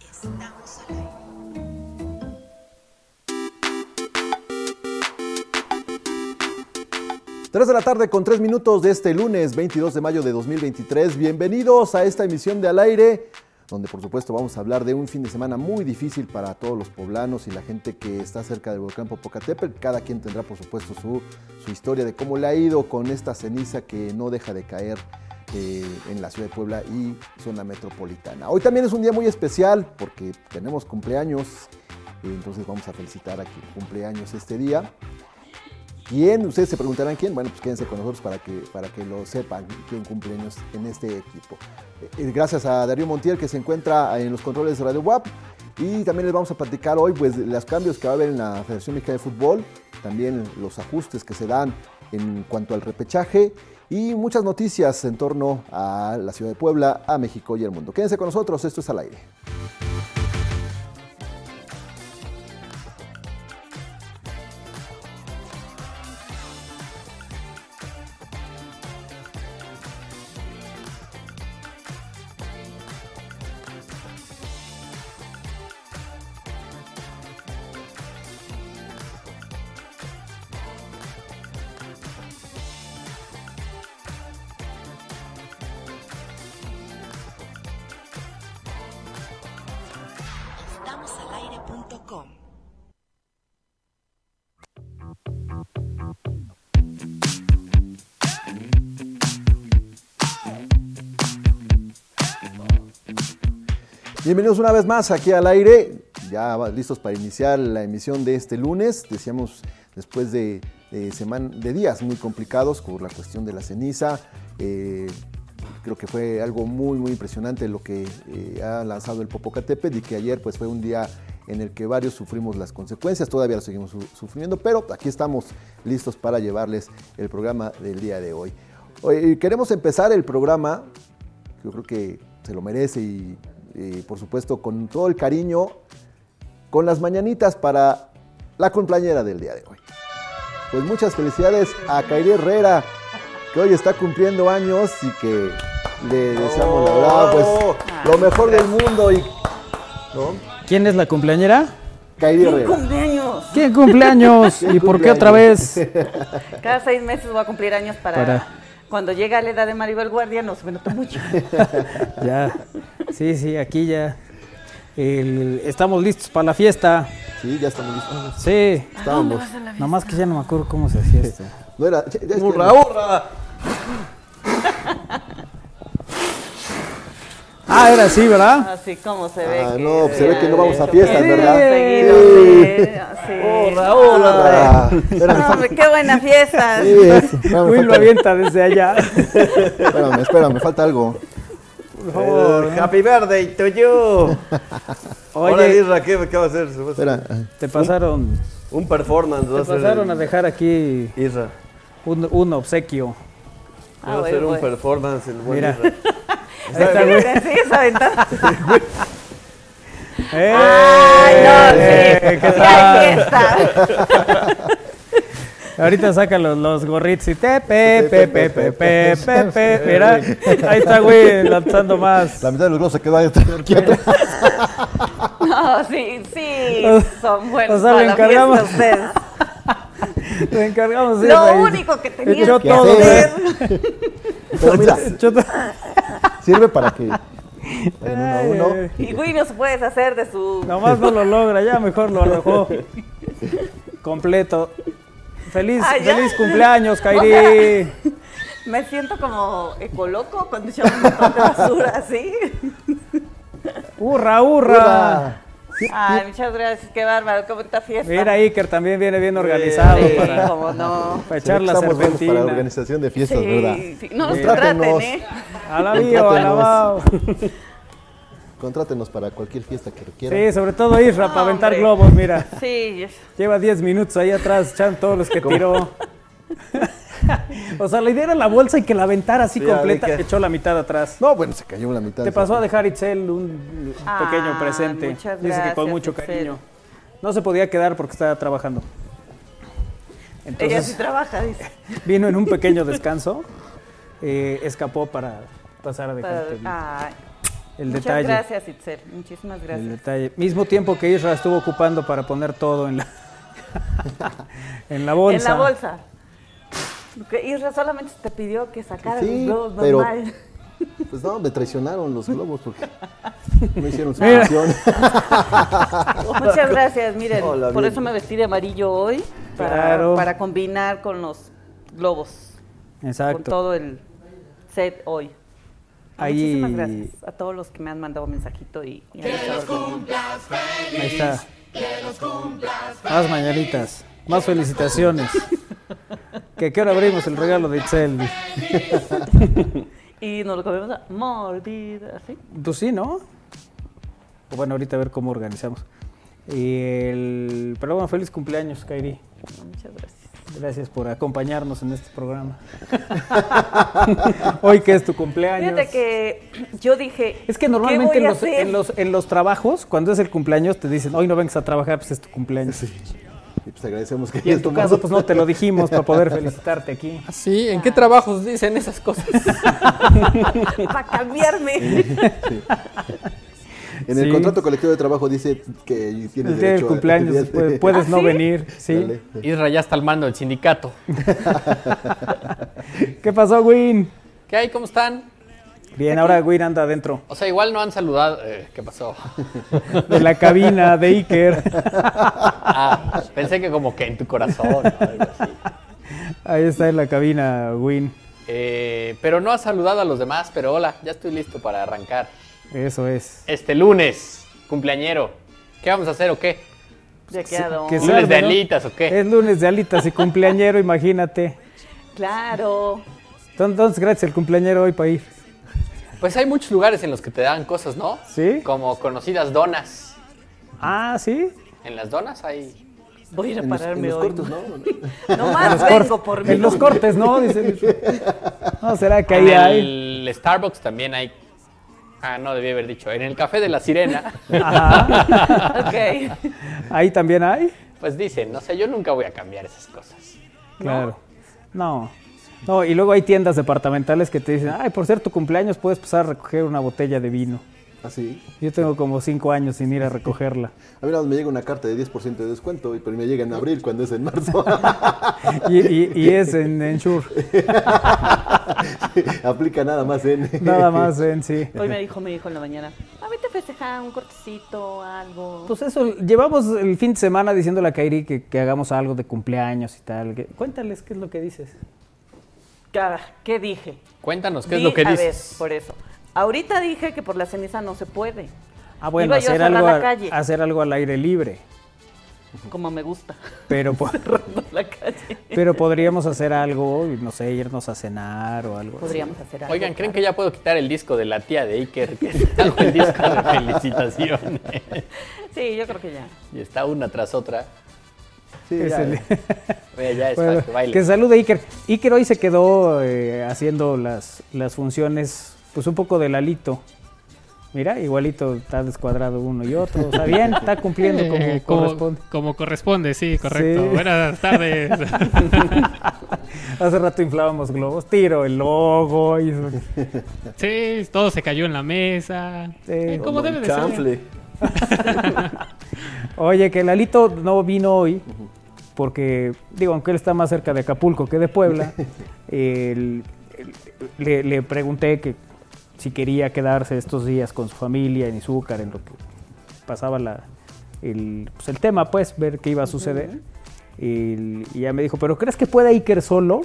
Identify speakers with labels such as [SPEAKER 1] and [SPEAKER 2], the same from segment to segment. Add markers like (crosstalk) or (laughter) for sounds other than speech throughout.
[SPEAKER 1] Estamos al aire.
[SPEAKER 2] Tres de la tarde con tres minutos de este lunes 22 de mayo de 2023. Bienvenidos a esta emisión de Al Aire, donde por supuesto vamos a hablar de un fin de semana muy difícil para todos los poblanos y la gente que está cerca del volcán Popocatépetl. Cada quien tendrá por supuesto su, su historia de cómo le ha ido con esta ceniza que no deja de caer eh, en la ciudad de Puebla y zona metropolitana. Hoy también es un día muy especial porque tenemos cumpleaños, eh, entonces vamos a felicitar a quien cumpleaños este día. ¿Quién? Ustedes se preguntarán quién. Bueno, pues quédense con nosotros para que, para que lo sepan quién cumple años en este equipo. Eh, Gracias a Darío Montiel que se encuentra en los controles de Radio WAP. Y también les vamos a platicar hoy pues, de los cambios que va a haber en la Federación Mexicana de Fútbol, también los ajustes que se dan en cuanto al repechaje y muchas noticias en torno a la ciudad de Puebla, a México y al mundo. Quédense con nosotros, esto es al aire.
[SPEAKER 1] Estamosalaire.com
[SPEAKER 2] Bienvenidos una vez más aquí al aire, ya va- listos para iniciar la emisión de este lunes. Decíamos después de, de seman- de días muy complicados por la cuestión de la ceniza. eh, creo que fue algo muy, muy impresionante lo que eh, ha lanzado el Popocatépetl y que ayer pues, fue un día en el que varios sufrimos las consecuencias, todavía las seguimos su- sufriendo, pero aquí estamos listos para llevarles el programa del día de hoy. Hoy queremos empezar el programa yo creo que se lo merece y, eh, por supuesto con todo el cariño, con las mañanitas para la cumpleañera del día de hoy. Pues muchas felicidades a Kairi Herrera, que hoy está cumpliendo años y que le deseamos la verdad,
[SPEAKER 3] Oh.
[SPEAKER 2] pues lo mejor del mundo y
[SPEAKER 3] ¿Quién es la cumpleañera?
[SPEAKER 2] Kairi
[SPEAKER 4] ¡Feliz
[SPEAKER 2] Herrera.
[SPEAKER 4] cumpleaños!
[SPEAKER 3] ¿Quién cumpleaños? ¿Y por qué
[SPEAKER 2] (laughs)
[SPEAKER 3] otra
[SPEAKER 2] cumpleaños?
[SPEAKER 3] vez?
[SPEAKER 4] Cada seis meses voy a cumplir años para,
[SPEAKER 3] Para.
[SPEAKER 4] cuando llega la edad de Maribel Guardia, no se me nota
[SPEAKER 3] (laughs)
[SPEAKER 4] mucho.
[SPEAKER 3] Ya. Sí, sí, aquí ya. El- estamos listos para la fiesta.
[SPEAKER 2] Sí, ya estamos listos.
[SPEAKER 3] Sí.
[SPEAKER 2] Estábamos.
[SPEAKER 3] Nomás que ya no me acuerdo cómo se hacía esto.
[SPEAKER 2] (laughs) No era, ya- ya es que-
[SPEAKER 3] Ah, era así, ¿verdad?
[SPEAKER 4] Así como se ve.
[SPEAKER 2] Ah,
[SPEAKER 4] que
[SPEAKER 2] no, pues se ve
[SPEAKER 4] ya
[SPEAKER 2] que no vamos a
[SPEAKER 4] eso
[SPEAKER 2] fiestas, Ah,
[SPEAKER 4] que
[SPEAKER 3] ¿verdad?
[SPEAKER 4] seguido,
[SPEAKER 2] Sí.
[SPEAKER 4] sí, así.
[SPEAKER 3] Hurra, hurra.
[SPEAKER 2] Ah, era mi
[SPEAKER 4] No, hombre,
[SPEAKER 2] fa-
[SPEAKER 4] ¡Qué buena
[SPEAKER 3] (laughs)
[SPEAKER 4] fiesta!
[SPEAKER 2] Sí, es- espérame,
[SPEAKER 3] Uy, lo
[SPEAKER 2] falta-
[SPEAKER 3] avienta desde allá.
[SPEAKER 2] (laughs) espérame, espérame, falta algo.
[SPEAKER 5] Happy birthday to (laughs) you. Ahora
[SPEAKER 3] Oye,
[SPEAKER 5] Isra, ¿qué, qué va a hacer? Se va a hacer
[SPEAKER 2] Espera. ah.
[SPEAKER 3] te pasaron,
[SPEAKER 5] Un performance. va
[SPEAKER 3] te
[SPEAKER 5] a hacer
[SPEAKER 3] pasaron a
[SPEAKER 5] el-
[SPEAKER 3] dejar aquí
[SPEAKER 5] Isra.
[SPEAKER 3] un, un obsequio.
[SPEAKER 4] Ah,
[SPEAKER 5] va a
[SPEAKER 4] bueno,
[SPEAKER 5] hacer un
[SPEAKER 4] bueno.
[SPEAKER 5] performance el buen
[SPEAKER 3] Mira.
[SPEAKER 5] Isra.
[SPEAKER 3] (laughs) Ahí está, güey.
[SPEAKER 4] Sí, sí,
[SPEAKER 3] (laughs)
[SPEAKER 4] esa ventana.
[SPEAKER 3] ¡Eh!
[SPEAKER 4] ¡Ay, no! Sí.
[SPEAKER 3] ¿Qué
[SPEAKER 4] Sí, hay
[SPEAKER 3] tal?
[SPEAKER 4] fiesta.
[SPEAKER 3] Ahorita saca los, los gorritos y te pe, pe, pe, pe,
[SPEAKER 2] (laughs)
[SPEAKER 3] pe, pe, pe. Mira, ahí está, güey,
[SPEAKER 2] (laughs)
[SPEAKER 3] lanzando más.
[SPEAKER 2] La mitad de los globos se quedó ahí aquí atrás.
[SPEAKER 4] No, sí, sí, son buenos
[SPEAKER 3] O sea, lo
[SPEAKER 4] para la fiesta
[SPEAKER 3] encargamos.
[SPEAKER 4] ustedes.
[SPEAKER 3] (laughs) Te encargamos de
[SPEAKER 4] Lo
[SPEAKER 3] raíz.
[SPEAKER 4] único que tenían
[SPEAKER 3] Echó
[SPEAKER 4] que
[SPEAKER 3] todo,
[SPEAKER 4] hacer. (laughs)
[SPEAKER 2] Pero mira,
[SPEAKER 3] Yo (laughs) te-
[SPEAKER 2] sirve para que. Vayan uno a uno.
[SPEAKER 3] Ay,
[SPEAKER 4] Y Güey no se puede deshacer de su...
[SPEAKER 3] Nomás no lo logra, ya mejor
[SPEAKER 2] (laughs)
[SPEAKER 3] lo arrojó. Completo. Feliz,
[SPEAKER 4] Ah, ya.
[SPEAKER 3] feliz cumpleaños,
[SPEAKER 4] (laughs)
[SPEAKER 3] Kairi.
[SPEAKER 4] Me siento como ecoloco cuando echamos un montón de basura (laughs) así.
[SPEAKER 3] ¡Hurra, hurra!
[SPEAKER 2] Hurra.
[SPEAKER 4] Ay, muchas gracias, qué bárbaro, qué bonita fiesta.
[SPEAKER 3] Mira, Iker también viene bien organizado
[SPEAKER 4] Sí,
[SPEAKER 3] para,
[SPEAKER 4] cómo no.
[SPEAKER 3] (laughs) para
[SPEAKER 2] Se ve
[SPEAKER 3] echar
[SPEAKER 2] que
[SPEAKER 3] la
[SPEAKER 2] estamos buenos para la
[SPEAKER 3] serpentina.
[SPEAKER 2] organización de fiestas, ¿verdad?
[SPEAKER 4] Sí, sí, no nos
[SPEAKER 2] Contrátenos.
[SPEAKER 4] contraten, ¿eh?
[SPEAKER 3] Alabío,
[SPEAKER 2] Contrátenos.
[SPEAKER 3] alabao.
[SPEAKER 2] (laughs) Contrátenos para cualquier fiesta que requieran.
[SPEAKER 3] Sí, sobre todo Isra, para aventar
[SPEAKER 4] Hombre.
[SPEAKER 3] globos, mira.
[SPEAKER 4] Sí,
[SPEAKER 3] Lleva 10 minutos ahí atrás, echan todos los que tiró. (laughs) o sea, la idea era la bolsa y que la aventara así
[SPEAKER 5] Sí,
[SPEAKER 3] completa,
[SPEAKER 5] a ver qué-
[SPEAKER 3] echó la mitad atrás.
[SPEAKER 2] No, bueno, se cayó la mitad.
[SPEAKER 3] Te
[SPEAKER 2] de-
[SPEAKER 3] pasó a dejar Itzel un pequeño
[SPEAKER 4] Ay,
[SPEAKER 3] presente. Dice
[SPEAKER 4] Ah, muchas
[SPEAKER 3] que con
[SPEAKER 4] gracias,
[SPEAKER 3] mucho
[SPEAKER 4] Itzel.
[SPEAKER 3] cariño. No se podía quedar porque estaba trabajando.
[SPEAKER 4] ella
[SPEAKER 3] Entonces
[SPEAKER 4] sí trabaja, dice.
[SPEAKER 3] vino en un
[SPEAKER 4] ah,
[SPEAKER 3] pequeño descanso, eh, escapó para pasar a dejar
[SPEAKER 4] Ay,
[SPEAKER 3] el
[SPEAKER 4] Muchas
[SPEAKER 3] detalle.
[SPEAKER 4] gracias, Itzel. Muchísimas
[SPEAKER 3] El
[SPEAKER 4] gracias.
[SPEAKER 3] detalle. Mismo tiempo que Isra estuvo ocupando para poner todo en la, (laughs) en la bolsa.
[SPEAKER 4] En la bolsa. Porque Isra solamente te pidió que sacara
[SPEAKER 2] Sí,
[SPEAKER 4] los globos
[SPEAKER 2] pero-
[SPEAKER 4] normal.
[SPEAKER 2] (laughs) Pues no, me traicionaron los globos
[SPEAKER 3] (laughs)
[SPEAKER 2] porque no hicieron su
[SPEAKER 3] Mira.
[SPEAKER 2] función.
[SPEAKER 3] (laughs)
[SPEAKER 4] Muchas gracias, miren.
[SPEAKER 5] Hola,
[SPEAKER 4] por
[SPEAKER 5] bien.
[SPEAKER 4] eso me vestí de amarillo hoy. Para,
[SPEAKER 3] Claro.
[SPEAKER 4] para combinar con los globos. Con
[SPEAKER 3] Exacto.
[SPEAKER 4] todo el set hoy.
[SPEAKER 3] Ahí-
[SPEAKER 4] Muchísimas gracias a todos los que me han mandado mensajito y, y han estado conmigo.
[SPEAKER 3] Ahí está. Más mañanitas. Más felicitaciones. que quiero abrimos el regalo de Itzel. (laughs)
[SPEAKER 4] Y nos lo comemos a mordida, ¿sí?
[SPEAKER 3] Pues sí, ¿no? Bueno, ahorita a ver cómo organizamos. Y el... Pero bueno, feliz cumpleaños, Kairi.
[SPEAKER 4] Muchas gracias.
[SPEAKER 3] Gracias por acompañarnos en este programa. (laughs) Hoy que es tu cumpleaños.
[SPEAKER 4] Fíjate que yo dije.
[SPEAKER 3] Es que
[SPEAKER 4] ¿qué
[SPEAKER 3] normalmente
[SPEAKER 4] voy
[SPEAKER 3] en
[SPEAKER 4] a
[SPEAKER 3] los,
[SPEAKER 4] hacer?
[SPEAKER 3] en, los, en los trabajos, cuando es el cumpleaños, te dicen, hoy no vengas a trabajar, pues es tu cumpleaños.
[SPEAKER 2] Y pues agradecemos que
[SPEAKER 3] Y en tu caso, pues no te lo dijimos
[SPEAKER 2] (laughs)
[SPEAKER 3] para poder felicitarte aquí.
[SPEAKER 6] Sí, ¿en qué trabajos dicen esas
[SPEAKER 4] (laughs)
[SPEAKER 6] cosas?
[SPEAKER 4] Para
[SPEAKER 2] (laughs)
[SPEAKER 4] cambiarme.
[SPEAKER 2] En el
[SPEAKER 3] Sí.
[SPEAKER 2] contrato colectivo de trabajo dice que tienes
[SPEAKER 3] El día del
[SPEAKER 2] derecho a-
[SPEAKER 3] cumpleaños,
[SPEAKER 2] el día (laughs)
[SPEAKER 3] pues,
[SPEAKER 2] de-
[SPEAKER 3] puedes no
[SPEAKER 4] ¿Ah, sí?
[SPEAKER 3] venir. Sí.
[SPEAKER 2] Dale.
[SPEAKER 6] Isra ya está al mando
[SPEAKER 2] (laughs)
[SPEAKER 6] del sindicato.
[SPEAKER 3] ¿Qué pasó, Win?
[SPEAKER 6] ¿Qué hay? ¿Cómo están?
[SPEAKER 3] Bien, ahora Win anda adentro
[SPEAKER 6] O sea, igual no han saludado. eh, ¿Qué pasó?
[SPEAKER 3] de la cabina de Iker.
[SPEAKER 6] (laughs) Ah, pensé que como que en tu corazón o algo así.
[SPEAKER 3] Ahí está en la cabina, Win.
[SPEAKER 6] Eh, pero no has saludado a los demás, pero hola, ya estoy listo para arrancar.
[SPEAKER 3] Eso es.
[SPEAKER 6] Este lunes, cumpleañero. ¿Qué vamos a hacer o qué?
[SPEAKER 4] Ya quedó.
[SPEAKER 3] Que se
[SPEAKER 6] ¿Lunes de
[SPEAKER 3] arme, ¿no?
[SPEAKER 6] alitas o qué?
[SPEAKER 3] Es lunes de alitas y cumpleañero, (laughs) imagínate.
[SPEAKER 4] Claro.
[SPEAKER 3] Entonces, gracias el cumpleañero hoy para ir.
[SPEAKER 6] Pues hay muchos lugares en los que te dan cosas, ¿no?
[SPEAKER 3] Sí.
[SPEAKER 6] Como conocidas donas.
[SPEAKER 3] Ah, sí.
[SPEAKER 6] En las donas hay.
[SPEAKER 4] Voy a ir a
[SPEAKER 2] En los- en
[SPEAKER 4] pararme
[SPEAKER 2] los
[SPEAKER 4] hoy.
[SPEAKER 2] cortos, ¿no?
[SPEAKER 4] (laughs) No más
[SPEAKER 3] cor-
[SPEAKER 4] vengo por mí.
[SPEAKER 3] en los cortes, ¿no? Dicen. No, será que ahí hay.
[SPEAKER 6] en el Starbucks también hay. Ah, no debí haber dicho. En el café de
[SPEAKER 3] (laughs)
[SPEAKER 6] la sirena.
[SPEAKER 4] (laughs) Ok.
[SPEAKER 3] Ahí también hay.
[SPEAKER 6] pues dicen, no sé, yo nunca voy a cambiar esas cosas.
[SPEAKER 3] Claro. No. No, y luego hay tiendas departamentales que te dicen, ay, por ser tu cumpleaños puedes pasar a recoger una botella de vino.
[SPEAKER 2] Así.
[SPEAKER 3] Yo tengo como cinco años sin ir a recogerla.
[SPEAKER 2] A mí nada más me llega una carta de 10% de descuento, y- pero me llega en abril cuando es en marzo.
[SPEAKER 3] (laughs) Y, y- y es en, en Shure.
[SPEAKER 2] (laughs) Aplica nada más en.
[SPEAKER 3] (laughs) Nada más
[SPEAKER 2] (laughs)
[SPEAKER 3] en sí.
[SPEAKER 4] Hoy me dijo mi hijo en la mañana, a mí te festejar un cortecito, algo.
[SPEAKER 3] Pues eso, llevamos el fin de semana diciéndole a Kairi que, que hagamos algo de cumpleaños y tal. que- cuéntales qué es lo que dices.
[SPEAKER 4] Cara, ¿qué dije?
[SPEAKER 6] Cuéntanos qué
[SPEAKER 4] Di-
[SPEAKER 6] es lo que
[SPEAKER 4] a
[SPEAKER 6] dices.
[SPEAKER 4] ver, por eso. Ahorita dije que por la ceniza no se puede,
[SPEAKER 3] Ah, bueno,
[SPEAKER 4] Iba yo a
[SPEAKER 3] hacer
[SPEAKER 4] cerrar
[SPEAKER 3] algo,
[SPEAKER 4] la
[SPEAKER 3] al-
[SPEAKER 4] calle.
[SPEAKER 3] hacer algo al aire libre.
[SPEAKER 4] como me gusta,
[SPEAKER 3] Pero,
[SPEAKER 4] (laughs)
[SPEAKER 3] po-
[SPEAKER 4] la calle.
[SPEAKER 3] pero podríamos hacer algo, no sé, irnos a cenar o algo. así.
[SPEAKER 4] Podríamos hacer algo.
[SPEAKER 6] Pues Oigan, ¿creen que ya puedo quitar el disco de la tía de
[SPEAKER 4] (laughs)
[SPEAKER 6] Iker? Que está el disco de felicitaciones.
[SPEAKER 4] Sí, yo creo que ya.
[SPEAKER 6] Y está una tras otra.
[SPEAKER 2] Sí,
[SPEAKER 3] Es
[SPEAKER 2] ya,
[SPEAKER 6] (laughs)
[SPEAKER 3] el-
[SPEAKER 6] Mira, ya es
[SPEAKER 3] Bueno,
[SPEAKER 6] para que baile.
[SPEAKER 3] que salude Iker. Iker hoy se quedó eh, haciendo las, las funciones, pues un poco del alito. Mira, igualito está descuadrado uno y otro. Está bien, está cumpliendo como
[SPEAKER 7] Eh,
[SPEAKER 3] corresponde.
[SPEAKER 7] como corresponde, sí, correcto.
[SPEAKER 3] Sí. (laughs)
[SPEAKER 7] Buenas tardes.
[SPEAKER 3] Hace rato inflábamos globos, tiro el logo. Y...
[SPEAKER 7] sí, todo se cayó en la mesa.
[SPEAKER 3] Sí.
[SPEAKER 7] Eh, como debe de ser.
[SPEAKER 5] Chanfle.
[SPEAKER 3] Oye, que el alito no vino hoy, porque, digo, aunque él está más cerca de Acapulco que
[SPEAKER 2] (laughs)
[SPEAKER 3] de Puebla, el- el- le, le pregunté que si quería quedarse estos días con su familia en Izúcar, en lo que pasaba la, el, pues, el tema, pues, ver qué iba a suceder. El- y ya me dijo, ¿pero crees que pueda Iker solo?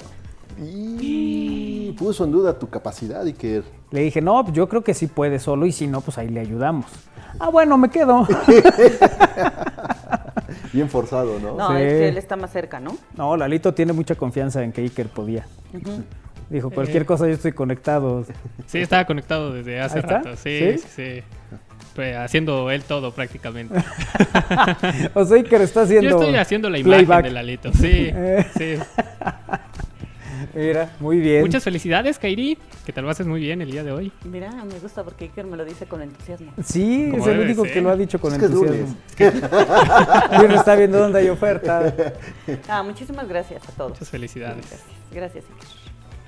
[SPEAKER 2] Y puso en duda tu capacidad, Iker.
[SPEAKER 3] Le dije, no, pues, yo creo que sí puede solo y si no, pues ahí
[SPEAKER 2] (laughs)
[SPEAKER 3] le ayudamos. Ah, bueno, me quedo.
[SPEAKER 2] Bien forzado, ¿no?
[SPEAKER 4] (laughs) No,
[SPEAKER 3] Sí.
[SPEAKER 4] es que él está más cerca, ¿no?
[SPEAKER 3] No, Lalito tiene mucha confianza en que Iker podía. Dijo, cualquier cosa yo estoy conectado. (laughs)
[SPEAKER 7] Sí, estaba conectado desde hace
[SPEAKER 3] ¿Ahí está?
[SPEAKER 7] rato. Sí,
[SPEAKER 3] ¿Sí?
[SPEAKER 7] sí, sí. Pues, haciendo él todo prácticamente.
[SPEAKER 3] (laughs) O sea, Iker está haciendo.
[SPEAKER 7] Yo estoy haciendo la imagen
[SPEAKER 3] playback.
[SPEAKER 7] del Alito.
[SPEAKER 3] (laughs)
[SPEAKER 7] Sí,
[SPEAKER 3] Eh.
[SPEAKER 7] sí.
[SPEAKER 3] Mira, muy bien.
[SPEAKER 7] Muchas felicidades, Kairi. Que te lo haces muy bien el día de hoy.
[SPEAKER 4] Mira, me gusta porque Iker me lo dice con entusiasmo.
[SPEAKER 3] Sí,
[SPEAKER 7] Como
[SPEAKER 3] es el
[SPEAKER 7] debe
[SPEAKER 3] único
[SPEAKER 7] ser.
[SPEAKER 3] que lo ha dicho con
[SPEAKER 2] Es que es
[SPEAKER 3] entusiasmo. (laughs) Iker está viendo dónde hay oferta.
[SPEAKER 4] Ah, muchísimas gracias a todos.
[SPEAKER 7] Muchas felicidades.
[SPEAKER 4] Gracias, gracias Iker.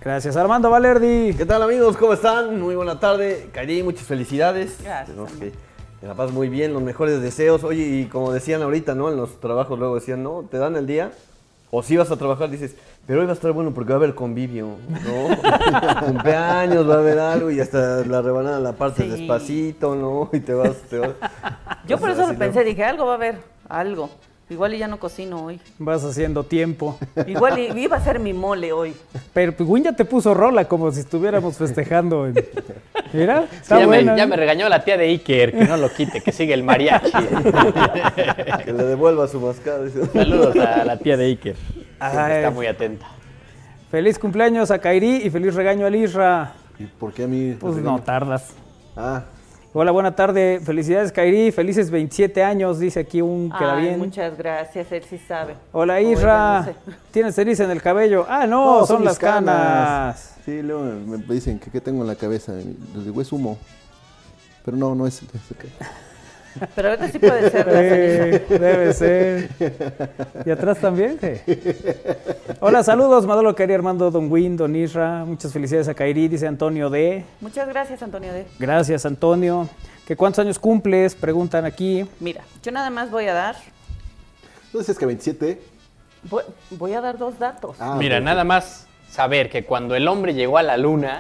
[SPEAKER 3] Gracias, Armando Valerdi.
[SPEAKER 5] ¿Qué tal amigos? ¿Cómo están? Muy buena tarde. Kairi, muchas felicidades.
[SPEAKER 4] Gracias,
[SPEAKER 5] Esperemos que te la pases muy bien, los mejores deseos. Oye, y como decían ahorita, ¿no? En los trabajos luego decían, no, te dan el día. O si vas a trabajar, dices, pero hoy va a estar bueno porque va a haber convivio, ¿no? Cumpleaños, va a haber algo y hasta la rebanada la parte
[SPEAKER 4] Sí.
[SPEAKER 5] despacito, ¿no? Y te vas, te vas.
[SPEAKER 3] Ah,
[SPEAKER 4] Yo por
[SPEAKER 5] Pues
[SPEAKER 4] eso
[SPEAKER 5] así
[SPEAKER 4] lo
[SPEAKER 5] no.
[SPEAKER 4] pensé, dije, algo va a haber, algo. Igual y ya no cocino hoy.
[SPEAKER 3] Vas haciendo tiempo.
[SPEAKER 4] Igual y iba a ser mi mole hoy.
[SPEAKER 3] Pero pues, Win ya te puso rola como si estuviéramos festejando. en- Mira, está
[SPEAKER 6] ya,
[SPEAKER 3] buena,
[SPEAKER 6] me, ya
[SPEAKER 3] ¿eh?
[SPEAKER 6] me regañó la tía de Iker, que no lo quite, que sigue
[SPEAKER 3] (laughs)
[SPEAKER 6] el mariachi.
[SPEAKER 5] Que le devuelva su mascada. dice.
[SPEAKER 6] Saludos a la tía de Iker. que
[SPEAKER 3] Ay.
[SPEAKER 6] Está muy atenta.
[SPEAKER 3] Feliz cumpleaños a Kairi y feliz regaño a Isra.
[SPEAKER 2] ¿Y por qué a mí?
[SPEAKER 3] Pues no tardas.
[SPEAKER 2] Ah,
[SPEAKER 3] Hola, buena tarde. Felicidades, Kairi. Felices 27 años, dice aquí un queda
[SPEAKER 4] Ay,
[SPEAKER 3] bien.
[SPEAKER 4] Muchas gracias, él sí sabe.
[SPEAKER 3] Hola,
[SPEAKER 4] Oigan,
[SPEAKER 3] Isra.
[SPEAKER 4] no sé.
[SPEAKER 3] Tienes ceriza en el cabello. Ah, no,
[SPEAKER 2] No,
[SPEAKER 3] son,
[SPEAKER 2] Oh, son
[SPEAKER 3] las
[SPEAKER 2] mis canas.
[SPEAKER 3] canas.
[SPEAKER 2] sí, luego me me dicen que qué tengo en la cabeza. Les digo, es humo. Pero no, no es. es-
[SPEAKER 4] Pero ahorita sí puede ser. la ceniza.
[SPEAKER 3] Eh, debe ser. Y atrás también. sí. Hola, saludos, Maduro Kairi, Armando, Don Win, Don Isra. Muchas felicidades a Kairi, dice Antonio D.
[SPEAKER 4] Muchas gracias, Antonio D.
[SPEAKER 3] Gracias, Antonio. ¿Que ¿Cuántos años cumples? Preguntan aquí.
[SPEAKER 4] Mira, yo nada más voy a dar,
[SPEAKER 2] No sé, es que 27.
[SPEAKER 4] voy, voy a dar dos datos.
[SPEAKER 2] Ah,
[SPEAKER 6] Mira,
[SPEAKER 2] ok.
[SPEAKER 6] nada más saber que cuando el hombre llegó a la luna,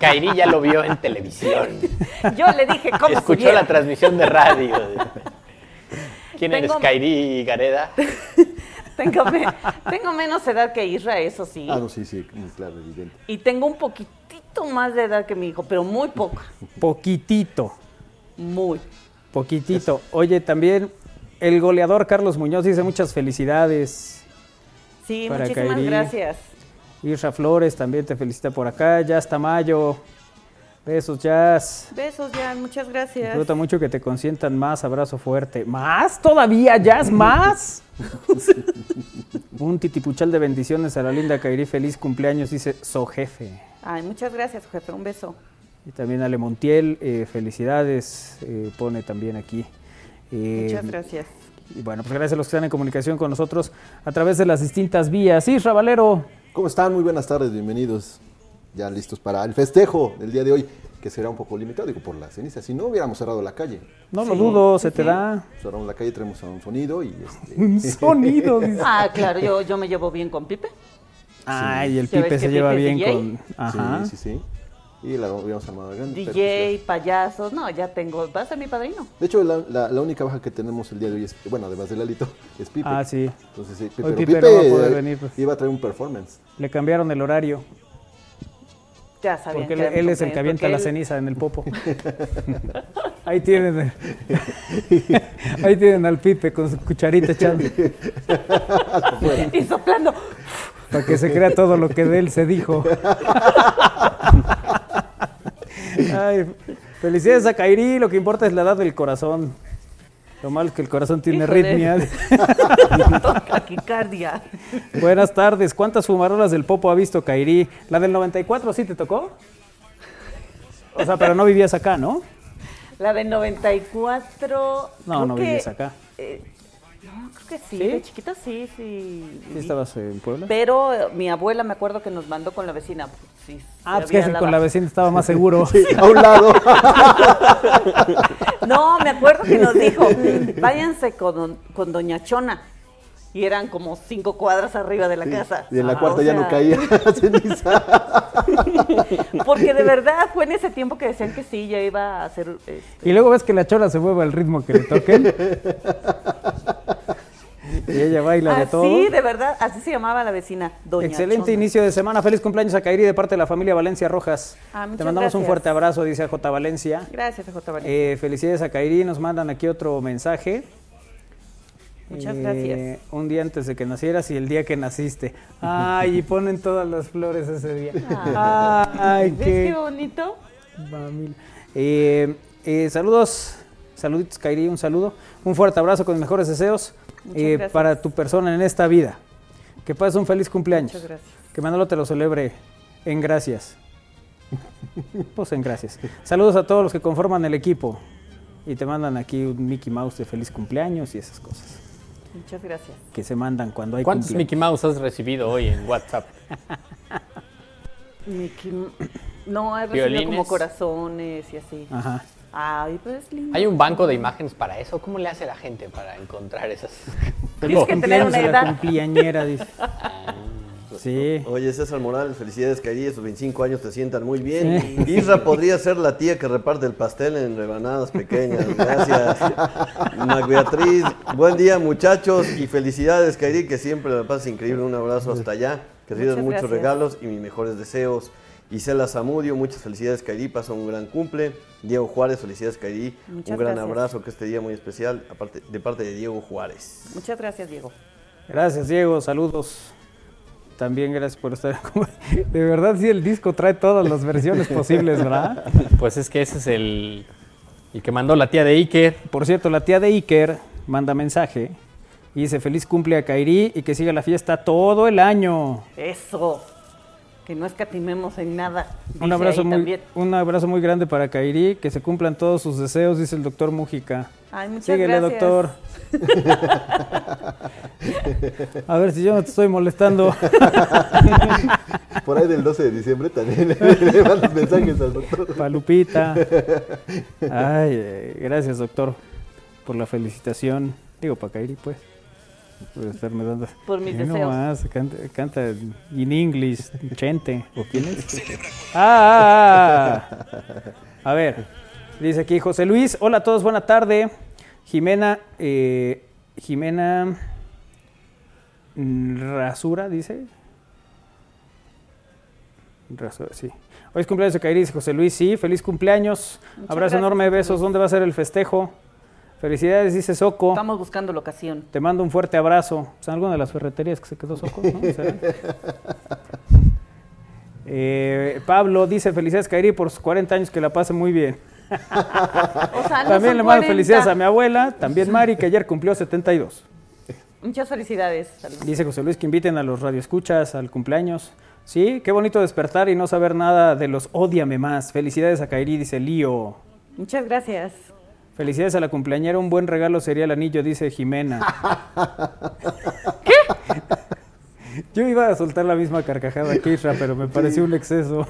[SPEAKER 6] Kairi ya lo vio en televisión.
[SPEAKER 4] (laughs) Yo le dije cómo
[SPEAKER 6] Escuchó
[SPEAKER 4] subiera.
[SPEAKER 6] la transmisión de radio.
[SPEAKER 4] (laughs)
[SPEAKER 6] ¿Quién eres,
[SPEAKER 4] Tengo-
[SPEAKER 6] Kairi Gareda?
[SPEAKER 4] (laughs) tengo, me- tengo menos edad que Isra, eso sí.
[SPEAKER 2] Ah, no, sí, sí, mm, claro, evidente.
[SPEAKER 4] Y tengo un poquitito más de edad que mi hijo, pero muy poca.
[SPEAKER 3] Poquitito,
[SPEAKER 4] Muy.
[SPEAKER 3] poquitito. Oye, también el goleador Carlos Muñoz dice muchas felicidades.
[SPEAKER 4] Sí,
[SPEAKER 3] Para
[SPEAKER 4] muchísimas
[SPEAKER 3] Kairi.
[SPEAKER 4] gracias.
[SPEAKER 3] Isra Flores también te felicita por acá. Ya hasta mayo. Besos, Jazz.
[SPEAKER 4] Besos, Jan, muchas gracias.
[SPEAKER 3] Disfruta mucho que te consientan más. Abrazo fuerte. ¿Más? ¿Todavía,
[SPEAKER 2] (laughs)
[SPEAKER 3] Jazz? ¿Más? Un titipuchal de bendiciones a la linda Kairi. Feliz cumpleaños, dice So Jefe.
[SPEAKER 4] Ay, muchas gracias, jefe. Un beso.
[SPEAKER 3] Y también Ale Montiel, eh, felicidades, eh, pone también aquí. Eh,
[SPEAKER 4] Muchas
[SPEAKER 3] (laughs)
[SPEAKER 4] gracias.
[SPEAKER 3] Y bueno, pues gracias a los que están en comunicación con nosotros a través de las distintas vías. Isra Valero,
[SPEAKER 2] ¿Cómo están? Muy buenas tardes, bienvenidos. Ya listos para el festejo del día de hoy, que será un poco limitado, digo, por la ceniza. Si no hubiéramos cerrado la calle,
[SPEAKER 3] no lo dudo, se te da
[SPEAKER 2] cerramos la calle, traemos a un sonido y este. (laughs)
[SPEAKER 3] un sonido. dice.
[SPEAKER 4] Ah, claro, yo, yo me llevo bien con Pipe.
[SPEAKER 3] Ay, el
[SPEAKER 4] Ya ves
[SPEAKER 3] Pipe
[SPEAKER 4] que
[SPEAKER 3] se lleva
[SPEAKER 4] Pipe
[SPEAKER 3] bien
[SPEAKER 4] es DJ.
[SPEAKER 3] con... Ajá.
[SPEAKER 2] Sí, sí, sí. Y la hubiéramos armado grande. pero, pues,
[SPEAKER 4] DJ, payasos. No, ya tengo. Vas a ser mi padrino.
[SPEAKER 2] De hecho, la, la- la única baja que tenemos el día de hoy es, bueno, además del Lalito, es Pipe.
[SPEAKER 3] Ah, sí.
[SPEAKER 2] Entonces, sí, Pipe,
[SPEAKER 3] Hoy
[SPEAKER 2] pero
[SPEAKER 3] Pipe no va a
[SPEAKER 2] Pipe,
[SPEAKER 3] poder
[SPEAKER 2] eh,
[SPEAKER 3] venir, pues.
[SPEAKER 2] Iba a traer un performance.
[SPEAKER 3] Le cambiaron el horario,
[SPEAKER 4] Ya sabían
[SPEAKER 3] porque él,
[SPEAKER 4] que era mi
[SPEAKER 3] él es el
[SPEAKER 4] cumpleaños,
[SPEAKER 3] que avienta
[SPEAKER 4] porque
[SPEAKER 3] la
[SPEAKER 4] él- (laughs)
[SPEAKER 3] ceniza en el popo. Ahí tienen,
[SPEAKER 2] (laughs)
[SPEAKER 3] ahí tienen al Pipe con su cucharita
[SPEAKER 2] (laughs)
[SPEAKER 3] echando.
[SPEAKER 4] Y soplando.
[SPEAKER 3] Para que se crea todo lo que de él se dijo. Ay, felicidades a Kairi, lo que importa es la edad del corazón. Lo malo es que el corazón tiene
[SPEAKER 4] Híjole. (laughs)
[SPEAKER 3] arritmia. (laughs)
[SPEAKER 4] Taquicardia.
[SPEAKER 3] Buenas tardes, ¿cuántas fumarolas del Popo ha visto Kairi? ¿La del 94 sí te tocó? O sea, pero no vivías acá,
[SPEAKER 4] (laughs)
[SPEAKER 3] ¿no?
[SPEAKER 4] La de 94.
[SPEAKER 3] No,
[SPEAKER 4] creo
[SPEAKER 3] no
[SPEAKER 4] que-
[SPEAKER 3] vivías acá.
[SPEAKER 4] eh, no, creo que sí.
[SPEAKER 3] ¿Sí?
[SPEAKER 4] De chiquita sí, sí.
[SPEAKER 3] ¿Sí estabas en Puebla?
[SPEAKER 4] Pero eh, mi abuela me acuerdo que nos mandó con la vecina. pues, sí,
[SPEAKER 3] Ah,
[SPEAKER 4] se
[SPEAKER 3] pues que
[SPEAKER 4] había
[SPEAKER 3] con la
[SPEAKER 4] lavado.
[SPEAKER 3] vecina estaba más seguro.
[SPEAKER 2] A un lado.
[SPEAKER 4] (laughs) No, me acuerdo que nos dijo, váyanse con, don- con Doña Chona. Y eran como cinco cuadras arriba de la casa.
[SPEAKER 2] Y en la
[SPEAKER 4] Ah,
[SPEAKER 2] cuarta
[SPEAKER 4] o
[SPEAKER 2] ya
[SPEAKER 4] sea,
[SPEAKER 2] no
[SPEAKER 4] (laughs)
[SPEAKER 2] caía (laughs) ceniza.
[SPEAKER 4] Porque de verdad fue en ese tiempo que decían que sí, ya iba a hacer... este,
[SPEAKER 3] Y luego ves que la chola se mueve al ritmo que le toquen. Y ella baila de todo.
[SPEAKER 4] Así, de verdad, así se llamaba la vecina, Doña
[SPEAKER 3] Excelente
[SPEAKER 4] Chona.
[SPEAKER 3] inicio de semana. Feliz cumpleaños a Kairi de parte de la familia Valencia Rojas.
[SPEAKER 4] Ah,
[SPEAKER 3] Te
[SPEAKER 4] muchas
[SPEAKER 3] mandamos un
[SPEAKER 4] gracias.
[SPEAKER 3] fuerte abrazo, dice J. Valencia.
[SPEAKER 4] Gracias, J. Valencia.
[SPEAKER 3] Eh, felicidades a Kairi. Nos mandan aquí otro mensaje.
[SPEAKER 4] Muchas
[SPEAKER 3] Eh,
[SPEAKER 4] gracias.
[SPEAKER 3] Un día antes de que nacieras y el día que naciste.
[SPEAKER 4] (laughs)
[SPEAKER 3] Ay, y ponen todas las flores ese día. Ay,
[SPEAKER 4] Ah. ¿Ves qué
[SPEAKER 3] qué
[SPEAKER 4] bonito?
[SPEAKER 3] mamila. Eh, eh, saludos. Saluditos, Kairi. Un saludo. Un fuerte abrazo con mis mejores deseos
[SPEAKER 4] Muchas
[SPEAKER 3] eh,
[SPEAKER 4] gracias.
[SPEAKER 3] para tu persona en esta vida. Que pases un feliz cumpleaños.
[SPEAKER 4] Muchas gracias.
[SPEAKER 3] Que Manolo te lo celebre en gracias. (laughs) Pues en gracias. Saludos a todos los que conforman el equipo. Y te mandan aquí un Mickey Mouse de feliz cumpleaños y esas cosas
[SPEAKER 4] Muchas gracias.
[SPEAKER 3] que se mandan cuando hay
[SPEAKER 6] ¿Cuántos
[SPEAKER 3] cumpleaños.
[SPEAKER 6] Mickey Mouse has recibido hoy en WhatsApp?
[SPEAKER 4] Ni que- No, he recibido como
[SPEAKER 6] Violines.
[SPEAKER 4] corazones y así.
[SPEAKER 3] Ajá.
[SPEAKER 4] Ay, pero es lindo.
[SPEAKER 6] (laughs) ¿Hay un banco de imágenes para eso? ¿Cómo le hace la gente para encontrar
[SPEAKER 3] (laughs)
[SPEAKER 6] esas?
[SPEAKER 4] Tienes que tener
[SPEAKER 3] Cumpleaños
[SPEAKER 4] una
[SPEAKER 3] de la
[SPEAKER 4] edad.
[SPEAKER 3] cumpleañera, dice. Sí.
[SPEAKER 5] Pues, Oye, César Morales, felicidades, Kairi, esos 25 años te sientan muy bien.
[SPEAKER 3] Sí.
[SPEAKER 5] (laughs) Isra podría ser la tía que reparte el pastel en rebanadas pequeñas.
[SPEAKER 3] (laughs)
[SPEAKER 5] Gracias. Mac Beatriz, buen día, muchachos, y felicidades, Kairi, que siempre la pasas increíble. Un abrazo hasta allá, que recibas
[SPEAKER 4] Muchas
[SPEAKER 5] muchos
[SPEAKER 4] gracias.
[SPEAKER 5] regalos y mis mejores deseos. Isela Zamudio, muchas felicidades, Kairi, pasa un gran cumple. Diego Juárez, felicidades, Kairi, un
[SPEAKER 4] Muchas
[SPEAKER 5] gran
[SPEAKER 4] gracias.
[SPEAKER 5] abrazo, que este día muy especial, aparte, de parte de Diego Juárez.
[SPEAKER 4] Muchas gracias, Diego.
[SPEAKER 3] Gracias, Diego. Saludos. También gracias por estar. (laughs) con- De verdad, sí, el disco trae todas las versiones posibles, ¿verdad?
[SPEAKER 6] (laughs) Pues es que ese es el, el que mandó la tía de Iker.
[SPEAKER 3] Por cierto, la tía de Iker manda mensaje y dice: Feliz cumple a Kairi y que siga la fiesta todo el año.
[SPEAKER 4] Eso. Que no escatimemos en nada.
[SPEAKER 3] Un
[SPEAKER 4] Dice
[SPEAKER 3] abrazo,
[SPEAKER 4] ahí
[SPEAKER 3] muy,
[SPEAKER 4] también.
[SPEAKER 3] un abrazo muy grande para Kairi, que se cumplan todos sus deseos, dice el doctor Mújica.
[SPEAKER 4] Ay, muchas
[SPEAKER 3] Síguele,
[SPEAKER 4] gracias. (laughs)
[SPEAKER 3] doctor. A ver si yo no te estoy molestando.
[SPEAKER 2] Por ahí del 12 de diciembre también (laughs) le, le mandas mensajes al doctor.
[SPEAKER 3] Palupita. Ay, eh, gracias, doctor, por la felicitación. Digo, para Kairi, pues. Por estarme dando.
[SPEAKER 4] Por mis
[SPEAKER 3] Y no
[SPEAKER 4] deseos.
[SPEAKER 3] más, canta, canta in English, chente. ¿O quién es? Ah, ah, ah. A ver, dice aquí José Luis. Hola a todos, buena tarde. Jimena, eh, Jimena mm, Rasura, dice. Rasura, sí. Hoy es cumpleaños de Kairi, dice José Luis. Sí, feliz cumpleaños.
[SPEAKER 4] Muchas
[SPEAKER 3] Abrazo
[SPEAKER 4] gracias,
[SPEAKER 3] enorme,
[SPEAKER 4] José
[SPEAKER 3] besos.
[SPEAKER 4] Luis.
[SPEAKER 3] ¿Dónde va a ser el festejo? Felicidades, dice Soco.
[SPEAKER 4] Estamos buscando la ocasión.
[SPEAKER 3] Te mando un fuerte abrazo. ¿Es alguna de las ferreterías que se quedó Soco? ¿no? ¿Será? Eh, Pablo dice, felicidades Kairi por sus 40 años, que la pase muy
[SPEAKER 4] (laughs)
[SPEAKER 3] bien.
[SPEAKER 4] O sea, no
[SPEAKER 3] También
[SPEAKER 4] son
[SPEAKER 3] le mando
[SPEAKER 4] 40.
[SPEAKER 3] felicidades a mi abuela, también Mari, que ayer cumplió 72.
[SPEAKER 4] Muchas felicidades. Salud.
[SPEAKER 3] Dice José Luis que inviten a los radioescuchas al cumpleaños. Sí, qué bonito despertar y no saber nada de los ódiame más. Felicidades a Kairi, dice Lío.
[SPEAKER 4] Muchas gracias.
[SPEAKER 3] Felicidades a la cumpleañera, un buen regalo sería el anillo, dice
[SPEAKER 4] (laughs)
[SPEAKER 3] Jimena. ¿Qué? Yo iba a soltar la misma carcajada que Isra, pero me pareció un exceso.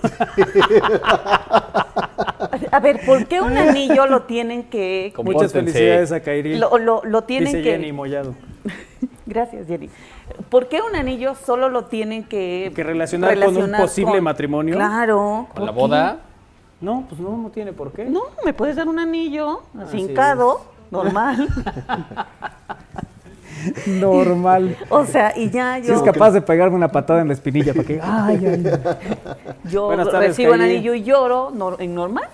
[SPEAKER 4] A ver, ¿por qué un anillo lo tienen que...
[SPEAKER 3] Muchas
[SPEAKER 6] Compórtense.
[SPEAKER 3] felicidades a Kairi.
[SPEAKER 4] Lo, lo- lo tienen
[SPEAKER 3] dice
[SPEAKER 4] que...
[SPEAKER 3] Jenny Mollado.
[SPEAKER 4] Gracias, Jenny. ¿Por qué un anillo solo lo tienen que...
[SPEAKER 3] Que relacionar con un posible matrimonio?
[SPEAKER 4] Claro.
[SPEAKER 6] Con la
[SPEAKER 4] ¿por qué?
[SPEAKER 6] boda.
[SPEAKER 3] No, pues no, no tiene por qué.
[SPEAKER 4] No, me puedes dar un anillo,
[SPEAKER 3] Así
[SPEAKER 4] cincado,
[SPEAKER 3] (laughs)
[SPEAKER 4] normal.
[SPEAKER 3] Normal.
[SPEAKER 4] O sea, y ya
[SPEAKER 3] Si
[SPEAKER 4] yo,
[SPEAKER 3] es capaz de pegarme una patada en la espinilla para que. Ay, ay.
[SPEAKER 4] yo
[SPEAKER 3] Buenas tardes, Pues
[SPEAKER 4] recibo un
[SPEAKER 3] Kairi.
[SPEAKER 4] anillo y lloro, nor- en normal.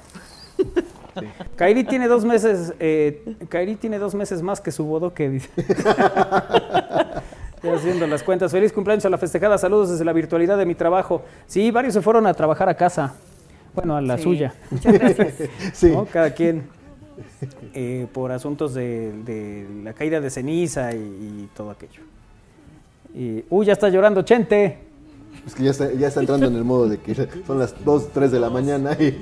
[SPEAKER 3] Kairi tiene dos meses. eh, Kairi tiene dos meses más que su bodoque, dice. Ya haciendo las cuentas. Feliz cumpleaños a la festejada. Saludos desde la virtualidad de mi trabajo. Sí, varios se fueron a trabajar a casa. Bueno, a la
[SPEAKER 4] Sí.
[SPEAKER 3] suya.
[SPEAKER 4] Muchas gracias.
[SPEAKER 2] Sí.
[SPEAKER 3] ¿no? Cada quien eh, por asuntos de, de la caída de ceniza y, y todo aquello. Y, uy, ya está llorando Chente.
[SPEAKER 2] Es que ya está, ya está entrando en el modo de que (laughs) son las 2, 3 de la mañana y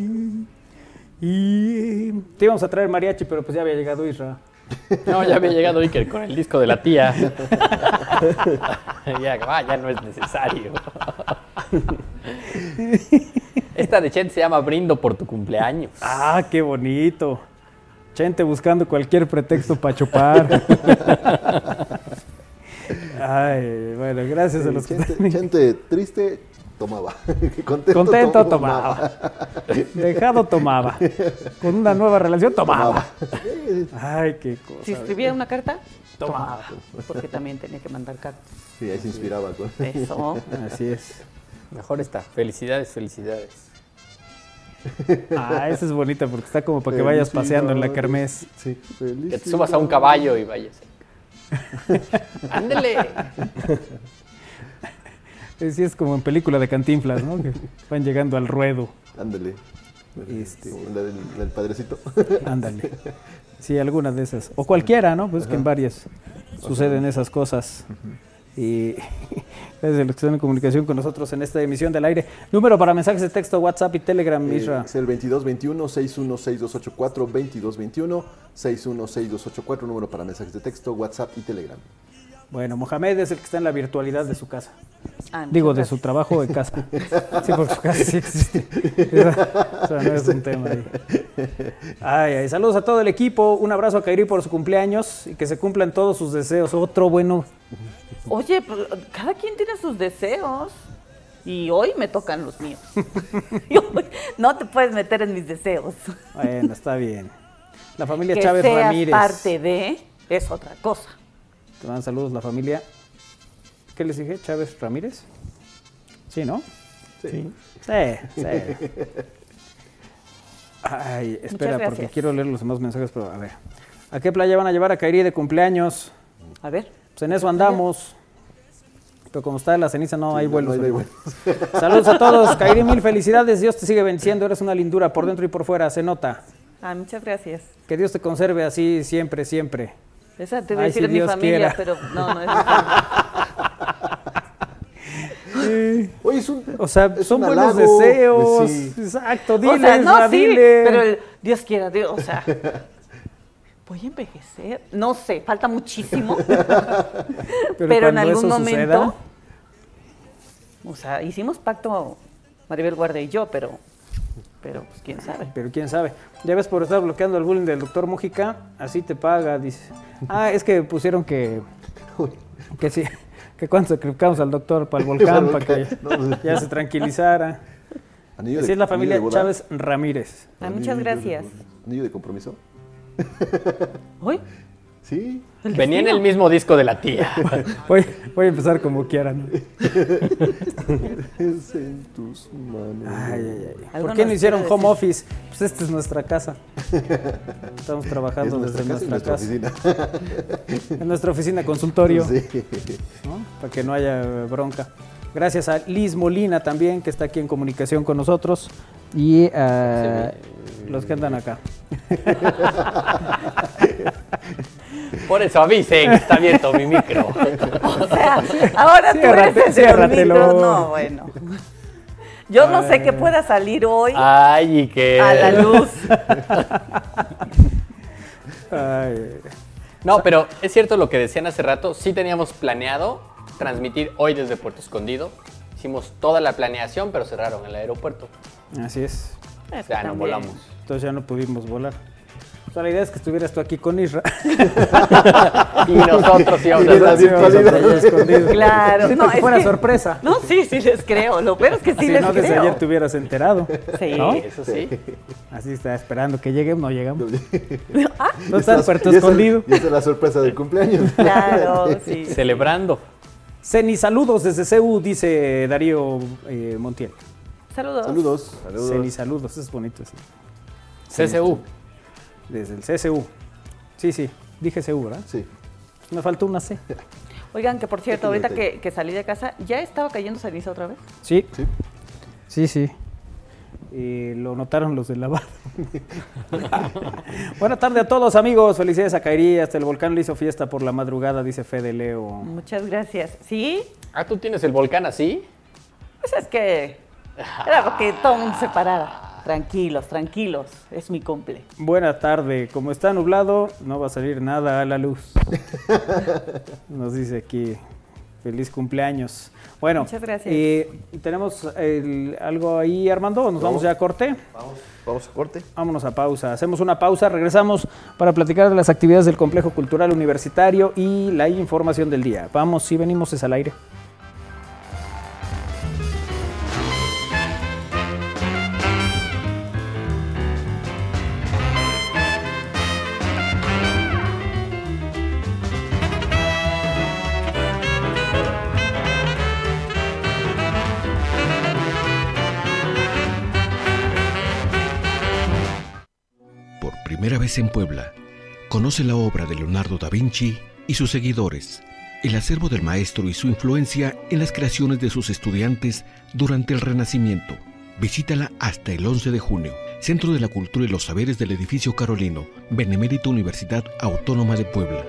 [SPEAKER 2] (laughs)
[SPEAKER 3] Y te íbamos a traer mariachi, pero pues ya había llegado Isra.
[SPEAKER 6] No, ya había llegado Iker con el disco de la tía. (laughs) ya, ah, ya no es necesario.
[SPEAKER 3] (laughs)
[SPEAKER 6] Esta de Chen se llama Brindo por tu cumpleaños.
[SPEAKER 3] Ah, qué bonito. Chente buscando cualquier pretexto para chupar. Ay, bueno, gracias a los que
[SPEAKER 2] Eh, gente,
[SPEAKER 3] están-
[SPEAKER 2] gente triste
[SPEAKER 3] (laughs)
[SPEAKER 2] tomaba. Contento,
[SPEAKER 3] Contento tomaba. Dejado tomaba. Con una nueva relación tomaba.
[SPEAKER 2] Eh,
[SPEAKER 3] Ay, qué cosa.
[SPEAKER 4] Si escribía una carta,
[SPEAKER 3] Tomaba.
[SPEAKER 4] porque también tenía que mandar cartas.
[SPEAKER 2] Sí, ahí se inspiraba con
[SPEAKER 4] (laughs) Eso.
[SPEAKER 3] Así es.
[SPEAKER 6] Mejor está. Felicidades, felicidades.
[SPEAKER 3] Ah, esa es bonita porque está como para
[SPEAKER 2] (laughs)
[SPEAKER 3] que
[SPEAKER 2] Felicidades.
[SPEAKER 3] vayas paseando en la kermés.
[SPEAKER 2] Sí, feliz.
[SPEAKER 6] Que te subas a un caballo y vayas. Ándele.
[SPEAKER 3] Sí, es como en película de cantinflas, ¿no? Que van llegando al ruedo.
[SPEAKER 2] Ándale.
[SPEAKER 3] Este.
[SPEAKER 2] Como La del, la del padrecito. (laughs)
[SPEAKER 3] Ándale. Sí, alguna de esas. O cualquiera, ¿no? Pues que en varias suceden esas cosas. Y (laughs) gracias a los que están en comunicación con nosotros en esta emisión del aire. Número para mensajes de texto, WhatsApp y Telegram,
[SPEAKER 2] Eh,
[SPEAKER 3] Isra.
[SPEAKER 2] es el 2221-616284, 2221-616284, número para mensajes de texto, WhatsApp y Telegram.
[SPEAKER 3] Bueno, Mohamed es el que está en la virtualidad de su casa.
[SPEAKER 4] Ah,
[SPEAKER 3] Digo, de
[SPEAKER 4] muchas
[SPEAKER 3] su
[SPEAKER 4] gracias.
[SPEAKER 3] trabajo de casa. Sí, porque su casa sí existe. O sea, no es un tema ahí. Ay, ay, saludos a todo el equipo. Un abrazo a Kairi por su cumpleaños y que se cumplan todos sus deseos. Otro bueno.
[SPEAKER 4] Oye, pero cada quien tiene sus deseos. Y hoy me tocan
[SPEAKER 3] (laughs)
[SPEAKER 4] los míos. Y hoy no te puedes meter en mis deseos.
[SPEAKER 3] Bueno, está bien. La familia
[SPEAKER 4] Que
[SPEAKER 3] Chávez
[SPEAKER 4] seas
[SPEAKER 3] Ramírez.
[SPEAKER 4] parte de es otra cosa.
[SPEAKER 3] Te mandan saludos la familia. ¿Qué les dije? ¿Chávez Ramírez? Sí, ¿no? Sí. Sí, sí. (laughs) Ay, espera, porque
[SPEAKER 4] gracias.
[SPEAKER 3] quiero leer los demás mensajes, pero a ver. ¿A qué playa van a llevar a Kairi de cumpleaños?
[SPEAKER 4] A ver.
[SPEAKER 3] Pues en eso andamos. Pero como está la ceniza, no hay vuelos.
[SPEAKER 2] no hay- no hay
[SPEAKER 3] ahorita.
[SPEAKER 2] (laughs)
[SPEAKER 3] Saludos a todos. Kairi, mil felicidades. Dios te sigue venciendo. Eres una lindura por dentro y por fuera. Se nota.
[SPEAKER 4] Ah, muchas gracias.
[SPEAKER 3] Que Dios te conserve así siempre, siempre.
[SPEAKER 4] Esa te iba a
[SPEAKER 3] Ay,
[SPEAKER 4] decir
[SPEAKER 3] si
[SPEAKER 4] en mi
[SPEAKER 3] Dios
[SPEAKER 4] familia,
[SPEAKER 3] quiera.
[SPEAKER 4] pero no, no
[SPEAKER 3] (laughs)
[SPEAKER 4] es mi familia.
[SPEAKER 2] Oye, es un.
[SPEAKER 3] O sea,
[SPEAKER 2] es
[SPEAKER 3] son
[SPEAKER 2] un
[SPEAKER 3] buenos
[SPEAKER 2] halago.
[SPEAKER 3] deseos.
[SPEAKER 2] Sí.
[SPEAKER 3] Exacto, dile,
[SPEAKER 4] o sea, no,
[SPEAKER 3] Isra,
[SPEAKER 4] sí,
[SPEAKER 3] dile.
[SPEAKER 4] pero el- Dios quiera, Dios,
[SPEAKER 3] (laughs)
[SPEAKER 4] o sea, voy a envejecer. No sé, falta
[SPEAKER 3] (laughs)
[SPEAKER 4] muchísimo. pero, en
[SPEAKER 3] cuando
[SPEAKER 4] algún
[SPEAKER 3] eso
[SPEAKER 4] momento,
[SPEAKER 3] suceda,
[SPEAKER 4] o sea, hicimos pacto Maribel Guardia y yo, pero, pero pues quién sabe.
[SPEAKER 3] pero quién sabe. Ya ves por estar bloqueando el bullying del doctor Mújica, así te paga, dice. Ah, es que
[SPEAKER 2] (laughs)
[SPEAKER 3] pusieron que. Que sí. Que cuando sacrificamos al doctor
[SPEAKER 2] (laughs)
[SPEAKER 3] para el volcán, para que
[SPEAKER 2] No. pues.
[SPEAKER 3] ya se tranquilizara.
[SPEAKER 2] (laughs) Anillo
[SPEAKER 3] Así es
[SPEAKER 2] anillo de
[SPEAKER 3] la familia
[SPEAKER 2] boda.
[SPEAKER 3] Chávez Ramírez.
[SPEAKER 4] Ah, muchas
[SPEAKER 2] Anillo de-
[SPEAKER 4] gracias.
[SPEAKER 2] Anillo de compromiso.
[SPEAKER 4] Uy,
[SPEAKER 2] Sí.
[SPEAKER 6] Venía en el mismo disco de la tía.
[SPEAKER 3] (laughs) Voy, voy a empezar como quieran.
[SPEAKER 2] (laughs) Es en tus manos.
[SPEAKER 3] ¿Por
[SPEAKER 4] Alguno
[SPEAKER 3] qué no
[SPEAKER 4] nos
[SPEAKER 3] hicieron
[SPEAKER 4] quiere
[SPEAKER 3] home
[SPEAKER 4] decir.
[SPEAKER 3] office? Pues esta es nuestra
[SPEAKER 2] (laughs)
[SPEAKER 3] casa. Estamos
[SPEAKER 2] Es
[SPEAKER 3] trabajando
[SPEAKER 2] nuestra
[SPEAKER 3] desde
[SPEAKER 2] casa y
[SPEAKER 3] nuestra
[SPEAKER 2] nuestra
[SPEAKER 3] casa.
[SPEAKER 2] oficina.
[SPEAKER 3] En nuestra oficina consultorio.
[SPEAKER 2] Sí.
[SPEAKER 3] ¿no? Para que no haya eh, bronca. Gracias a Liz Molina también, que está aquí en comunicación con nosotros. Y a los que andan acá.
[SPEAKER 6] Por eso avisen que está abierto mi micro.
[SPEAKER 4] (laughs) o sea, ahora tú
[SPEAKER 3] Ciérrate,
[SPEAKER 4] eres el del
[SPEAKER 3] ciérratelo.
[SPEAKER 4] micro. No, (laughs) bueno. Yo no sé qué
[SPEAKER 2] Ah.
[SPEAKER 4] pueda salir hoy
[SPEAKER 6] Ay, y que.
[SPEAKER 4] a la
[SPEAKER 6] (laughs)
[SPEAKER 4] luz.
[SPEAKER 3] Ay,
[SPEAKER 6] No, pero es cierto lo que decían hace rato. Sí teníamos planeado transmitir hoy desde Puerto Escondido. Hicimos toda la planeación, pero cerraron el aeropuerto.
[SPEAKER 3] así es.
[SPEAKER 4] Eso
[SPEAKER 6] Ya no
[SPEAKER 4] también.
[SPEAKER 6] volamos.
[SPEAKER 3] Entonces ya no pudimos volar. O sea, la idea es que estuvieras tú aquí con Isra.
[SPEAKER 6] (laughs) Y nosotros íbamos
[SPEAKER 2] Y de la
[SPEAKER 6] a
[SPEAKER 3] Sí, o sea,
[SPEAKER 2] virtualidad.
[SPEAKER 3] ahí escondido.
[SPEAKER 4] Claro,
[SPEAKER 3] Sí,
[SPEAKER 4] no,
[SPEAKER 3] que
[SPEAKER 4] es
[SPEAKER 3] fuera
[SPEAKER 4] que-
[SPEAKER 3] sorpresa.
[SPEAKER 4] No, sí, sí les creo. Lo peor es (laughs) que sí
[SPEAKER 3] si
[SPEAKER 4] les
[SPEAKER 3] no, desde
[SPEAKER 4] creo.
[SPEAKER 3] ayer te hubieras enterado.
[SPEAKER 4] Sí.
[SPEAKER 3] ¿no?
[SPEAKER 6] Eso sí.
[SPEAKER 3] Así está esperando que lleguemos, no
[SPEAKER 4] (laughs)
[SPEAKER 3] llegamos.
[SPEAKER 4] Ah.
[SPEAKER 3] No está
[SPEAKER 2] Estás-
[SPEAKER 3] Puerto
[SPEAKER 2] y esa-
[SPEAKER 3] Escondido.
[SPEAKER 6] (laughs)
[SPEAKER 2] Y esa es la sorpresa del cumpleaños.
[SPEAKER 4] Claro, sí.
[SPEAKER 6] Celebrando.
[SPEAKER 3] Ceni, saludos desde CEU, dice Darío eh, Montiel.
[SPEAKER 4] Saludos.
[SPEAKER 2] Saludos.
[SPEAKER 3] Ceni, saludos, es bonito. sí.
[SPEAKER 6] CCU.
[SPEAKER 3] Desde el CSU. Sí, sí, dije CU, ¿verdad?
[SPEAKER 2] Sí.
[SPEAKER 3] Me faltó una C.
[SPEAKER 4] Oigan, que por cierto,
[SPEAKER 2] Aquí lo
[SPEAKER 4] ahorita
[SPEAKER 2] tengo.
[SPEAKER 4] que, que salí de casa, ¿ya estaba cayendo ceniza otra vez?
[SPEAKER 3] Sí,
[SPEAKER 2] Sí.
[SPEAKER 3] sí, sí. Y lo notaron los del lavado. (laughs) Buena tarde a todos, amigos. Felicidades a Kairi. Hasta el volcán le hizo fiesta por la madrugada, dice Fede Leo.
[SPEAKER 4] Muchas gracias. ¿Sí?
[SPEAKER 6] Ah, tú tienes el volcán así.
[SPEAKER 4] Pues es que era porque todo el mundo se parara. Tranquilos, tranquilos. Es mi cumple.
[SPEAKER 3] Buena tarde. Como está nublado, no va a salir nada a la
[SPEAKER 5] (laughs)
[SPEAKER 3] luz. Nos dice aquí. Feliz cumpleaños. Bueno,
[SPEAKER 4] Muchas gracias.
[SPEAKER 3] eh, ¿Tenemos el- algo ahí, Armando? ¿Nos vamos ya a corte?
[SPEAKER 5] Vamos, vamos a corte.
[SPEAKER 3] Vámonos a pausa. Hacemos una pausa, regresamos para platicar de las actividades del Complejo Cultural Universitario y la información del día. Vamos, si venimos es al aire.
[SPEAKER 8] Por primera vez en Puebla, conoce la obra de Leonardo da Vinci y sus seguidores, el acervo del maestro y su influencia en las creaciones de sus estudiantes durante el Renacimiento. Visítala hasta el 11 de junio, Centro de la Cultura y los Saberes del Edificio Carolino, Benemérita Universidad Autónoma de Puebla.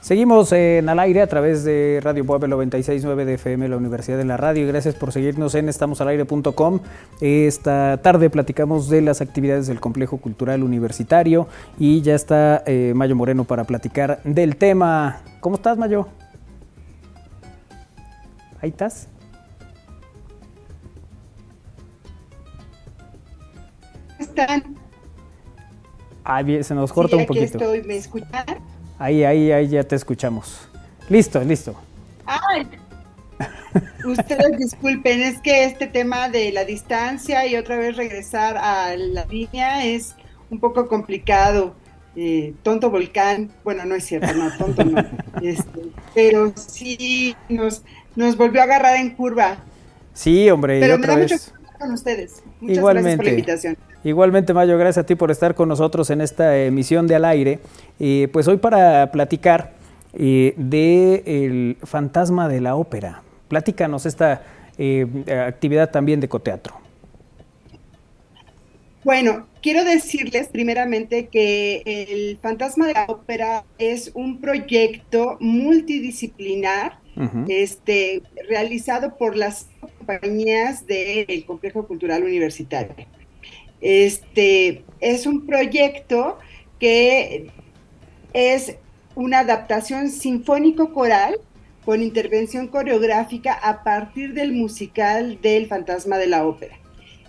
[SPEAKER 3] Seguimos en al aire a través de Radio Puebla 969 de FM, la Universidad de la Radio. Y gracias por seguirnos en estamosalaire.com. Esta tarde platicamos de las actividades del Complejo Cultural Universitario y ya está eh, Mayo Moreno para platicar del tema. ¿Cómo estás, Mayo? Ahí estás.
[SPEAKER 9] están?
[SPEAKER 3] Ah, bien, se nos corta
[SPEAKER 9] Sí,
[SPEAKER 3] un
[SPEAKER 9] aquí
[SPEAKER 3] poquito.
[SPEAKER 9] estoy, ¿me escuchan?
[SPEAKER 3] Ahí, ahí, ahí ya te escuchamos. Listo, listo.
[SPEAKER 9] Ay. (laughs) Ustedes disculpen, es que este tema de la distancia y otra vez regresar a la línea es un poco complicado. Eh, tonto volcán, bueno, no es cierto, no, tonto
[SPEAKER 3] (laughs)
[SPEAKER 9] no. Este, pero sí nos, nos volvió a agarrar en curva.
[SPEAKER 3] Sí, hombre, y
[SPEAKER 9] Pero me
[SPEAKER 3] otra
[SPEAKER 9] da mucho
[SPEAKER 3] vez.
[SPEAKER 9] gusto estar con ustedes. Muchas gracias por
[SPEAKER 3] Igualmente.
[SPEAKER 9] la invitación.
[SPEAKER 3] Igualmente, Mayo, gracias a ti por estar con nosotros en esta emisión de Al Aire. Eh, pues hoy para platicar eh, de El fantasma de la ópera. Platícanos esta eh, actividad también de ecoteatro.
[SPEAKER 9] Bueno, quiero decirles primeramente que el Fantasma de la Ópera es un proyecto multidisciplinar
[SPEAKER 3] Ujú.
[SPEAKER 9] este, realizado por las compañías del Complejo Cultural Universitario. Este, es un proyecto que es una adaptación sinfónico-coral con intervención coreográfica a partir del musical del Fantasma de la Ópera.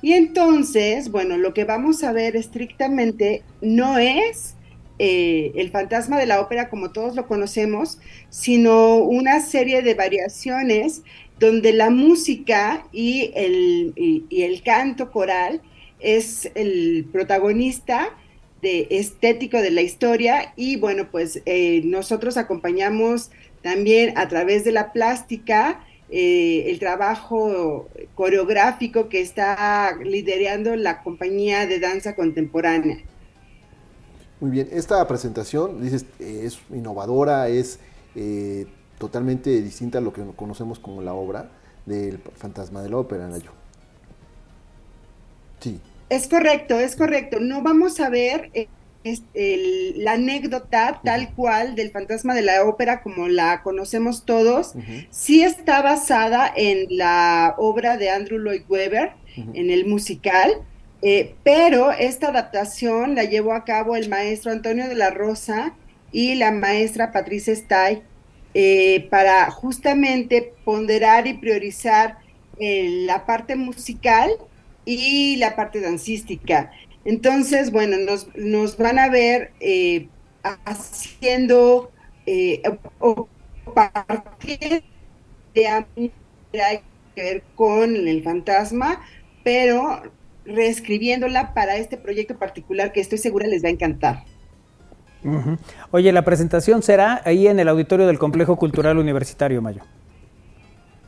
[SPEAKER 9] Y entonces, bueno, lo que vamos a ver estrictamente no es eh, el fantasma de la ópera como todos lo conocemos, sino una serie de variaciones donde la música y el, y- y el canto coral es el protagonista de estético de la historia y bueno, pues eh, nosotros acompañamos también a través de la plástica eh, el trabajo coreográfico que está liderando la compañía de danza contemporánea.
[SPEAKER 2] Muy bien, esta presentación, dices, eh, es innovadora, es eh, totalmente distinta a lo que conocemos como la obra del fantasma de la ópera, Nayo. Sí,
[SPEAKER 9] Es correcto, es correcto. No vamos a ver eh, es- el- la anécdota tal cual del fantasma de la ópera como la conocemos todos. Sí está basada en la obra de Andrew Lloyd Webber, en el musical, eh, pero esta adaptación la llevó a cabo el maestro Antonio de la Rosa y la maestra Patricia Stay eh, para justamente ponderar y priorizar eh, la parte musical y la parte dancística. Entonces, bueno, nos, nos van a ver eh, haciendo eh, o, o partiendo de algo que hay que ver con el fantasma, pero reescribiéndola para este proyecto particular que estoy segura les va a encantar.
[SPEAKER 3] Ujú. Oye, la presentación será ahí en el auditorio del Complejo Cultural Universitario, Mayo.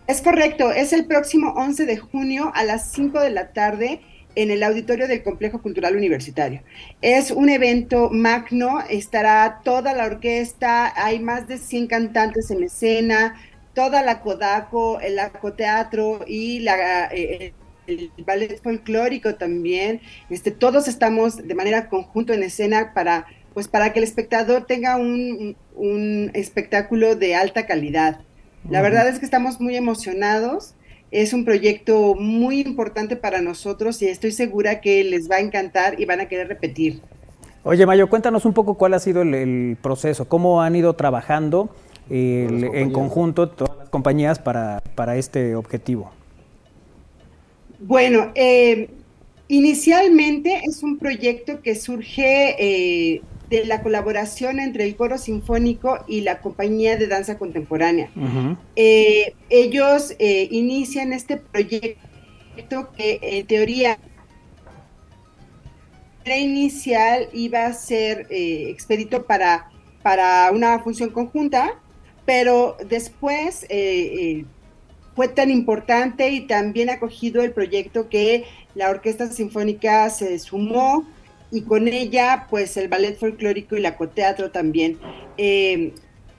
[SPEAKER 9] Es correcto, es el próximo 11 de junio a las 5 de la tarde en el auditorio del Complejo Cultural Universitario. Es un evento magno, estará toda la orquesta, hay más de 100 cantantes en escena, toda la Codaco, el Acoteatro y la, eh, el ballet folclórico también. Este, todos estamos de manera conjunto en escena para, pues, para que el espectador tenga un, un espectáculo de alta calidad. La verdad es que estamos muy emocionados. Es un proyecto muy importante para nosotros y estoy segura que les va a encantar y van a querer repetir.
[SPEAKER 3] Oye, Mayo, cuéntanos un poco cuál ha sido el, el proceso, cómo han ido trabajando eh,
[SPEAKER 2] Con las
[SPEAKER 3] en
[SPEAKER 2] compañías.
[SPEAKER 3] conjunto todas las compañías para, para este objetivo.
[SPEAKER 9] Bueno, eh, inicialmente es un proyecto que surge eh, de la colaboración entre el coro sinfónico y la compañía de danza contemporánea. Eh, ellos eh, inician este proyecto que en teoría la inicial iba a ser eh, expedito para, para una función conjunta, pero después eh, eh, fue tan importante y tan bien acogido el proyecto que la Orquesta Sinfónica se sumó y con ella pues el ballet folclórico y la coteatro también. Eh,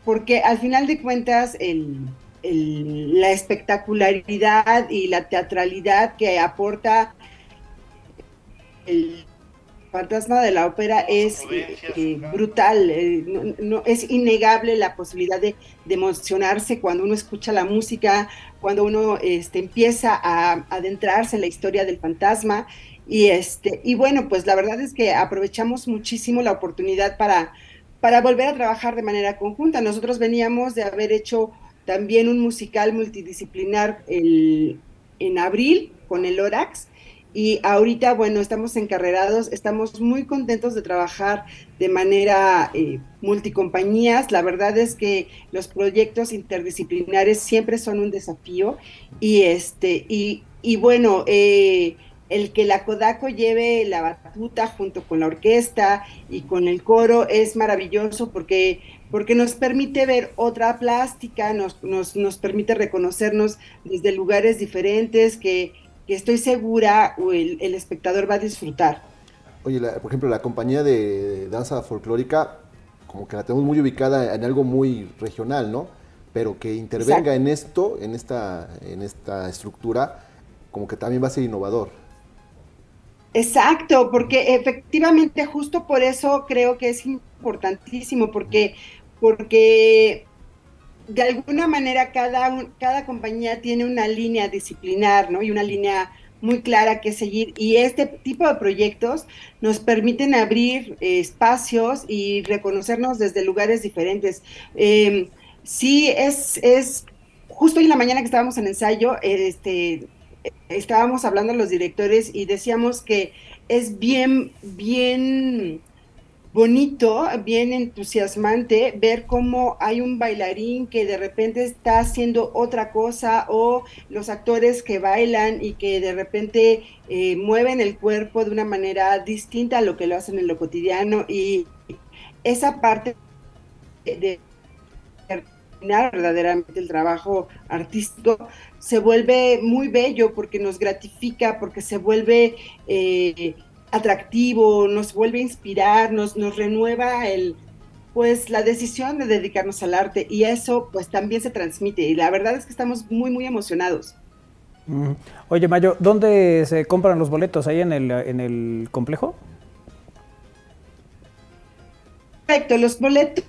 [SPEAKER 9] porque al final de cuentas el- el- la espectacularidad y la teatralidad que aporta el fantasma de la ópera es eh, eh, brutal, eh, no- no- es innegable la posibilidad de, de emocionarse cuando uno escucha la música, cuando uno este, empieza a adentrarse en la historia del fantasma. Y, este, y bueno, pues la verdad es que aprovechamos muchísimo la oportunidad para, para volver a trabajar de manera conjunta. Nosotros veníamos de haber hecho también un musical multidisciplinar el- en abril con el Orax. Y ahorita, bueno, estamos encarrerados, estamos muy contentos de trabajar de manera eh, multicompañías. La verdad es que los proyectos interdisciplinares siempre son un desafío. Y este, y, y bueno, eh, el que la Kodako lleve la batuta junto con la orquesta y con el coro es maravilloso porque, porque nos permite ver otra plástica, nos, nos, nos permite reconocernos desde lugares diferentes que, que estoy segura o el, el espectador va a disfrutar.
[SPEAKER 2] Oye, la- por ejemplo, la compañía de danza folclórica, como que la tenemos muy ubicada en algo muy regional, ¿no? Pero que
[SPEAKER 9] Exacto.
[SPEAKER 2] intervenga en esto, en esta, en esta estructura, como que también va a ser innovador.
[SPEAKER 9] Exacto, porque efectivamente justo por eso creo que es importantísimo, porque, porque de alguna manera cada, un- cada compañía tiene una línea disciplinar, ¿no? Y una línea muy clara que seguir. Y este tipo de proyectos nos permiten abrir eh, espacios y reconocernos desde lugares diferentes. Eh, sí, es, es justo hoy en la mañana que estábamos en ensayo, eh, este, estábamos hablando los directores y decíamos que es bien, bien bonito, bien entusiasmante ver cómo hay un bailarín que de repente está haciendo otra cosa o los actores que bailan y que de repente eh, mueven el cuerpo de una manera distinta a lo que lo hacen en lo cotidiano y esa parte de terminar verdaderamente el trabajo artístico se vuelve muy bello porque nos gratifica, porque se vuelve eh, atractivo, nos vuelve a inspirar, nos, nos renueva el pues la decisión de dedicarnos al arte y eso pues también se transmite y la verdad es que estamos muy muy emocionados.
[SPEAKER 3] Ujú. Oye, Mayo, ¿dónde se compran los boletos? ¿Ahí en el, en el complejo?
[SPEAKER 9] Perfecto, los boletos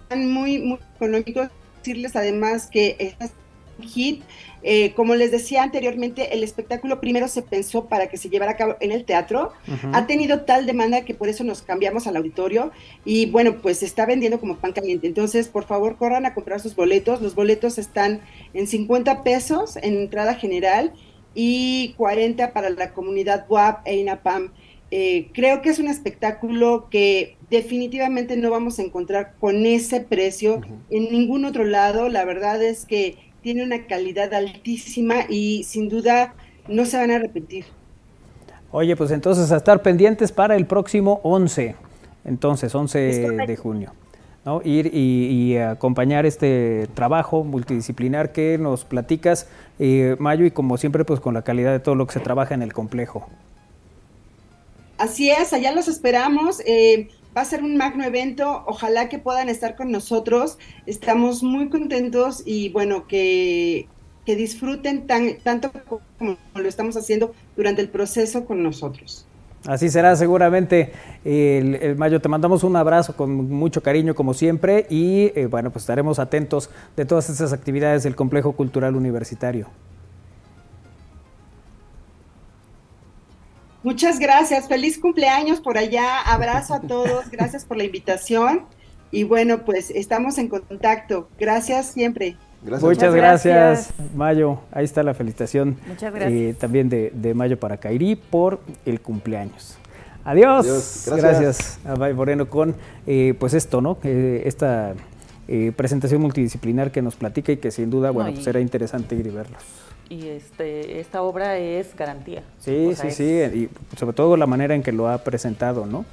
[SPEAKER 9] están muy, muy económicos. Decirles además que esta es un hit. Eh, como les decía anteriormente, el espectáculo primero se pensó para que se llevara a cabo en el teatro. Ha tenido tal demanda que por eso nos cambiamos al auditorio y bueno, pues se está vendiendo como pan caliente. Entonces, por favor, corran a comprar sus boletos. Los boletos están en 50 pesos en entrada general y 40 para la comunidad WAP e INAPAM. Eh, creo que es un espectáculo que definitivamente no vamos a encontrar con ese precio en ningún otro lado. La verdad es que tiene una calidad altísima y sin duda no se van a arrepentir.
[SPEAKER 3] Oye, pues entonces a estar pendientes para el próximo 11. Entonces, 11
[SPEAKER 9] Es correcto.
[SPEAKER 3] Eh, de junio. ¿no? Ir y, y acompañar este trabajo multidisciplinar que nos platicas, eh, Mayo, y como siempre, pues con la calidad de todo lo que se trabaja en el complejo.
[SPEAKER 9] Así es, allá los esperamos. eh, va a ser un magno evento. Ojalá que puedan estar con nosotros. Estamos muy contentos y bueno, que, que disfruten tan, tanto como lo estamos haciendo durante el proceso con nosotros.
[SPEAKER 3] Así será seguramente, el, el Mayo. Te mandamos un abrazo con mucho cariño, como siempre, y eh, bueno, pues estaremos atentos de todas estas actividades del Complejo Cultural Universitario.
[SPEAKER 9] Muchas gracias. Feliz cumpleaños por allá. Abrazo a todos. Gracias por la invitación. Y bueno, pues estamos en contacto. Gracias siempre.
[SPEAKER 2] Gracias.
[SPEAKER 3] Muchas
[SPEAKER 4] Muchas
[SPEAKER 3] gracias,
[SPEAKER 4] gracias.
[SPEAKER 3] Mayo. Ahí está la felicitación.
[SPEAKER 4] Muchas gracias.
[SPEAKER 3] eh, también de, de Mayo para Kairi por el cumpleaños. Adiós.
[SPEAKER 2] Adiós,
[SPEAKER 3] Gracias.
[SPEAKER 2] gracias.
[SPEAKER 3] a May Moreno con eh, pues esto, ¿no? Que esta eh, presentación multidisciplinar que nos platica y que sin duda, bueno,
[SPEAKER 4] No, y-
[SPEAKER 3] pues será interesante ir y verlos.
[SPEAKER 4] Y este, esta obra es garantía.
[SPEAKER 3] Sí,
[SPEAKER 4] O sea,
[SPEAKER 3] sí,
[SPEAKER 4] Pues es-
[SPEAKER 3] sí. Y sobre todo la manera en que lo ha presentado, ¿no?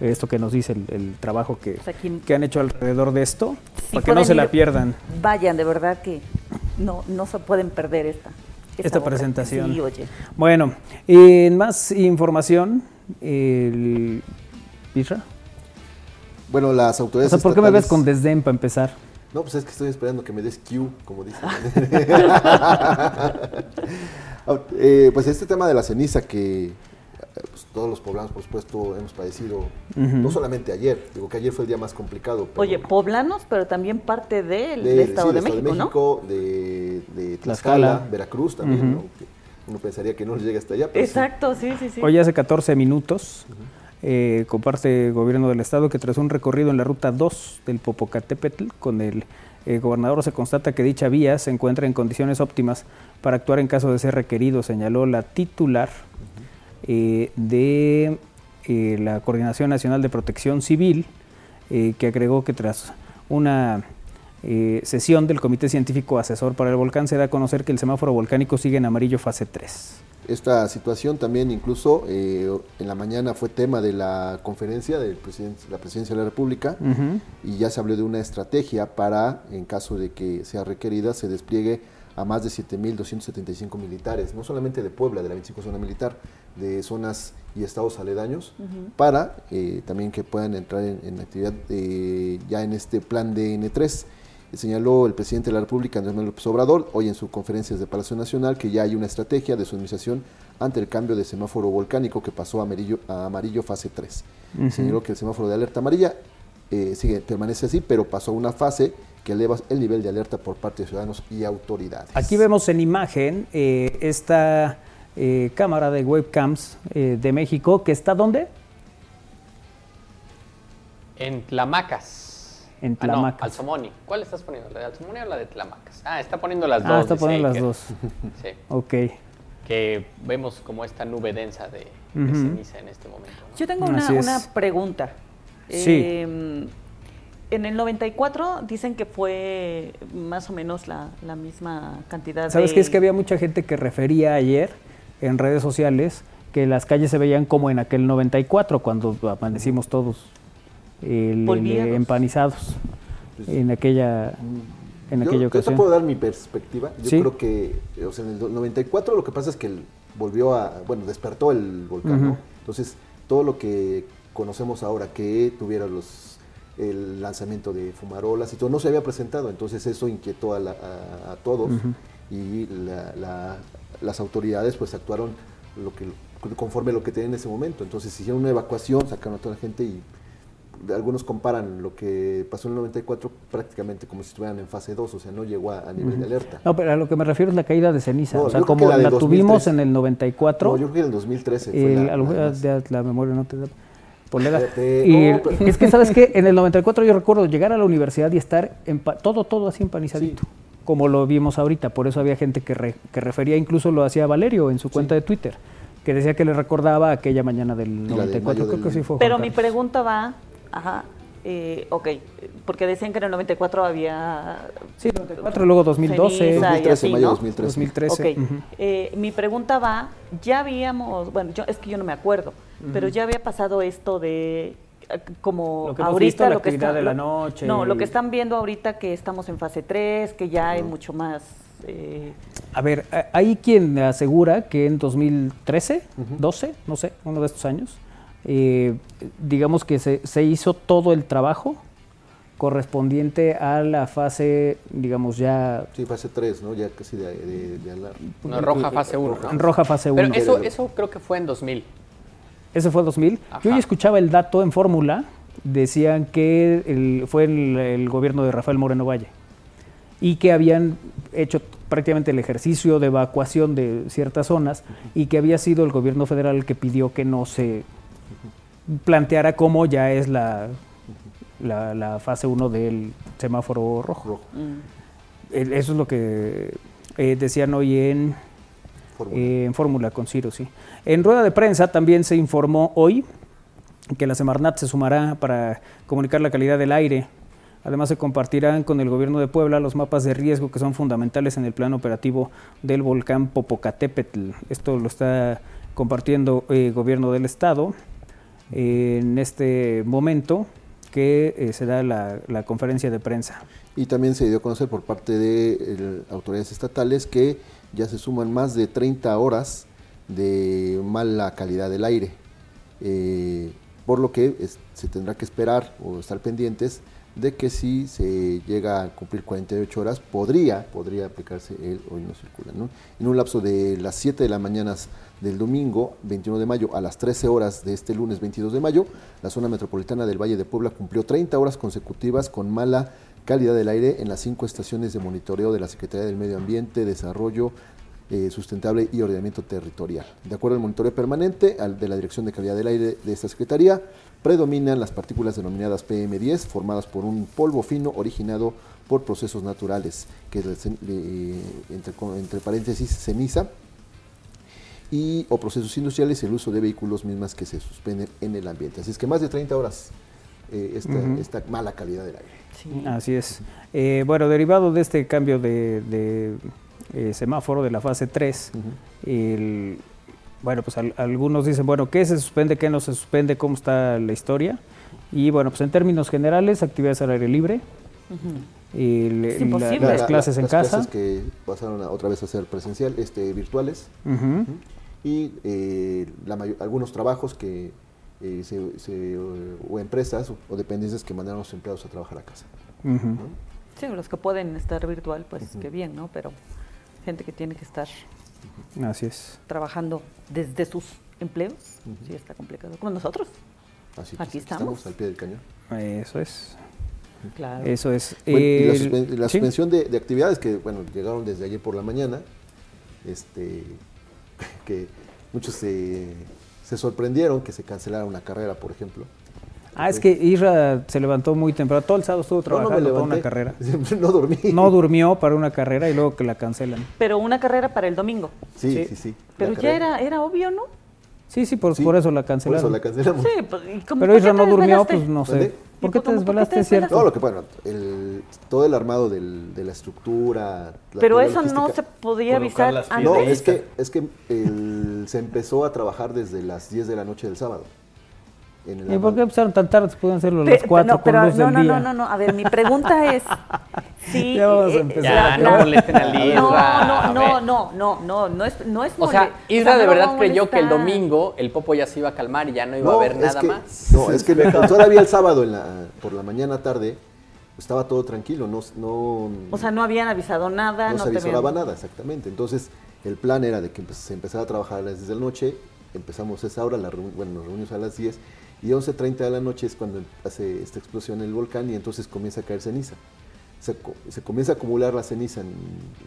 [SPEAKER 3] Esto que nos dice el, el trabajo que,
[SPEAKER 4] O sea, quien-
[SPEAKER 3] que han hecho alrededor de esto,
[SPEAKER 4] si
[SPEAKER 3] para que no
[SPEAKER 4] pueden
[SPEAKER 3] se la
[SPEAKER 4] ir,
[SPEAKER 3] pierdan.
[SPEAKER 4] Vayan, de verdad que no, no se pueden perder esta.
[SPEAKER 3] esta
[SPEAKER 4] obra.
[SPEAKER 3] presentación.
[SPEAKER 4] Sí, oye.
[SPEAKER 3] Bueno, en más información, el... ¿Isra?
[SPEAKER 2] Bueno, las
[SPEAKER 3] O
[SPEAKER 2] autoridades.
[SPEAKER 3] sea, ¿por qué me ves
[SPEAKER 2] estatales-
[SPEAKER 3] con desdén para empezar?
[SPEAKER 2] No, pues es que estoy esperando que me des cue, como dicen. Ah, eh, pues este tema de la ceniza que eh, pues, todos los poblanos, por supuesto, hemos padecido,
[SPEAKER 3] Ujú.
[SPEAKER 2] no solamente ayer, digo que ayer fue el día más complicado. pero-
[SPEAKER 4] Oye, poblanos, pero también parte del
[SPEAKER 2] de-
[SPEAKER 4] Estado,
[SPEAKER 2] sí,
[SPEAKER 4] de,
[SPEAKER 2] del
[SPEAKER 4] México,
[SPEAKER 2] de, de Tlaxcala,
[SPEAKER 3] Tlaxcala.
[SPEAKER 2] Veracruz también, ¿no?
[SPEAKER 3] Ujú.
[SPEAKER 2] Que Uno pensaría que no les llega hasta allá,
[SPEAKER 4] ¿no?
[SPEAKER 2] pero sí.
[SPEAKER 4] Exacto, Pues sí, sí, sí.
[SPEAKER 3] Hoy hace 14 minutos eh, comparte el gobierno del estado que tras un recorrido en la ruta 2 del Popocatépetl con el eh, gobernador se constata que dicha vía se encuentra en condiciones óptimas para actuar en caso de ser requerido, señaló la titular eh, de eh, la Coordinación Nacional de Protección Civil, eh, que agregó que tras una eh, sesión del Comité Científico Asesor para el Volcán se da a conocer que el semáforo volcánico sigue en amarillo fase 3.
[SPEAKER 2] Esta situación también incluso eh, en la mañana fue tema de la conferencia de la presidencia de la República
[SPEAKER 3] Ujú.
[SPEAKER 2] y ya se habló de una estrategia para, en caso de que sea requerida, se despliegue a más de 7.275 militares, no solamente de Puebla, de la 25 zona militar, de zonas y estados aledaños, para eh, también que puedan entrar en, en actividad eh, ya en este plan de N3. Señaló el presidente de la República, Andrés Manuel López Obrador, hoy en su conferencia de Palacio Nacional, que ya hay una estrategia de su administración ante el cambio de semáforo volcánico que pasó a amarillo, a amarillo fase 3. Señaló que el semáforo de alerta amarilla eh, sigue, permanece así, pero pasó a una fase que eleva el nivel de alerta por parte de ciudadanos y autoridades.
[SPEAKER 3] Aquí vemos en imagen eh, esta eh, cámara de webcams eh, de México que está ¿dónde?
[SPEAKER 6] En Tlamacas.
[SPEAKER 3] En
[SPEAKER 6] Ah, no,
[SPEAKER 3] Tlamacas.
[SPEAKER 6] Alzamoni. ¿Cuál estás poniendo? ¿La de Alzamoni o la de Tlamacas? Ah, está poniendo las dos.
[SPEAKER 3] ah, está
[SPEAKER 6] dice
[SPEAKER 3] poniendo las
[SPEAKER 6] Iker.
[SPEAKER 3] dos.
[SPEAKER 6] Sí.
[SPEAKER 3] Ok.
[SPEAKER 6] Que vemos como esta nube densa de, de
[SPEAKER 3] Ujú.
[SPEAKER 6] ceniza en este momento. ¿no?
[SPEAKER 4] Yo tengo una,
[SPEAKER 3] Así es.
[SPEAKER 4] una pregunta.
[SPEAKER 3] Sí.
[SPEAKER 4] Eh, en el 94 dicen que fue más o menos la, la misma cantidad
[SPEAKER 3] ¿Sabes
[SPEAKER 4] de...
[SPEAKER 3] qué? Es que había mucha gente que refería ayer en redes sociales que las calles se veían como en aquel 94, cuando amanecimos todos el- el-
[SPEAKER 4] Polviados.
[SPEAKER 3] empanizados en aquella, en
[SPEAKER 2] Pues yo,
[SPEAKER 3] aquella
[SPEAKER 2] yo te
[SPEAKER 3] ocasión.
[SPEAKER 2] puedo dar mi perspectiva. Yo
[SPEAKER 3] Sí.
[SPEAKER 2] creo que, eh, o sea, en el do- 94 lo que pasa es que el- volvió a, bueno, despertó el volcán, ¿no?
[SPEAKER 3] Ujú.
[SPEAKER 2] Entonces, todo lo que conocemos ahora que tuviera los el lanzamiento de fumarolas y todo, no se había presentado, entonces eso inquietó a, la- a- a todos y la- la- las autoridades pues actuaron lo que conforme a lo que tenían en ese momento, entonces hicieron una evacuación, sacaron a toda la gente y algunos comparan lo que pasó en el 94 prácticamente como si estuvieran en fase 2, o sea, no llegó a, a nivel de alerta.
[SPEAKER 3] No, pero a lo que me refiero es la caída de ceniza.
[SPEAKER 2] No,
[SPEAKER 3] o sea,
[SPEAKER 2] yo creo que
[SPEAKER 3] como
[SPEAKER 2] la
[SPEAKER 3] la,
[SPEAKER 2] de 2003.
[SPEAKER 3] tuvimos en el 94.
[SPEAKER 2] No, yo creo que en el 2013 fue
[SPEAKER 3] El-
[SPEAKER 2] la-
[SPEAKER 3] a lo
[SPEAKER 2] la-
[SPEAKER 3] mejor ya la memoria no te da polera.
[SPEAKER 2] Fíjate,
[SPEAKER 3] Y
[SPEAKER 2] Eh, no,
[SPEAKER 3] el-
[SPEAKER 2] pero-
[SPEAKER 3] es que, ¿sabes qué? En el 94 yo recuerdo llegar a la universidad y estar empa- todo, todo así empanizadito,
[SPEAKER 2] Sí.
[SPEAKER 3] como lo vimos ahorita. Por eso había gente que, re- que refería, incluso lo hacía Valerio en su cuenta de Twitter, que decía que le recordaba aquella mañana del
[SPEAKER 2] de
[SPEAKER 3] 94.
[SPEAKER 2] mayo
[SPEAKER 3] Creo que
[SPEAKER 2] del-
[SPEAKER 3] sí fue. Juan
[SPEAKER 4] Pero mi
[SPEAKER 3] Carlos.
[SPEAKER 4] pregunta va, ajá, eh, ok, porque decían que en el 94 había...
[SPEAKER 3] Sí, 94, luego 2012.
[SPEAKER 4] ceniza y
[SPEAKER 2] 2013,
[SPEAKER 4] así,
[SPEAKER 2] mayo
[SPEAKER 4] ¿no?
[SPEAKER 2] 2013.
[SPEAKER 3] 2013.
[SPEAKER 4] Ok,
[SPEAKER 3] ujú.
[SPEAKER 4] eh, mi pregunta va, ya habíamos, bueno, yo, es que yo no me acuerdo, pero ya había pasado esto de eh, como
[SPEAKER 3] Lo que hemos
[SPEAKER 4] ahorita
[SPEAKER 3] visto, la
[SPEAKER 4] lo que
[SPEAKER 3] actividad
[SPEAKER 4] está-
[SPEAKER 3] de la
[SPEAKER 4] lo-
[SPEAKER 3] noche
[SPEAKER 4] No, lo
[SPEAKER 3] y-
[SPEAKER 4] que están viendo ahorita que estamos en fase 3, que ya hay mucho más eh,
[SPEAKER 3] A ver, a- hay quien asegura que en 2013, 12, no sé, uno de estos años, eh, digamos que se, se hizo todo el trabajo correspondiente a la fase, digamos ya
[SPEAKER 2] Sí, fase 3, ¿no? Ya casi de, de, de alarma.
[SPEAKER 6] No, roja fase 1. ¿no?
[SPEAKER 3] roja fase 1.
[SPEAKER 6] Pero eso, eso creo que fue en 2000.
[SPEAKER 3] Ese fue 2000. Yo
[SPEAKER 6] Ajá.
[SPEAKER 3] ya escuchaba el dato en fórmula, decían que el- fue el, el gobierno de Rafael Moreno Valle y que habían hecho prácticamente el ejercicio de evacuación de ciertas zonas y que había sido el gobierno federal el que pidió que no se planteara cómo ya es la, la, la fase 1 del semáforo rojo.
[SPEAKER 2] Rojo,
[SPEAKER 3] El- Eso es lo que eh, decían hoy en
[SPEAKER 2] fórmula.
[SPEAKER 3] eh, en fórmula con Ciro, sí. En rueda de prensa también se informó hoy que la Semarnat se sumará para comunicar la calidad del aire. Además se compartirán con el gobierno de Puebla los mapas de riesgo que son fundamentales en el plan operativo del volcán Popocatépetl. Esto lo está compartiendo el gobierno del estado en este momento que eh, se da la- la conferencia de prensa.
[SPEAKER 2] Y también se dio a conocer por parte de eh, autoridades estatales que ya se suman más de 30 horas de mala calidad del aire, eh, por lo que es- se tendrá que esperar o estar pendientes de que si se llega a cumplir 48 horas, podría, podría aplicarse el hoy no circula. ¿no? En un lapso de las 7 de la mañana del domingo 21 de mayo a las 13 horas de este lunes 22 de mayo, la zona metropolitana del Valle de Puebla cumplió 30 horas consecutivas con mala calidad del aire en las cinco estaciones de monitoreo de la Secretaría del Medio Ambiente, Desarrollo eh, Sustentable y Ordenamiento Territorial. De acuerdo al monitoreo permanente al de la Dirección de Calidad del Aire de esta Secretaría, predominan las partículas denominadas PM10, formadas por un polvo fino originado por procesos naturales, que es, la cen- eh, entre, co- entre paréntesis ceniza, y o procesos industriales el uso de vehículos mismas que se suspenden en el ambiente. Así es que más de 30 horas eh, esta, esta mala calidad del aire.
[SPEAKER 3] Así es. Eh, bueno, derivado de este cambio de, de, eh, semáforo de la fase 3, el- bueno, pues al- algunos dicen, bueno, ¿qué se suspende, qué no se suspende, cómo está la historia? Y bueno, pues en términos generales, actividades al aire libre, el-
[SPEAKER 4] Es
[SPEAKER 3] la-
[SPEAKER 4] imposible.
[SPEAKER 3] las
[SPEAKER 4] La- la-
[SPEAKER 3] clases en
[SPEAKER 2] las
[SPEAKER 3] casa,
[SPEAKER 2] clases que pasaron a- otra vez a ser presencial, este, virtuales.
[SPEAKER 3] ujú,
[SPEAKER 2] y eh, la mayo- algunos trabajos que eh, se- se, eh, o empresas o, o dependencias que mandaron a los empleados a trabajar a casa.
[SPEAKER 4] (laughs)
[SPEAKER 3] ujú.
[SPEAKER 4] Sí, los que pueden estar virtual, pues qué bien, ¿no? Pero gente que tiene que estar
[SPEAKER 3] así
[SPEAKER 2] Pues,
[SPEAKER 3] es.
[SPEAKER 4] trabajando desde sus empleos, sí está complicado. Como nosotros,
[SPEAKER 2] Así
[SPEAKER 4] Aquí estamos.
[SPEAKER 2] al pie del cañón.
[SPEAKER 3] Eso es.
[SPEAKER 4] claro.
[SPEAKER 3] Eso es.
[SPEAKER 2] Bueno, y la,
[SPEAKER 3] El-
[SPEAKER 2] suspen- la
[SPEAKER 3] sí.
[SPEAKER 2] suspensión de, de actividades que bueno llegaron desde ayer por la mañana, este, (laughs) que muchos se, se sorprendieron que se cancelara una carrera, por ejemplo.
[SPEAKER 3] Ah, es que Isra se levantó muy temprano. Todo el sábado estuvo
[SPEAKER 2] No, no me
[SPEAKER 3] trabajando para
[SPEAKER 2] levanté.
[SPEAKER 3] una carrera.
[SPEAKER 2] (laughs) no dormí.
[SPEAKER 3] No durmió para una carrera y luego que la cancelan.
[SPEAKER 4] Pero una carrera para el domingo.
[SPEAKER 2] Sí, sí, sí. La
[SPEAKER 4] Pero ya
[SPEAKER 2] carrera.
[SPEAKER 4] era, era obvio, ¿no?
[SPEAKER 3] Sí, sí, por,
[SPEAKER 2] Sí,
[SPEAKER 3] por eso la
[SPEAKER 2] Por
[SPEAKER 3] cancelaron.
[SPEAKER 2] eso la cancelamos.
[SPEAKER 4] Sí, pues, ¿y cómo-
[SPEAKER 3] Pero
[SPEAKER 4] por qué
[SPEAKER 3] Isra
[SPEAKER 4] te
[SPEAKER 3] no durmió,
[SPEAKER 4] desvelaste?
[SPEAKER 3] pues no
[SPEAKER 2] ¿Dónde?
[SPEAKER 3] sé. ¿Por qué
[SPEAKER 4] ¿Y
[SPEAKER 3] te
[SPEAKER 4] cómo- por qué te
[SPEAKER 3] desvelaste, es cierto?
[SPEAKER 2] No, lo que bueno, el, todo el armado del- de la estructura. la
[SPEAKER 4] Pero
[SPEAKER 2] teoría
[SPEAKER 4] eso no se
[SPEAKER 2] logística.
[SPEAKER 4] podía
[SPEAKER 5] Colocar
[SPEAKER 4] avisar
[SPEAKER 5] las
[SPEAKER 4] antes.
[SPEAKER 5] piedras.
[SPEAKER 2] No, es que, es que el- se empezó a trabajar desde las 10 de la noche del sábado. En el
[SPEAKER 3] ¿Y por qué
[SPEAKER 2] armado.
[SPEAKER 3] empezaron tan tarde? Pudieron hacerlo a
[SPEAKER 4] Pe-
[SPEAKER 3] las
[SPEAKER 4] pe-
[SPEAKER 3] 4
[SPEAKER 4] no, pero
[SPEAKER 3] con luz
[SPEAKER 4] no,
[SPEAKER 3] del
[SPEAKER 4] no,
[SPEAKER 3] día.
[SPEAKER 4] no, no, no. A ver, mi
[SPEAKER 3] (laughs)
[SPEAKER 4] pregunta es. Sí, eh,
[SPEAKER 3] Ya vamos a empezar.
[SPEAKER 6] Ya, Ah, no molesten al Isra,
[SPEAKER 4] (laughs) No, no,
[SPEAKER 6] a
[SPEAKER 4] no,
[SPEAKER 6] ver.
[SPEAKER 4] no, no, no, no es, no es
[SPEAKER 6] O
[SPEAKER 4] mole-
[SPEAKER 6] sea, Isra
[SPEAKER 4] no
[SPEAKER 6] de
[SPEAKER 4] lo
[SPEAKER 6] verdad
[SPEAKER 4] va a
[SPEAKER 6] creyó que el
[SPEAKER 4] molestar.
[SPEAKER 6] domingo el Popo ya se iba a calmar y ya no iba a
[SPEAKER 2] No,
[SPEAKER 6] haber
[SPEAKER 2] es
[SPEAKER 6] nada
[SPEAKER 2] que-
[SPEAKER 6] más.
[SPEAKER 2] No, es que todavía el sábado en la- por la mañana tarde estaba todo tranquilo, no, no,
[SPEAKER 4] O sea, no habían avisado nada.
[SPEAKER 2] no
[SPEAKER 4] No,
[SPEAKER 2] se
[SPEAKER 4] te
[SPEAKER 2] avisoraba
[SPEAKER 4] habían-
[SPEAKER 2] nada, exactamente. Entonces, el plan era de que empe- se empezara a trabajar desde la noche, empezamos esa hora, la reuni- bueno, nos reunimos a las 10 y 11.30 de la noche es cuando hace esta explosión el volcán y entonces comienza a caer ceniza. Se, co- se comienza a acumular la ceniza en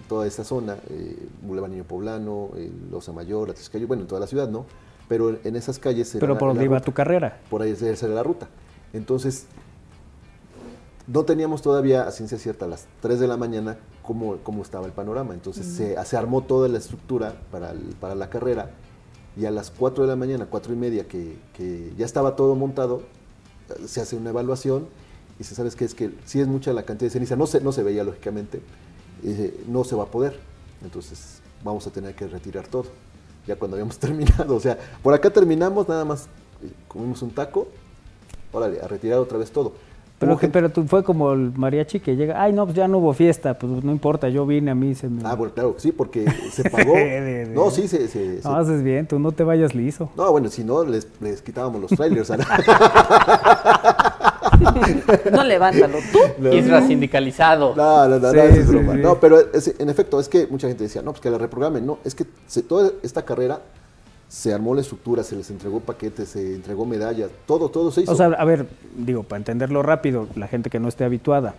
[SPEAKER 2] toda esta zona, eh, Boulevard Niño Poblano, eh, Loza Mayor, Atlixcayo, bueno, en toda la ciudad, ¿no? Pero en- en esas calles... era
[SPEAKER 3] Pero
[SPEAKER 2] la-
[SPEAKER 3] por
[SPEAKER 2] la
[SPEAKER 3] donde iba
[SPEAKER 2] ruta
[SPEAKER 3] tu carrera.
[SPEAKER 2] por ahí esa era la ruta. Entonces, no teníamos todavía a ciencia cierta a las 3 de la mañana cómo, cómo estaba el panorama. Entonces se, se armó toda la estructura para, el- para la carrera y a las 4 de la mañana, 4 y media, que, que ya estaba todo montado, eh, se hace una evaluación y se sabe que es que si es mucha la cantidad de ceniza, no se, no se veía lógicamente, eh, no se va a poder. Entonces vamos a tener que retirar todo, ya cuando habíamos (laughs) terminado. O sea, por acá terminamos, nada más eh, comimos un taco, órale, a retirar otra vez todo.
[SPEAKER 3] Pero,
[SPEAKER 2] Hubo
[SPEAKER 3] que,
[SPEAKER 2] gente-
[SPEAKER 3] pero tú fue como el mariachi que llega. Ay, no, pues ya no hubo fiesta. Pues no importa, yo vine a mí. Se me...
[SPEAKER 2] Ah, bueno, claro, sí, porque
[SPEAKER 3] (laughs)
[SPEAKER 2] se pagó.
[SPEAKER 3] De- de-
[SPEAKER 2] No, sí, se... se- se-
[SPEAKER 3] no, haces bien, tú no te vayas liso. (laughs)
[SPEAKER 2] No, bueno, si no, les, les quitábamos los trailers. a la-
[SPEAKER 4] (laughs) No, levántalo. Tú.
[SPEAKER 6] Isra sindicalizado.
[SPEAKER 2] (laughs) No, no, no,
[SPEAKER 3] Sí,
[SPEAKER 2] no, eso es
[SPEAKER 3] sí,
[SPEAKER 2] broma.
[SPEAKER 3] sí.
[SPEAKER 2] No, pero es- en efecto, es que mucha gente decía, no, pues que la reprogramen. No, es que se- toda esta carrera se armó la estructura, se les entregó paquetes, se entregó medallas, todo, todo se hizo.
[SPEAKER 3] O sea, a ver, digo, para entenderlo rápido, la gente que no esté habituada.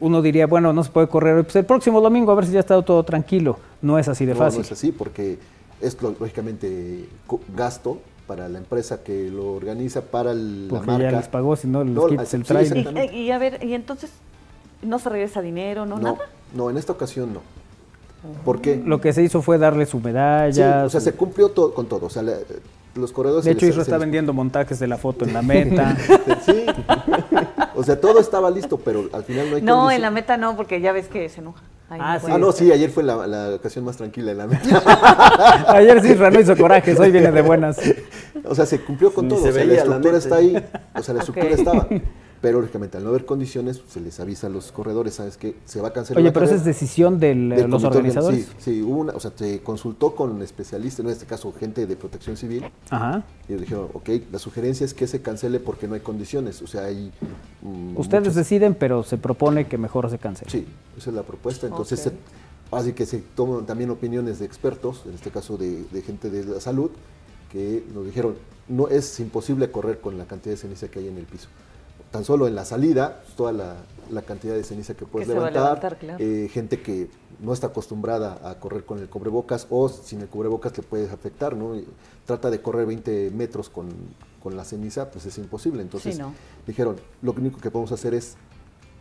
[SPEAKER 3] Uno diría, bueno, no se puede correr hoy, pues el próximo domingo a ver si ya está todo tranquilo. No es así de
[SPEAKER 2] no,
[SPEAKER 3] fácil.
[SPEAKER 2] no es así, porque es lo- lógicamente co- gasto para la empresa que lo organiza, para el- la
[SPEAKER 3] Porque ya
[SPEAKER 2] marca.
[SPEAKER 3] les pagó, si no, les quitas el
[SPEAKER 2] sí,
[SPEAKER 3] trailer.
[SPEAKER 4] Y, eh,
[SPEAKER 2] exactamente.
[SPEAKER 4] y a ver, y entonces, ¿no se regresa dinero, no,
[SPEAKER 2] No,
[SPEAKER 4] nada?
[SPEAKER 2] no, en esta ocasión no. ¿Por qué?
[SPEAKER 3] Lo que se hizo fue darle su
[SPEAKER 2] Sí,
[SPEAKER 3] medalla.
[SPEAKER 2] o sea,
[SPEAKER 3] su-
[SPEAKER 2] se cumplió todo, con todo. O sea, la- los corredores...
[SPEAKER 3] De
[SPEAKER 2] se
[SPEAKER 3] hecho,
[SPEAKER 2] les-
[SPEAKER 3] Isra
[SPEAKER 2] se
[SPEAKER 3] está
[SPEAKER 2] les-
[SPEAKER 3] vendiendo montajes de la
[SPEAKER 2] (laughs)
[SPEAKER 3] foto en la meta.
[SPEAKER 2] Sí. O sea, todo estaba listo, pero al final no hay
[SPEAKER 4] No,
[SPEAKER 2] quien
[SPEAKER 4] en la
[SPEAKER 2] dice-
[SPEAKER 4] meta no, porque ya ves que se enoja. Ay,
[SPEAKER 3] Ah,
[SPEAKER 4] puede
[SPEAKER 2] Ah, no,
[SPEAKER 4] ser.
[SPEAKER 2] sí, ayer fue la, la ocasión más tranquila en la meta.
[SPEAKER 3] (laughs) Ayer sí, Isra no hizo corajes, hoy viene de buenas.
[SPEAKER 2] O sea, se cumplió con
[SPEAKER 5] Ni
[SPEAKER 2] todo.
[SPEAKER 5] se
[SPEAKER 2] o sea,
[SPEAKER 5] veía
[SPEAKER 2] la
[SPEAKER 5] la
[SPEAKER 2] estructura
[SPEAKER 5] meta.
[SPEAKER 2] está ahí. O sea, la estructura
[SPEAKER 4] Ok.
[SPEAKER 2] estaba. Pero, lógicamente, al no haber condiciones, pues, se les avisa a los corredores, ¿sabes qué? Se va a cancelar
[SPEAKER 3] Oye,
[SPEAKER 2] la
[SPEAKER 3] pero esa es
[SPEAKER 2] carrera
[SPEAKER 3] decisión de
[SPEAKER 2] del
[SPEAKER 3] los
[SPEAKER 2] comité organizador.
[SPEAKER 3] organizadores.
[SPEAKER 2] Sí, sí, hubo una, o sea, se consultó con especialistas, en este caso gente de protección civil,
[SPEAKER 3] Ajá.
[SPEAKER 2] y ellos dijeron, ok, la sugerencia es que se cancele porque no hay condiciones, o sea, hay... mm,
[SPEAKER 3] Ustedes
[SPEAKER 2] muchas-
[SPEAKER 3] deciden, pero se propone que mejor se cancele.
[SPEAKER 2] Sí, esa es la propuesta. Entonces, se- así que se toman también opiniones de expertos, en este caso de, de gente de la salud, que nos dijeron, no es imposible correr con la cantidad de ceniza que hay en el piso. Tan solo en la salida, pues, toda la, la cantidad de ceniza que puedes
[SPEAKER 4] se va a
[SPEAKER 2] levantar,
[SPEAKER 4] levantar, claro.
[SPEAKER 2] eh, gente que no está acostumbrada a correr con el cubrebocas o sin el cubrebocas le puedes afectar, ¿no? Y Trata de correr 20 metros con, con la ceniza, pues es imposible. Entonces,
[SPEAKER 4] no.
[SPEAKER 2] dijeron, lo único que podemos hacer es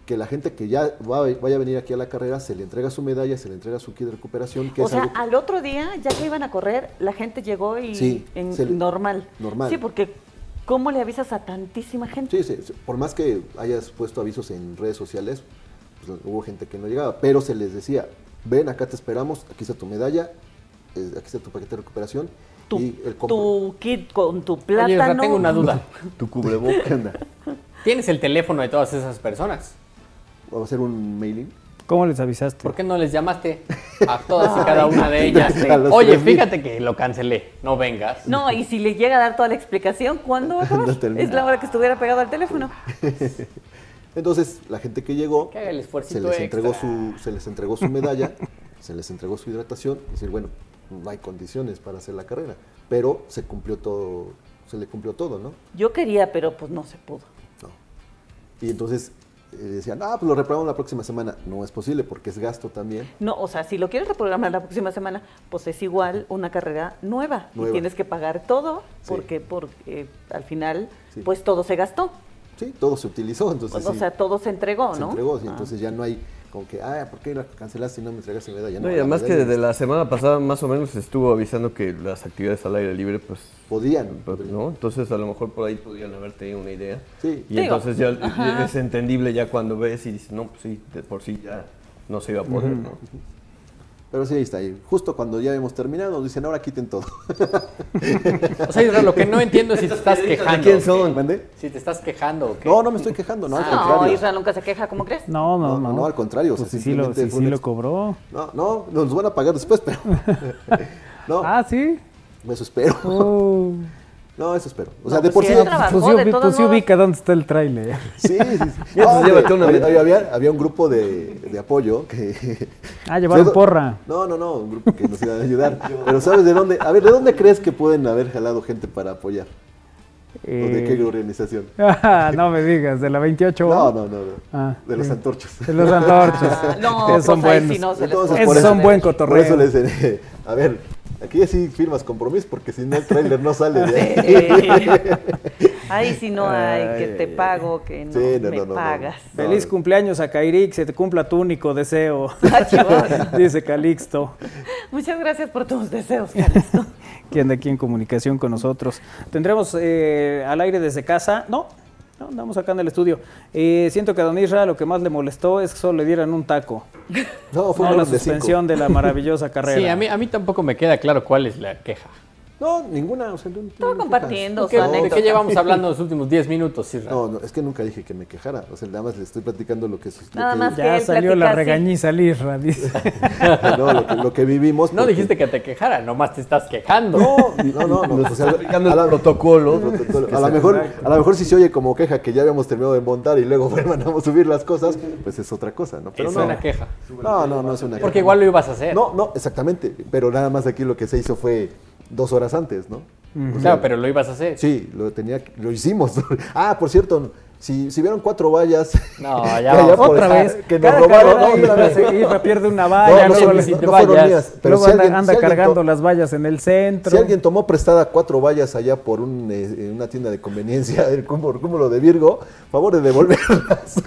[SPEAKER 2] que la gente que ya va- vaya a venir aquí a la carrera se le entrega su medalla, se le entrega su kit de recuperación, que
[SPEAKER 4] O
[SPEAKER 2] es
[SPEAKER 4] sea,
[SPEAKER 2] algo que-
[SPEAKER 4] al otro día, ya que iban a correr, la gente llegó y
[SPEAKER 2] Sí,
[SPEAKER 4] en-
[SPEAKER 2] se le-
[SPEAKER 4] normal.
[SPEAKER 2] normal.
[SPEAKER 4] Sí, porque ¿cómo le avisas a
[SPEAKER 2] (laughs)
[SPEAKER 4] tantísima gente?
[SPEAKER 2] Sí, sí, sí, por más que hayas puesto avisos en redes sociales, pues, hubo gente que no llegaba, pero se les decía, ven, acá te esperamos, aquí está tu medalla, eh, aquí está tu paquete de recuperación
[SPEAKER 4] Tu,
[SPEAKER 2] y el compro-
[SPEAKER 4] tu kit con tu
[SPEAKER 6] Oye, Isra,
[SPEAKER 4] plátano.
[SPEAKER 6] tengo una duda.
[SPEAKER 2] (laughs) tu cubreboca. ¿Qué onda?
[SPEAKER 6] ¿Tienes el teléfono de todas esas personas?
[SPEAKER 2] ¿Va a hacer un mailing?
[SPEAKER 3] ¿Cómo les avisaste?
[SPEAKER 6] ¿Por qué no les llamaste a todas y cada una
[SPEAKER 2] (laughs)
[SPEAKER 6] de ellas?
[SPEAKER 2] A los
[SPEAKER 6] Oye,
[SPEAKER 2] 3,000.
[SPEAKER 6] fíjate que lo cancelé, no vengas.
[SPEAKER 4] No, y si le llega a dar toda la explicación,
[SPEAKER 2] (laughs)
[SPEAKER 4] ¿cuándo va a acabar?
[SPEAKER 2] No termina.
[SPEAKER 4] es la hora que estuviera pegado al teléfono.
[SPEAKER 2] Entonces, la gente que llegó,
[SPEAKER 6] Que haga el esfuercito
[SPEAKER 2] se les, entregó
[SPEAKER 6] extra.
[SPEAKER 2] su, se les entregó su
[SPEAKER 6] (laughs)
[SPEAKER 2] medalla, se les entregó su hidratación, y decir, bueno, no hay condiciones para hacer la carrera, pero se cumplió todo, se le cumplió todo, ¿no?
[SPEAKER 4] Yo quería, pero pues no se pudo.
[SPEAKER 2] No. Y entonces eh, decían, ah, pues lo reprogramamos la próxima semana. No es posible porque es gasto también.
[SPEAKER 4] No, o sea, si lo quieres reprogramar la próxima semana, pues es igual una carrera nueva.
[SPEAKER 2] Nueva.
[SPEAKER 4] Y tienes que pagar todo,
[SPEAKER 2] Sí.
[SPEAKER 4] porque, porque eh, al final,
[SPEAKER 2] Sí.
[SPEAKER 4] pues todo se gastó.
[SPEAKER 2] Sí, todo se utilizó, entonces
[SPEAKER 4] Pues, o
[SPEAKER 2] sí,
[SPEAKER 4] sea, todo se entregó,
[SPEAKER 2] se
[SPEAKER 4] ¿no?
[SPEAKER 2] entregó, sí,
[SPEAKER 4] Ah.
[SPEAKER 2] entonces ya no hay como que, ah, ¿por qué la cancelaste y no me entregaste la medalla?
[SPEAKER 5] No, y
[SPEAKER 2] la
[SPEAKER 5] además que
[SPEAKER 2] medalla
[SPEAKER 5] desde la semana pasada más o menos se estuvo avisando que las actividades al aire libre, pues,
[SPEAKER 2] Podían,
[SPEAKER 5] pues, ¿no? Entonces a lo mejor por ahí podían haber tenido una idea.
[SPEAKER 2] Sí.
[SPEAKER 5] Y
[SPEAKER 4] Digo,
[SPEAKER 5] entonces ya es entendible ya cuando ves y dices, no, pues sí, de por sí ya no se iba a poder, ¿no?
[SPEAKER 2] pero sí, ahí está. Y justo cuando ya hemos terminado, nos dicen, ahora quiten todo.
[SPEAKER 6] (laughs) O sea, Isra, lo que no entiendo
[SPEAKER 2] (laughs)
[SPEAKER 6] es si te estás quejando.
[SPEAKER 5] quién son?
[SPEAKER 2] ¿Mandé?
[SPEAKER 6] Si te estás quejando o qué.
[SPEAKER 2] No, no me estoy quejando, no, al
[SPEAKER 4] Ah. No,
[SPEAKER 2] contrario.
[SPEAKER 4] Israel nunca se queja, ¿cómo crees?
[SPEAKER 3] No, no,
[SPEAKER 2] No,
[SPEAKER 3] no.
[SPEAKER 2] no, no, al contrario, o
[SPEAKER 3] Pues
[SPEAKER 2] sea,
[SPEAKER 3] sí, sí lo,
[SPEAKER 2] simplemente
[SPEAKER 3] sí,
[SPEAKER 2] fue
[SPEAKER 3] sí
[SPEAKER 2] un
[SPEAKER 3] lo
[SPEAKER 2] ex-
[SPEAKER 3] cobró.
[SPEAKER 2] No, no, nos van a pagar después, pero. (laughs) no,
[SPEAKER 3] Ah, sí.
[SPEAKER 2] eso espero.
[SPEAKER 3] Oh.
[SPEAKER 2] (laughs) No, eso espero. O sea,
[SPEAKER 4] No,
[SPEAKER 2] de
[SPEAKER 4] pues
[SPEAKER 2] por
[SPEAKER 4] sí
[SPEAKER 2] sí.
[SPEAKER 4] era trabajo.
[SPEAKER 3] Pues
[SPEAKER 4] Bajó
[SPEAKER 3] sí
[SPEAKER 4] de
[SPEAKER 3] ubi-
[SPEAKER 4] todas
[SPEAKER 3] pues sí
[SPEAKER 4] maneras.
[SPEAKER 3] ubica Ah, dónde está el tráiler.
[SPEAKER 2] Sí, sí, sí.
[SPEAKER 5] Ya, entonces, llévate una
[SPEAKER 2] oye,
[SPEAKER 5] medalla.
[SPEAKER 2] oye, había, había un grupo de, de apoyo que...
[SPEAKER 3] (laughs)
[SPEAKER 2] (laughs)
[SPEAKER 3] Ah, llevaron
[SPEAKER 2] ¿Sabes dó-
[SPEAKER 3] porra.
[SPEAKER 2] No, no, no, un grupo que
[SPEAKER 5] (laughs)
[SPEAKER 2] nos iba a ayudar. Pero ¿sabes de dónde? A ver, ¿de dónde crees que pueden haber jalado gente para apoyar? ¿O de
[SPEAKER 3] Eh,
[SPEAKER 2] qué organización?
[SPEAKER 3] (laughs) Ah, no me digas, de la 28.
[SPEAKER 2] No, no, no, no.
[SPEAKER 3] Ah,
[SPEAKER 2] de los
[SPEAKER 3] sí.
[SPEAKER 2] antorchos.
[SPEAKER 3] De los antorchos.
[SPEAKER 4] Ah, (laughs) no,
[SPEAKER 3] Esos
[SPEAKER 4] pues
[SPEAKER 3] son
[SPEAKER 4] ahí
[SPEAKER 3] buenos.
[SPEAKER 4] sí no se les
[SPEAKER 2] Entonces,
[SPEAKER 4] puede
[SPEAKER 3] Esos
[SPEAKER 2] por
[SPEAKER 3] son
[SPEAKER 2] eso-
[SPEAKER 3] buen cotorreo.
[SPEAKER 2] Por eso les dije, a ver, aquí sí firmas compromiso porque si no el trailer no sale de ahí.
[SPEAKER 4] Eh, Ahí sí no hay, que te pago, que no
[SPEAKER 2] Eh, Sí, no,
[SPEAKER 4] me
[SPEAKER 2] no, no, no.
[SPEAKER 4] pagas.
[SPEAKER 3] Feliz cumpleaños a Kairi, que se te cumpla tu único deseo.
[SPEAKER 4] (laughs) Ah, chivas.
[SPEAKER 3] (laughs) Dice Calixto,
[SPEAKER 4] Muchas gracias por tus
[SPEAKER 2] (laughs)
[SPEAKER 4] deseos, Calixto.
[SPEAKER 3] quien de aquí en comunicación con nosotros. Tendremos eh, al aire desde casa. No, no, andamos acá en el estudio. Eh, siento que a Don Isra lo que más le molestó es que solo le dieran un taco.
[SPEAKER 2] (laughs) No, fue
[SPEAKER 3] No,
[SPEAKER 2] un
[SPEAKER 3] la
[SPEAKER 2] round de cinco.
[SPEAKER 3] suspensión de
[SPEAKER 2] (laughs)
[SPEAKER 3] la maravillosa carrera.
[SPEAKER 6] Sí, a mí, a mí tampoco me queda claro cuál es la queja.
[SPEAKER 2] (laughs) No, ninguna. O sea, no- no me quejas.
[SPEAKER 4] compartiendo su
[SPEAKER 6] ¿Qué- ¿De
[SPEAKER 4] anécdota.
[SPEAKER 6] qué llevamos hablando los últimos 10 minutos, Isra?
[SPEAKER 2] No, no, es que nunca dije que me quejara. O sea, nada más le estoy platicando lo que, sus- lo
[SPEAKER 4] Nada
[SPEAKER 2] que-
[SPEAKER 4] más. que
[SPEAKER 3] Ya
[SPEAKER 4] él
[SPEAKER 3] salió
[SPEAKER 4] platica
[SPEAKER 3] la
[SPEAKER 4] así.
[SPEAKER 3] regañiza al Isra, dice.
[SPEAKER 2] (laughs) no, lo, que, lo que vivimos.
[SPEAKER 6] No
[SPEAKER 2] porque-
[SPEAKER 6] dijiste que te quejara, nomás te estás quejando.
[SPEAKER 2] No, no, no. no, o sea, (laughs)
[SPEAKER 5] Aplicando
[SPEAKER 2] a
[SPEAKER 5] el
[SPEAKER 2] la-
[SPEAKER 5] protocolo.
[SPEAKER 2] protocolo. A lo mejor, a lo mejor si se oye como queja que ya habíamos terminado de montar y luego (laughs) mandamos subir las cosas, pues es otra cosa, ¿no? Pero
[SPEAKER 6] es
[SPEAKER 2] no,
[SPEAKER 6] una queja.
[SPEAKER 2] no, no, no es una
[SPEAKER 6] Porque
[SPEAKER 2] queja.
[SPEAKER 6] igual lo ibas a hacer.
[SPEAKER 2] No, no, exactamente. Pero nada más aquí lo que se hizo fue dos horas antes, ¿no?
[SPEAKER 6] Claro, pero lo ibas a hacer.
[SPEAKER 2] Sí, lo tenía, que- lo hicimos. (laughs) ah, por cierto, si, si vieron cuatro vallas. (laughs)
[SPEAKER 6] No,
[SPEAKER 2] que
[SPEAKER 6] ya
[SPEAKER 2] allá
[SPEAKER 6] vamos.
[SPEAKER 2] por-
[SPEAKER 3] Otra vez.
[SPEAKER 2] Que nos
[SPEAKER 3] Cada
[SPEAKER 2] robaron.
[SPEAKER 3] carrera
[SPEAKER 2] No, otra
[SPEAKER 3] Isra-
[SPEAKER 2] vez.
[SPEAKER 3] Isra pierde una
[SPEAKER 2] No,
[SPEAKER 3] valla,
[SPEAKER 2] no
[SPEAKER 3] luego
[SPEAKER 2] son-
[SPEAKER 3] le-
[SPEAKER 6] si te
[SPEAKER 2] no fueron
[SPEAKER 6] vayas.
[SPEAKER 2] mías, pero
[SPEAKER 3] Luego
[SPEAKER 2] si
[SPEAKER 3] anda,
[SPEAKER 2] alguien-
[SPEAKER 3] anda
[SPEAKER 2] si alguien to-
[SPEAKER 3] cargando las vallas en el centro.
[SPEAKER 2] Si alguien tomó prestada cuatro vallas allá por un, eh, en una tienda de conveniencia (laughs) del cúmulo, cúmulo de Virgo, favor de devolverlas.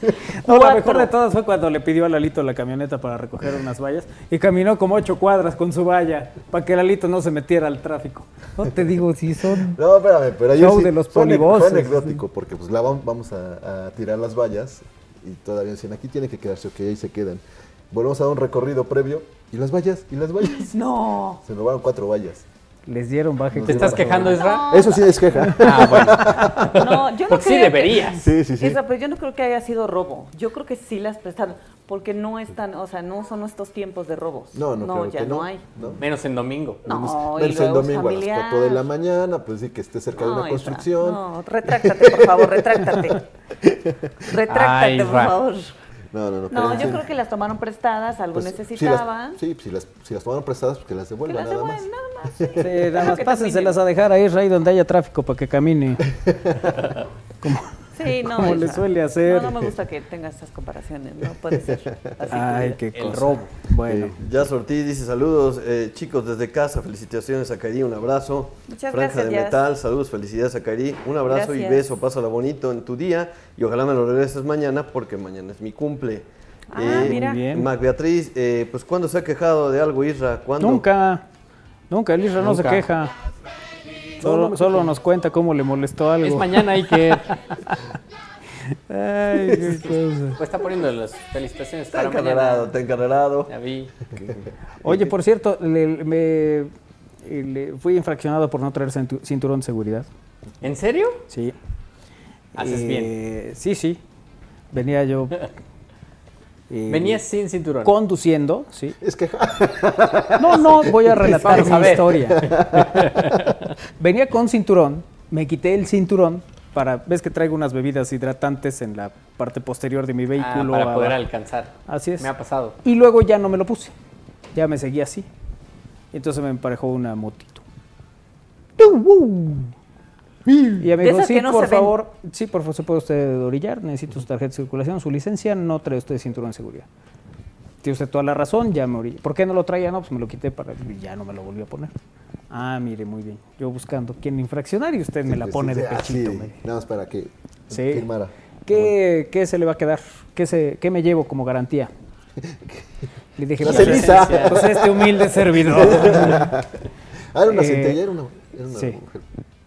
[SPEAKER 3] No, la
[SPEAKER 4] Cuatro.
[SPEAKER 3] mejor de todas fue cuando le pidió a Lalito la camioneta para recoger unas vallas y caminó como ocho cuadras con su valla para que Lalito no se metiera al tráfico. No te digo si son.
[SPEAKER 2] (laughs) No, espérame, pero ayer
[SPEAKER 3] Show
[SPEAKER 2] sí,
[SPEAKER 3] de los
[SPEAKER 2] fue, ane-
[SPEAKER 3] polivoces.
[SPEAKER 2] fue anecdótico, porque pues la vam- vamos a, a tirar las vallas y todavía decían, aquí tiene que quedarse, ok, ahí se quedan.
[SPEAKER 3] (laughs)
[SPEAKER 2] Volvemos a dar un recorrido previo y las vallas, y las vallas.
[SPEAKER 4] No.
[SPEAKER 2] Se robaron cuatro vallas.
[SPEAKER 3] Les dieron baje.
[SPEAKER 6] ¿Te estás quejando, Isra?
[SPEAKER 2] Eso sí es queja.
[SPEAKER 6] Ah, bueno.
[SPEAKER 2] (laughs)
[SPEAKER 4] No, yo no
[SPEAKER 6] Porque sí
[SPEAKER 4] creo que-
[SPEAKER 6] deberías.
[SPEAKER 2] Sí, sí, sí.
[SPEAKER 4] Esa, pero yo no creo que haya sido robo. Yo creo que sí las prestaron, porque no están, o sea, no son estos tiempos de robos.
[SPEAKER 2] No, no, creo
[SPEAKER 4] ya
[SPEAKER 2] que
[SPEAKER 4] no, hay.
[SPEAKER 2] ¿no?
[SPEAKER 6] Menos en domingo.
[SPEAKER 4] No, y
[SPEAKER 2] Verse el
[SPEAKER 4] luego es
[SPEAKER 2] domingo a las
[SPEAKER 4] familiar.
[SPEAKER 2] 4 de la mañana, pues sí, que esté cerca de
[SPEAKER 4] No,
[SPEAKER 2] una
[SPEAKER 4] Isra,
[SPEAKER 2] construcción. No,
[SPEAKER 4] No, retráctate, por favor, retráctate. Retráctate,
[SPEAKER 6] Ay,
[SPEAKER 4] por
[SPEAKER 6] Isra.
[SPEAKER 4] favor.
[SPEAKER 2] no, no.
[SPEAKER 4] No, yo creo que las tomaron prestadas, algo necesitaban.
[SPEAKER 2] pues, Sí, pues, si las, si las tomaron prestadas, pues que las
[SPEAKER 4] que
[SPEAKER 2] devuelvan
[SPEAKER 4] las
[SPEAKER 2] nada más.
[SPEAKER 4] devuelvan, nada más. sí.
[SPEAKER 3] nada más
[SPEAKER 4] que
[SPEAKER 3] pásenselas a dejar a Israel donde haya tráfico para
[SPEAKER 2] (laughs)
[SPEAKER 3] que camine. (laughs)
[SPEAKER 4] Sí, no.
[SPEAKER 3] Como le
[SPEAKER 4] Isra.
[SPEAKER 3] suele hacer.
[SPEAKER 4] No, no me gusta que tengas esas comparaciones, no puede ser. Así
[SPEAKER 3] Ay,
[SPEAKER 4] que-
[SPEAKER 3] qué cosa.
[SPEAKER 5] robo.
[SPEAKER 3] Bueno.
[SPEAKER 5] Eh, Jazz Ortiz dice saludos, eh, chicos desde casa, felicitaciones a Kairi, un abrazo.
[SPEAKER 4] Muchas
[SPEAKER 5] Franja
[SPEAKER 4] gracias,
[SPEAKER 5] de
[SPEAKER 4] Jazz.
[SPEAKER 5] metal, saludos, felicidades a Kairi, un abrazo y
[SPEAKER 4] Gracias.
[SPEAKER 5] beso, pásala bonito en tu día y ojalá me lo regreses mañana porque mañana es mi cumple.
[SPEAKER 4] Ah, mira. Muy
[SPEAKER 3] bien.
[SPEAKER 5] Mac Beatriz, eh, pues ¿cuándo se ha quejado de algo, Isra? ¿Cuándo?
[SPEAKER 3] Nunca, nunca, el Isra no se
[SPEAKER 6] Nunca.
[SPEAKER 3] queja. Solo, solo nos cuenta cómo le molestó algo.
[SPEAKER 6] Es mañana y que.
[SPEAKER 3] (laughs) Ay,
[SPEAKER 6] (laughs)
[SPEAKER 3] qué cosa.
[SPEAKER 6] Pues está poniendo las felicitaciones
[SPEAKER 5] Está
[SPEAKER 6] para
[SPEAKER 5] encarrerado,
[SPEAKER 6] mañana.
[SPEAKER 5] está encarrerado.
[SPEAKER 6] Ya vi.
[SPEAKER 3] (laughs) Oye, por cierto, le- me eh, le- fui infraccionado por no traer cintu- cinturón de seguridad.
[SPEAKER 6] ¿En serio?
[SPEAKER 3] Sí.
[SPEAKER 6] Haces
[SPEAKER 3] bien. Sí, sí. Venía
[SPEAKER 6] (laughs)
[SPEAKER 3] yo. eh,
[SPEAKER 6] Venías sin cinturón.
[SPEAKER 3] conduciendo, sí.
[SPEAKER 2] Es queja.
[SPEAKER 3] No, no, voy a relatar
[SPEAKER 6] Vamos a
[SPEAKER 3] mi
[SPEAKER 6] ver.
[SPEAKER 3] historia. Venía con cinturón, me quité el cinturón para, ves que traigo unas bebidas hidratantes en la parte posterior de mi
[SPEAKER 6] Ah,
[SPEAKER 3] vehículo.
[SPEAKER 6] para
[SPEAKER 3] ah,
[SPEAKER 6] poder
[SPEAKER 3] ah.
[SPEAKER 6] alcanzar.
[SPEAKER 3] Así es.
[SPEAKER 6] Me ha pasado.
[SPEAKER 3] Y luego ya no me lo puse, ya me seguí así. Entonces me emparejó una motito. Y ya me
[SPEAKER 4] De
[SPEAKER 3] dijo,
[SPEAKER 4] esas
[SPEAKER 3] sí,
[SPEAKER 4] que no
[SPEAKER 3] por
[SPEAKER 4] se ven".
[SPEAKER 3] favor, sí, por favor, se puede usted orillar, necesito su tarjeta de circulación, su licencia, no trae usted cinturón de seguridad. Tiene usted toda la razón, ya me orillé. ¿Por qué no lo traía? No, pues me lo quité para... y ya no me lo volví a poner. Ah, mire, muy bien. Yo buscando quién infraccionar y usted me la pone de
[SPEAKER 2] Ah,
[SPEAKER 3] pechito.
[SPEAKER 2] sí,
[SPEAKER 3] me-
[SPEAKER 2] Nada más para que
[SPEAKER 3] Sí.
[SPEAKER 2] firmara.
[SPEAKER 3] ¿Qué, qué se le va a quedar? ¿Qué, se, qué me llevo
[SPEAKER 2] (laughs)
[SPEAKER 3] como garantía? Le dije,
[SPEAKER 2] La
[SPEAKER 3] pues,
[SPEAKER 2] ceniza.
[SPEAKER 3] pues, este humilde servidor.
[SPEAKER 2] (laughs) Ah, era una
[SPEAKER 3] Eh,
[SPEAKER 2] centella, era una, era una
[SPEAKER 3] sí.
[SPEAKER 2] mujer.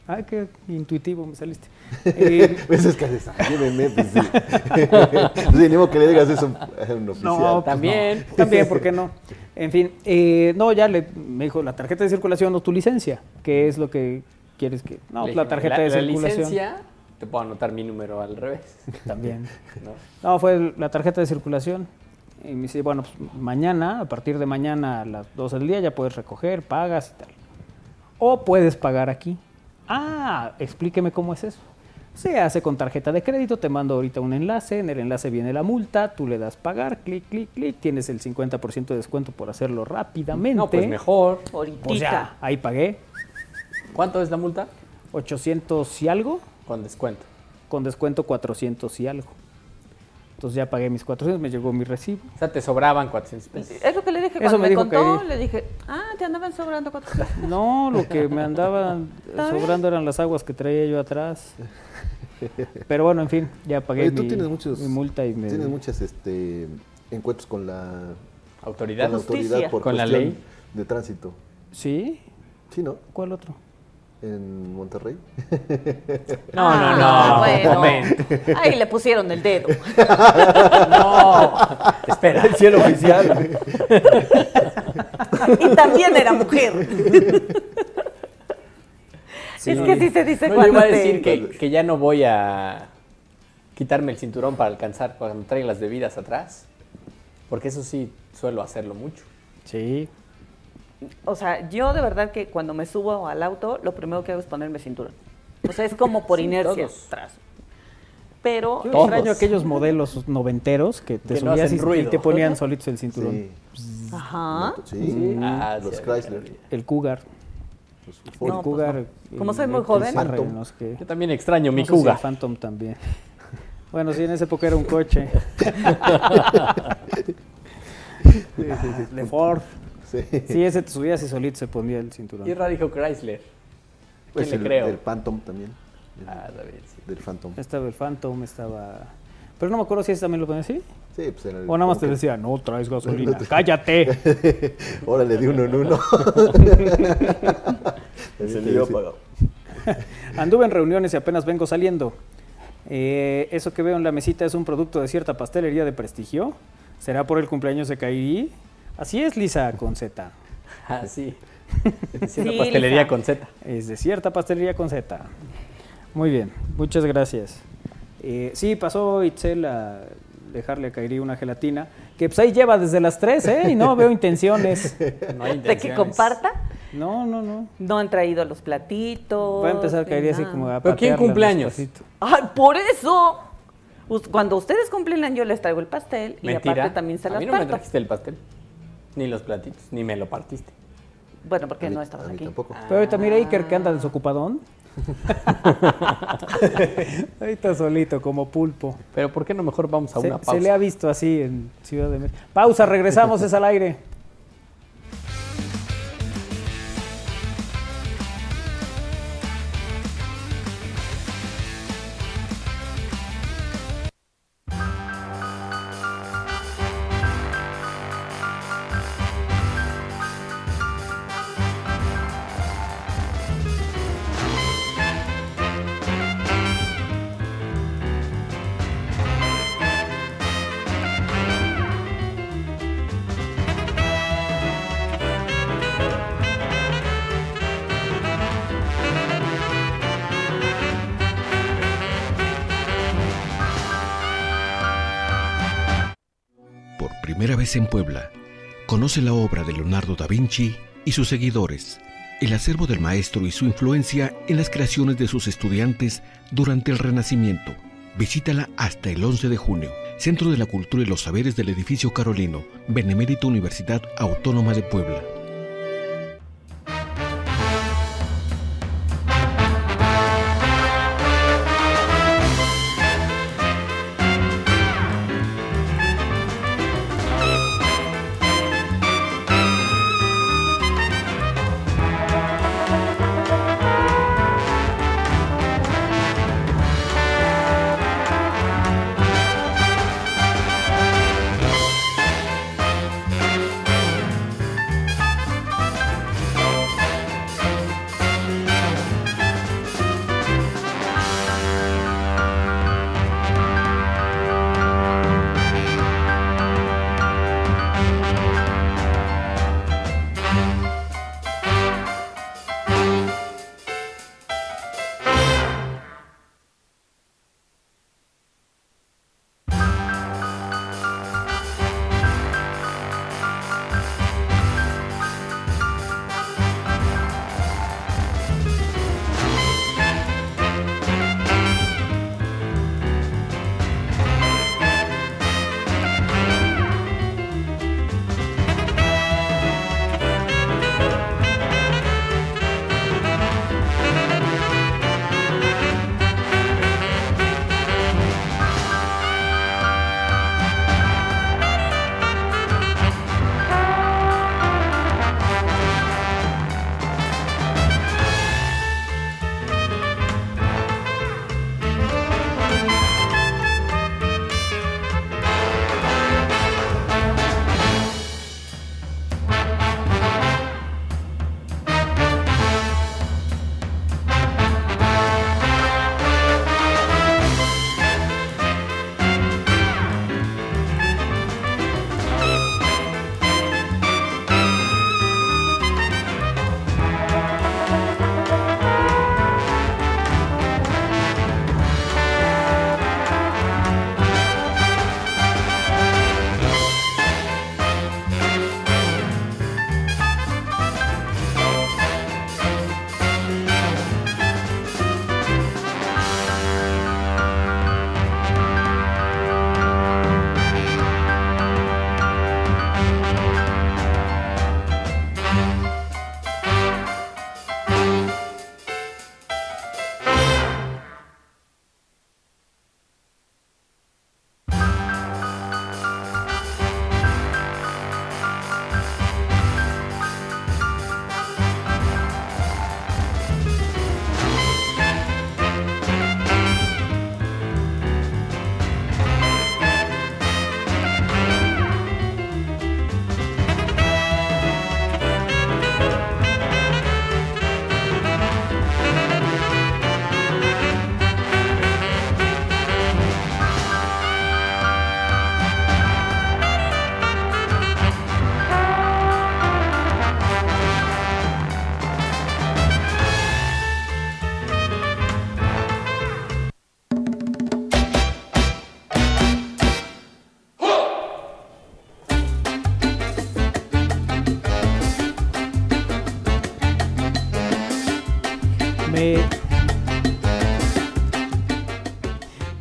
[SPEAKER 3] Ay, qué intuitivo
[SPEAKER 2] (laughs)
[SPEAKER 3] me saliste. Eh,
[SPEAKER 2] Pues es que haces, "Ay, llévenme, pues sí. (laughs) Pues sí, ni modo que le digas eso a un oficial.
[SPEAKER 3] No, pues
[SPEAKER 6] También.
[SPEAKER 3] no. También, ¿por
[SPEAKER 2] (laughs)
[SPEAKER 3] qué no? En fin, eh, no, ya le, me dijo la tarjeta de circulación o tu licencia, que es lo que quieres que. No,
[SPEAKER 6] Le
[SPEAKER 3] la
[SPEAKER 6] dije,
[SPEAKER 3] tarjeta de
[SPEAKER 6] la
[SPEAKER 3] circulación.
[SPEAKER 6] licencia, te puedo anotar mi número al revés. (laughs)
[SPEAKER 3] También.
[SPEAKER 6] ¿no?
[SPEAKER 3] No, fue la tarjeta de circulación. Y me dice, bueno, pues mañana, a partir de mañana a las 12 del día ya puedes recoger, pagas y tal. O puedes pagar aquí. Ah, explíqueme cómo es eso. Se hace con tarjeta de crédito, te mando ahorita un enlace, en el enlace viene la multa, tú le das pagar, clic, clic, clic, tienes el 50% de descuento por hacerlo rápidamente.
[SPEAKER 6] No, pues mejor.
[SPEAKER 4] Ahorita.
[SPEAKER 3] Pues ya, ahí pagué
[SPEAKER 6] ¿Cuánto es la multa?
[SPEAKER 3] 800 y algo,
[SPEAKER 6] Con descuento.
[SPEAKER 3] con descuento 400 y algo. Entonces ya pagué mis 400, me llegó mi recibo.
[SPEAKER 6] O sea, te sobraban 400 pesos.
[SPEAKER 4] Es lo que le dije
[SPEAKER 3] Eso
[SPEAKER 4] cuando
[SPEAKER 3] me
[SPEAKER 4] me,
[SPEAKER 3] dijo
[SPEAKER 4] contó,
[SPEAKER 3] Kairi.
[SPEAKER 4] le dije, ah, te andaban sobrando cuatro
[SPEAKER 3] No, lo que me
[SPEAKER 4] (laughs)
[SPEAKER 3] andaban
[SPEAKER 4] ¿Está bien?
[SPEAKER 3] sobrando eran las aguas que traía yo atrás. Pero bueno, en fin, ya pagué
[SPEAKER 2] Oye, tú
[SPEAKER 3] mi,
[SPEAKER 2] tienes muchos.
[SPEAKER 3] mi multa y me...
[SPEAKER 2] Tienes muchos este, encuentros con la,
[SPEAKER 6] Autoridad.
[SPEAKER 2] con la autoridad por
[SPEAKER 6] Con la
[SPEAKER 2] cuestión
[SPEAKER 6] ley.
[SPEAKER 2] de tránsito.
[SPEAKER 3] ¿Sí?
[SPEAKER 2] Sí, ¿no?
[SPEAKER 3] ¿Cuál otro?
[SPEAKER 2] En Monterrey.
[SPEAKER 6] (laughs) (laughs) No, no, no.
[SPEAKER 4] Ah, bueno.
[SPEAKER 6] momento.
[SPEAKER 4] (laughs) Ahí le pusieron el dedo.
[SPEAKER 6] (laughs) No. Espera.
[SPEAKER 5] El cielo
[SPEAKER 6] (laughs)
[SPEAKER 5] oficial.
[SPEAKER 4] (laughs) Y también era mujer.
[SPEAKER 3] (laughs)
[SPEAKER 4] (laughs) Es que sí se dice
[SPEAKER 6] No, yo
[SPEAKER 4] cuando
[SPEAKER 6] iba a
[SPEAKER 4] te-
[SPEAKER 6] decir que, que ya no voy a quitarme el cinturón para alcanzar cuando traigo las bebidas atrás. Porque eso sí suelo hacerlo mucho.
[SPEAKER 3] Sí.
[SPEAKER 4] O sea, yo de verdad que cuando me subo al auto, lo primero que hago es ponerme cinturón. O sea, es como por
[SPEAKER 6] Sí,
[SPEAKER 4] inercia.
[SPEAKER 6] todos.
[SPEAKER 4] Atrás. Pero
[SPEAKER 3] Yo
[SPEAKER 6] Todos.
[SPEAKER 3] extraño aquellos modelos noventeros que te
[SPEAKER 6] Que no
[SPEAKER 3] subías
[SPEAKER 6] hacen
[SPEAKER 3] y- y,
[SPEAKER 6] ruido.
[SPEAKER 3] te ponían solitos el cinturón.
[SPEAKER 4] Ajá.
[SPEAKER 2] Sí.
[SPEAKER 6] Ah,
[SPEAKER 2] Los
[SPEAKER 6] sí,
[SPEAKER 2] Chrysler.
[SPEAKER 3] El Cougar.
[SPEAKER 4] No,
[SPEAKER 3] el
[SPEAKER 4] pues
[SPEAKER 3] Cougar.
[SPEAKER 4] no. Como soy muy
[SPEAKER 3] el
[SPEAKER 4] joven.
[SPEAKER 3] Ferrari,
[SPEAKER 2] Phantom.
[SPEAKER 3] no sé qué.
[SPEAKER 6] Yo también extraño mi
[SPEAKER 3] No sé si el
[SPEAKER 6] cougar.
[SPEAKER 3] Phantom también. (laughs) Bueno, sí, en esa época era
[SPEAKER 2] (laughs)
[SPEAKER 3] un coche. (laughs) De Ford.
[SPEAKER 2] Sí.
[SPEAKER 3] Sí, ese te subías y solito se ponía el cinturón.
[SPEAKER 6] Y Ra dijo Chrysler. ¿Quién
[SPEAKER 2] Pues
[SPEAKER 6] le
[SPEAKER 2] el,
[SPEAKER 6] creo?
[SPEAKER 2] Del Phantom también.
[SPEAKER 6] Ah, David, sí.
[SPEAKER 2] Del Phantom.
[SPEAKER 3] Estaba el Phantom, estaba. Pero no me acuerdo si ese también lo ponía así.
[SPEAKER 2] Sí, pues era el-
[SPEAKER 3] O nada más te
[SPEAKER 2] como
[SPEAKER 3] decía, no
[SPEAKER 2] (laughs)
[SPEAKER 3] traes gasolina, cállate.
[SPEAKER 2] que- (laughs) Órale, de uno en
[SPEAKER 3] (laughs)
[SPEAKER 2] uno.
[SPEAKER 5] Se le dio apagado.
[SPEAKER 3] (laughs) Anduve en reuniones y apenas vengo saliendo. Eh, eso que veo en la mesita es un producto de cierta pastelería de prestigio. ¿Será por el cumpleaños de Kairi? Así es, Lisa con Z.
[SPEAKER 6] (laughs)
[SPEAKER 3] (laughs)
[SPEAKER 6] Ah, sí. Es una
[SPEAKER 4] Sí,
[SPEAKER 6] pastelería
[SPEAKER 4] Lisa.
[SPEAKER 6] con Z.
[SPEAKER 3] Es de cierta pastelería con Z. Muy bien, muchas gracias. Eh, sí, pasó Itzel a dejarle a Kairi una gelatina, que pues ahí lleva desde las 3, ¿eh? Y
[SPEAKER 6] (laughs)
[SPEAKER 3] no veo intenciones.
[SPEAKER 6] No hay
[SPEAKER 4] (laughs) De que
[SPEAKER 6] intenciones.
[SPEAKER 4] comparta,
[SPEAKER 3] No, no, no.
[SPEAKER 4] no han traído los platitos.
[SPEAKER 3] Va a empezar Kairi
[SPEAKER 4] ni
[SPEAKER 3] así
[SPEAKER 4] nada.
[SPEAKER 3] como a
[SPEAKER 6] ¿Pero quién
[SPEAKER 3] patearla
[SPEAKER 6] cumpleaños?
[SPEAKER 3] despacito.
[SPEAKER 4] ¡Ay, por eso! Us- Cuando ustedes cumplen, yo les traigo el pastel y
[SPEAKER 6] Mentira.
[SPEAKER 4] aparte también se
[SPEAKER 6] a
[SPEAKER 4] las
[SPEAKER 6] mí no me
[SPEAKER 4] parto.
[SPEAKER 6] trajiste el pastel, ni los platitos, ni me lo partiste.
[SPEAKER 4] Bueno, porque
[SPEAKER 2] A mí-
[SPEAKER 4] no estabas
[SPEAKER 2] a mí
[SPEAKER 4] aquí.
[SPEAKER 2] tampoco.
[SPEAKER 3] Pero ahorita mira Iker que anda
[SPEAKER 6] (laughs)
[SPEAKER 3] desocupadón. (laughs) ahí está solito, como pulpo.
[SPEAKER 6] Pero ¿por qué no mejor vamos a
[SPEAKER 3] Se,
[SPEAKER 6] una
[SPEAKER 3] se
[SPEAKER 6] pausa?
[SPEAKER 3] le ha visto así en Ciudad de México. Pausa, regresamos, es al aire.
[SPEAKER 8] Por primera vez en Puebla, conoce la obra de Leonardo da Vinci y sus seguidores, el acervo del maestro y su influencia en las creaciones de sus estudiantes durante el Renacimiento. Visítala hasta el 11 de junio, Centro de la Cultura y los Saberes del Edificio Carolino, Benemérita Universidad Autónoma de Puebla.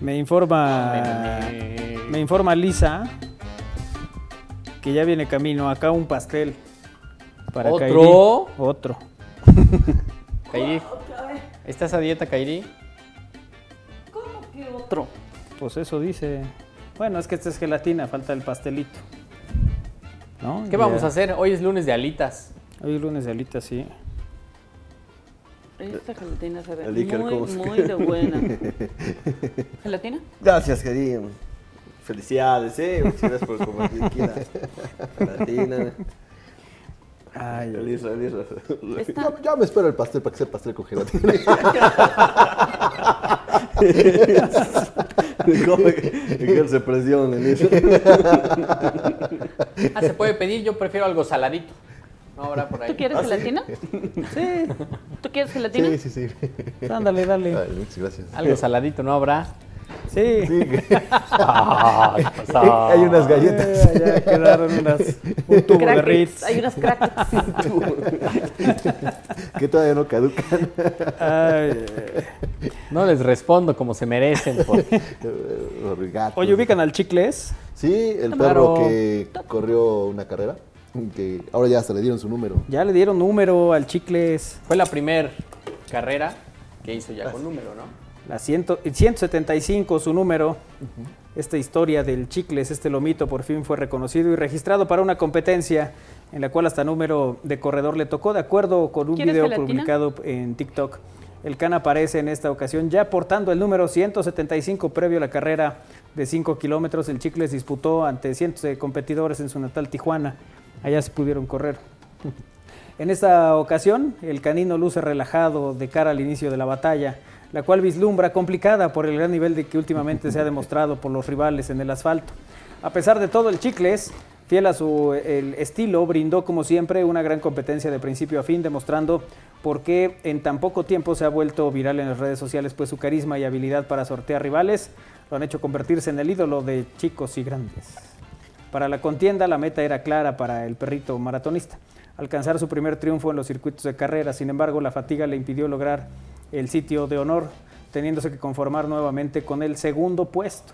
[SPEAKER 3] Me informa. Me informa Lisa que ya viene camino. Acá un pastel. Para
[SPEAKER 6] ¿Otro?
[SPEAKER 3] Kairi. Otro.
[SPEAKER 6] (laughs) Kairi, ¿estás a dieta, Kairi?
[SPEAKER 4] ¿Cómo que otro?
[SPEAKER 3] Pues eso dice. Bueno, es que esta es gelatina, falta el pastelito. ¿No?
[SPEAKER 6] ¿Qué vamos a hacer? Hoy es lunes de alitas.
[SPEAKER 3] Hoy es lunes de alita, sí.
[SPEAKER 4] Esta gelatina se ve
[SPEAKER 5] El Iker,
[SPEAKER 4] muy,
[SPEAKER 5] ¿cómo se-
[SPEAKER 4] muy de
[SPEAKER 5] (laughs)
[SPEAKER 4] buena.
[SPEAKER 2] (laughs)
[SPEAKER 4] ¿Gelatina?
[SPEAKER 5] Gracias, querido. Felicidades, ¿eh? Muchas gracias por compartir aquí la latina.
[SPEAKER 3] Ay,
[SPEAKER 5] Feliz, feliz.
[SPEAKER 4] Esta.
[SPEAKER 2] Ya, ya me espero el pastel para que sea pastel con gelatina. (laughs)
[SPEAKER 5] Come que- que se presione, listo.
[SPEAKER 6] Ah, se puede pedir, yo prefiero algo saladito. No habrá por ahí.
[SPEAKER 4] ¿Tú quieres gelatina? Sí. ¿Tú quieres gelatina?
[SPEAKER 2] Ah, Sí, sí, sí.
[SPEAKER 3] ándale, dale.
[SPEAKER 2] Ay, muchas gracias.
[SPEAKER 6] Algo saladito, no habrá.
[SPEAKER 2] (laughs)
[SPEAKER 3] Sí. (laughs)
[SPEAKER 2] Hay unas galletas.
[SPEAKER 3] Eh, ya quedaron unas, un tubo de
[SPEAKER 4] Crackers.
[SPEAKER 3] Ritz.
[SPEAKER 4] Hay unas
[SPEAKER 3] (laughs)
[SPEAKER 4] crackers.
[SPEAKER 2] que todavía no caducan.
[SPEAKER 3] Ay, eh.
[SPEAKER 6] No les respondo como se merecen.
[SPEAKER 2] (laughs)
[SPEAKER 6] pues. porque-
[SPEAKER 2] Eh, gatos.
[SPEAKER 3] Oye, ubican al chicles.
[SPEAKER 2] Sí, el
[SPEAKER 6] Claro.
[SPEAKER 2] perro que corrió una carrera. Que ahora ya se le dieron su número.
[SPEAKER 3] Ya le dieron número al chicles.
[SPEAKER 6] Fue la primer carrera que hizo ya con número, ¿no?
[SPEAKER 3] La ciento- 175, su número. Esta historia del chicles, este lomito, por fin fue reconocido y registrado para una competencia en la cual hasta número de corredor le tocó, de acuerdo con un
[SPEAKER 4] ¿Quieres
[SPEAKER 3] video
[SPEAKER 4] gelatina?
[SPEAKER 3] publicado en TikTok. El Can aparece en esta ocasión ya portando el número 175 previo a la carrera de 5 kilómetros. El Chicles disputó ante cientos de competidores en su natal Tijuana. Allá se pudieron correr. En esta ocasión, el canino luce relajado de cara al inicio de la batalla, la cual vislumbra complicada por el gran nivel de que últimamente se ha demostrado por los rivales en el asfalto. A pesar de todo, el Chicles, fiel a su el estilo, brindó como siempre una gran competencia de principio a fin, demostrando por qué en tan poco tiempo se ha vuelto viral en las redes sociales, pues su carisma y habilidad para sortear rivales lo han hecho convertirse en el ídolo de chicos y grandes. Para la contienda, la meta era clara para el perrito maratonista, alcanzar su primer triunfo en los circuitos de carrera. Sin embargo, la fatiga le impidió lograr el sitio de honor, teniéndose que conformar nuevamente con el segundo puesto.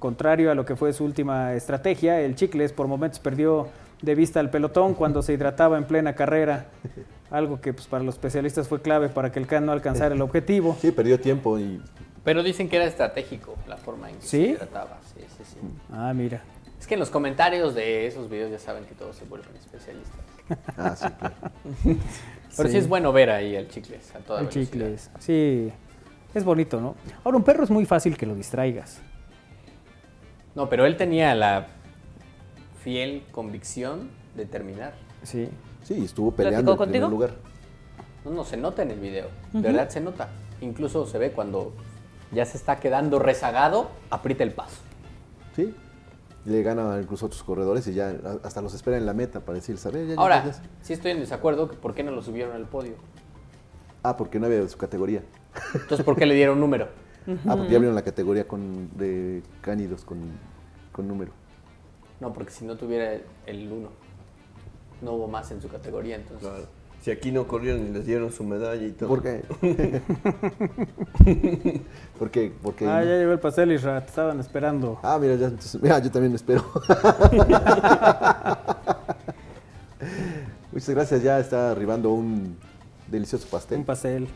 [SPEAKER 3] Contrario a lo que fue su última estrategia, el Chicles por momentos perdió de vista al pelotón cuando se hidrataba en plena carrera, algo que pues, para los especialistas fue clave para que el can no alcanzara el objetivo.
[SPEAKER 2] Sí, perdió tiempo y
[SPEAKER 6] Pero dicen que era estratégico la forma en que
[SPEAKER 3] ¿Sí?
[SPEAKER 6] se trataba. Sí, sí, sí.
[SPEAKER 3] Ah, mira.
[SPEAKER 6] Es que en los comentarios de esos videos ya saben que todos se vuelven especialistas.
[SPEAKER 2] Ah, sí, claro.
[SPEAKER 6] Pero sí, es bueno ver ahí al chicles, a toda
[SPEAKER 3] El
[SPEAKER 6] velocidad.
[SPEAKER 3] chicles, sí. Es bonito, ¿no? Ahora, un perro es muy fácil que lo distraigas.
[SPEAKER 6] No, pero él tenía la fiel convicción de terminar.
[SPEAKER 3] Sí.
[SPEAKER 2] Sí, estuvo
[SPEAKER 4] ¿Platicó
[SPEAKER 2] peleando en primer
[SPEAKER 4] contigo? (laughs)
[SPEAKER 2] lugar.
[SPEAKER 6] No, no, se nota en el video. De verdad se nota. Incluso se ve cuando ya se está quedando rezagado, aprieta el paso.
[SPEAKER 2] Sí. Le gana incluso a otros corredores y ya hasta los espera en la meta para decir, ¿sabes? Ya
[SPEAKER 6] Ahora,
[SPEAKER 2] llegaste".
[SPEAKER 6] sí estoy en desacuerdo que por qué no lo subieron al podio.
[SPEAKER 2] Ah, porque no había su categoría.
[SPEAKER 6] Entonces, ¿por qué le dieron número?
[SPEAKER 2] Ah, porque ya abrieron la categoría con, de cánidos con, con número.
[SPEAKER 6] No, porque si no tuviera el 1, no hubo más en su categoría, entonces.
[SPEAKER 5] Claro. Si aquí no corrieron y les dieron su medalla y todo.
[SPEAKER 2] ¿Por
[SPEAKER 5] (laughs)
[SPEAKER 2] qué? porque, porque.
[SPEAKER 3] Ah, ya llegó el pastel, Isra. Te estaban esperando.
[SPEAKER 2] Ah, mira, ya, entonces- mira, yo también espero. (laughs)
[SPEAKER 3] (laughs)
[SPEAKER 2] Muchas gracias, ya está arribando un delicioso pastel.
[SPEAKER 3] Un pastel.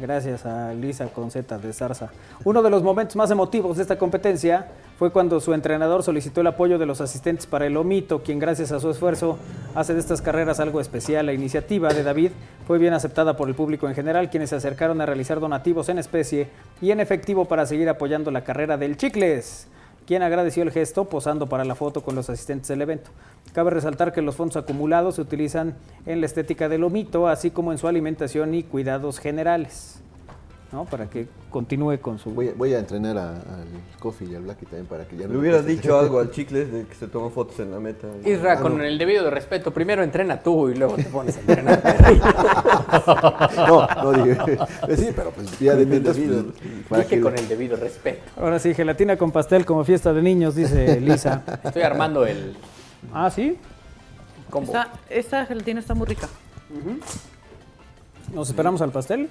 [SPEAKER 3] Gracias a Lisa Conceta de Zarza. Uno de los momentos más emotivos de esta competencia fue cuando su entrenador solicitó el apoyo de los asistentes para el Omito, quien gracias a su esfuerzo hace de estas carreras algo especial. La iniciativa de David fue bien aceptada por el público en general, quienes se acercaron a realizar donativos en especie y en efectivo para seguir apoyando la carrera del Chicles quien agradeció el gesto posando para la foto con los asistentes del evento. Cabe resaltar que los fondos acumulados se utilizan en la estética del omito, así como en su alimentación y cuidados generales, ¿no? Para que continúe con su...
[SPEAKER 2] Voy, a- voy a entrenar a- al Coffee y al Blacky también para que ya no.
[SPEAKER 5] Le hubieras dicho algo
[SPEAKER 2] (laughs)
[SPEAKER 5] al chicles de que se tomó fotos en la meta.
[SPEAKER 6] Isra,
[SPEAKER 2] Ah,
[SPEAKER 6] con el debido de respeto, primero entrena tú y luego te pones
[SPEAKER 2] (laughs)
[SPEAKER 6] a entrenar.
[SPEAKER 2] No, no dije. Sí, pero pues ya de mientras. pues, para
[SPEAKER 6] Dije
[SPEAKER 2] que-
[SPEAKER 6] con el debido respeto.
[SPEAKER 3] Ahora sí, gelatina con pastel como fiesta de niños,
[SPEAKER 6] (laughs)
[SPEAKER 3] dice Eh, Lisa.
[SPEAKER 6] Estoy armando el
[SPEAKER 3] ah, ¿sí?
[SPEAKER 6] combo.
[SPEAKER 4] Esta, esta gelatina está muy rica.
[SPEAKER 3] ¿Nos esperamos al pastel?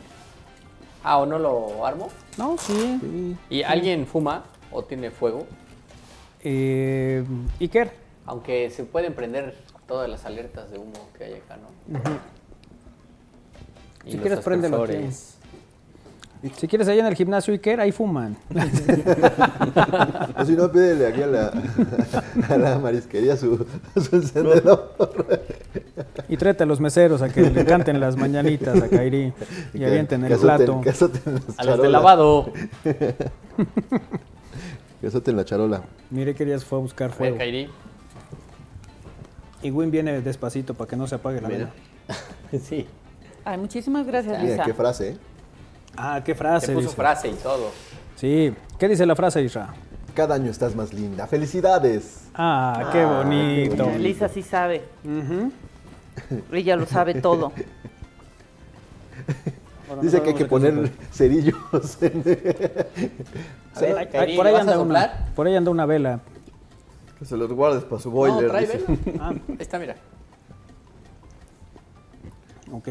[SPEAKER 6] Ah, ¿o no lo armo?
[SPEAKER 3] No, sí.
[SPEAKER 6] ¿Y alguien fuma o tiene fuego?
[SPEAKER 3] Eh, Iker,
[SPEAKER 6] Aunque se pueden prender todas las alertas de humo que hay acá, ¿no? Y
[SPEAKER 3] Si
[SPEAKER 6] los
[SPEAKER 3] quieres, préndelo aquí.
[SPEAKER 6] aspersores.
[SPEAKER 3] si quieres allá en el gimnasio Iker, ahí fuman.
[SPEAKER 2] (laughs) (laughs) O si no, pídele aquí a la, (laughs) a la marisquería (laughs) su, su encendedor.
[SPEAKER 3] Y tráete a los meseros a que le canten las mañanitas a Kairi y
[SPEAKER 2] Que-
[SPEAKER 3] avienten
[SPEAKER 2] que
[SPEAKER 3] el
[SPEAKER 2] azoten-
[SPEAKER 3] plato.
[SPEAKER 2] que azoten las
[SPEAKER 6] A las de
[SPEAKER 2] charolas. (laughs)
[SPEAKER 6] lavado.
[SPEAKER 2] Que azoten la charola.
[SPEAKER 3] Mire, que ya se fue a buscar
[SPEAKER 6] A ver,
[SPEAKER 3] fuego.
[SPEAKER 6] Kairi.
[SPEAKER 3] Y Win viene despacito para que no se apague la vela.
[SPEAKER 6] (laughs) Sí.
[SPEAKER 4] Ay, muchísimas gracias,
[SPEAKER 2] Mira,
[SPEAKER 4] Lisa.
[SPEAKER 2] qué frase, ¿eh?
[SPEAKER 3] Ah, qué
[SPEAKER 6] Se
[SPEAKER 3] frase.
[SPEAKER 6] puso
[SPEAKER 3] dice.
[SPEAKER 6] frase y todo.
[SPEAKER 3] Sí. ¿Qué dice la frase, Isra?
[SPEAKER 2] Cada año estás más linda. ¡Felicidades!
[SPEAKER 3] Ah, qué bonito.
[SPEAKER 4] Lisa sí sabe. Ella lo sabe todo.
[SPEAKER 2] Dice que hay que poner cerillos. en-
[SPEAKER 6] A ver,
[SPEAKER 3] Ay,
[SPEAKER 6] Kairi,
[SPEAKER 3] por, ahí
[SPEAKER 6] ¿vas a
[SPEAKER 3] anda
[SPEAKER 6] soplar?
[SPEAKER 3] una, por ahí anda una vela.
[SPEAKER 5] Que (laughs) se los guardes para su
[SPEAKER 6] No,
[SPEAKER 5] boiler.
[SPEAKER 6] trae
[SPEAKER 5] dice.
[SPEAKER 6] vela.
[SPEAKER 3] Ah,
[SPEAKER 6] Ahí está, mira.
[SPEAKER 3] ok.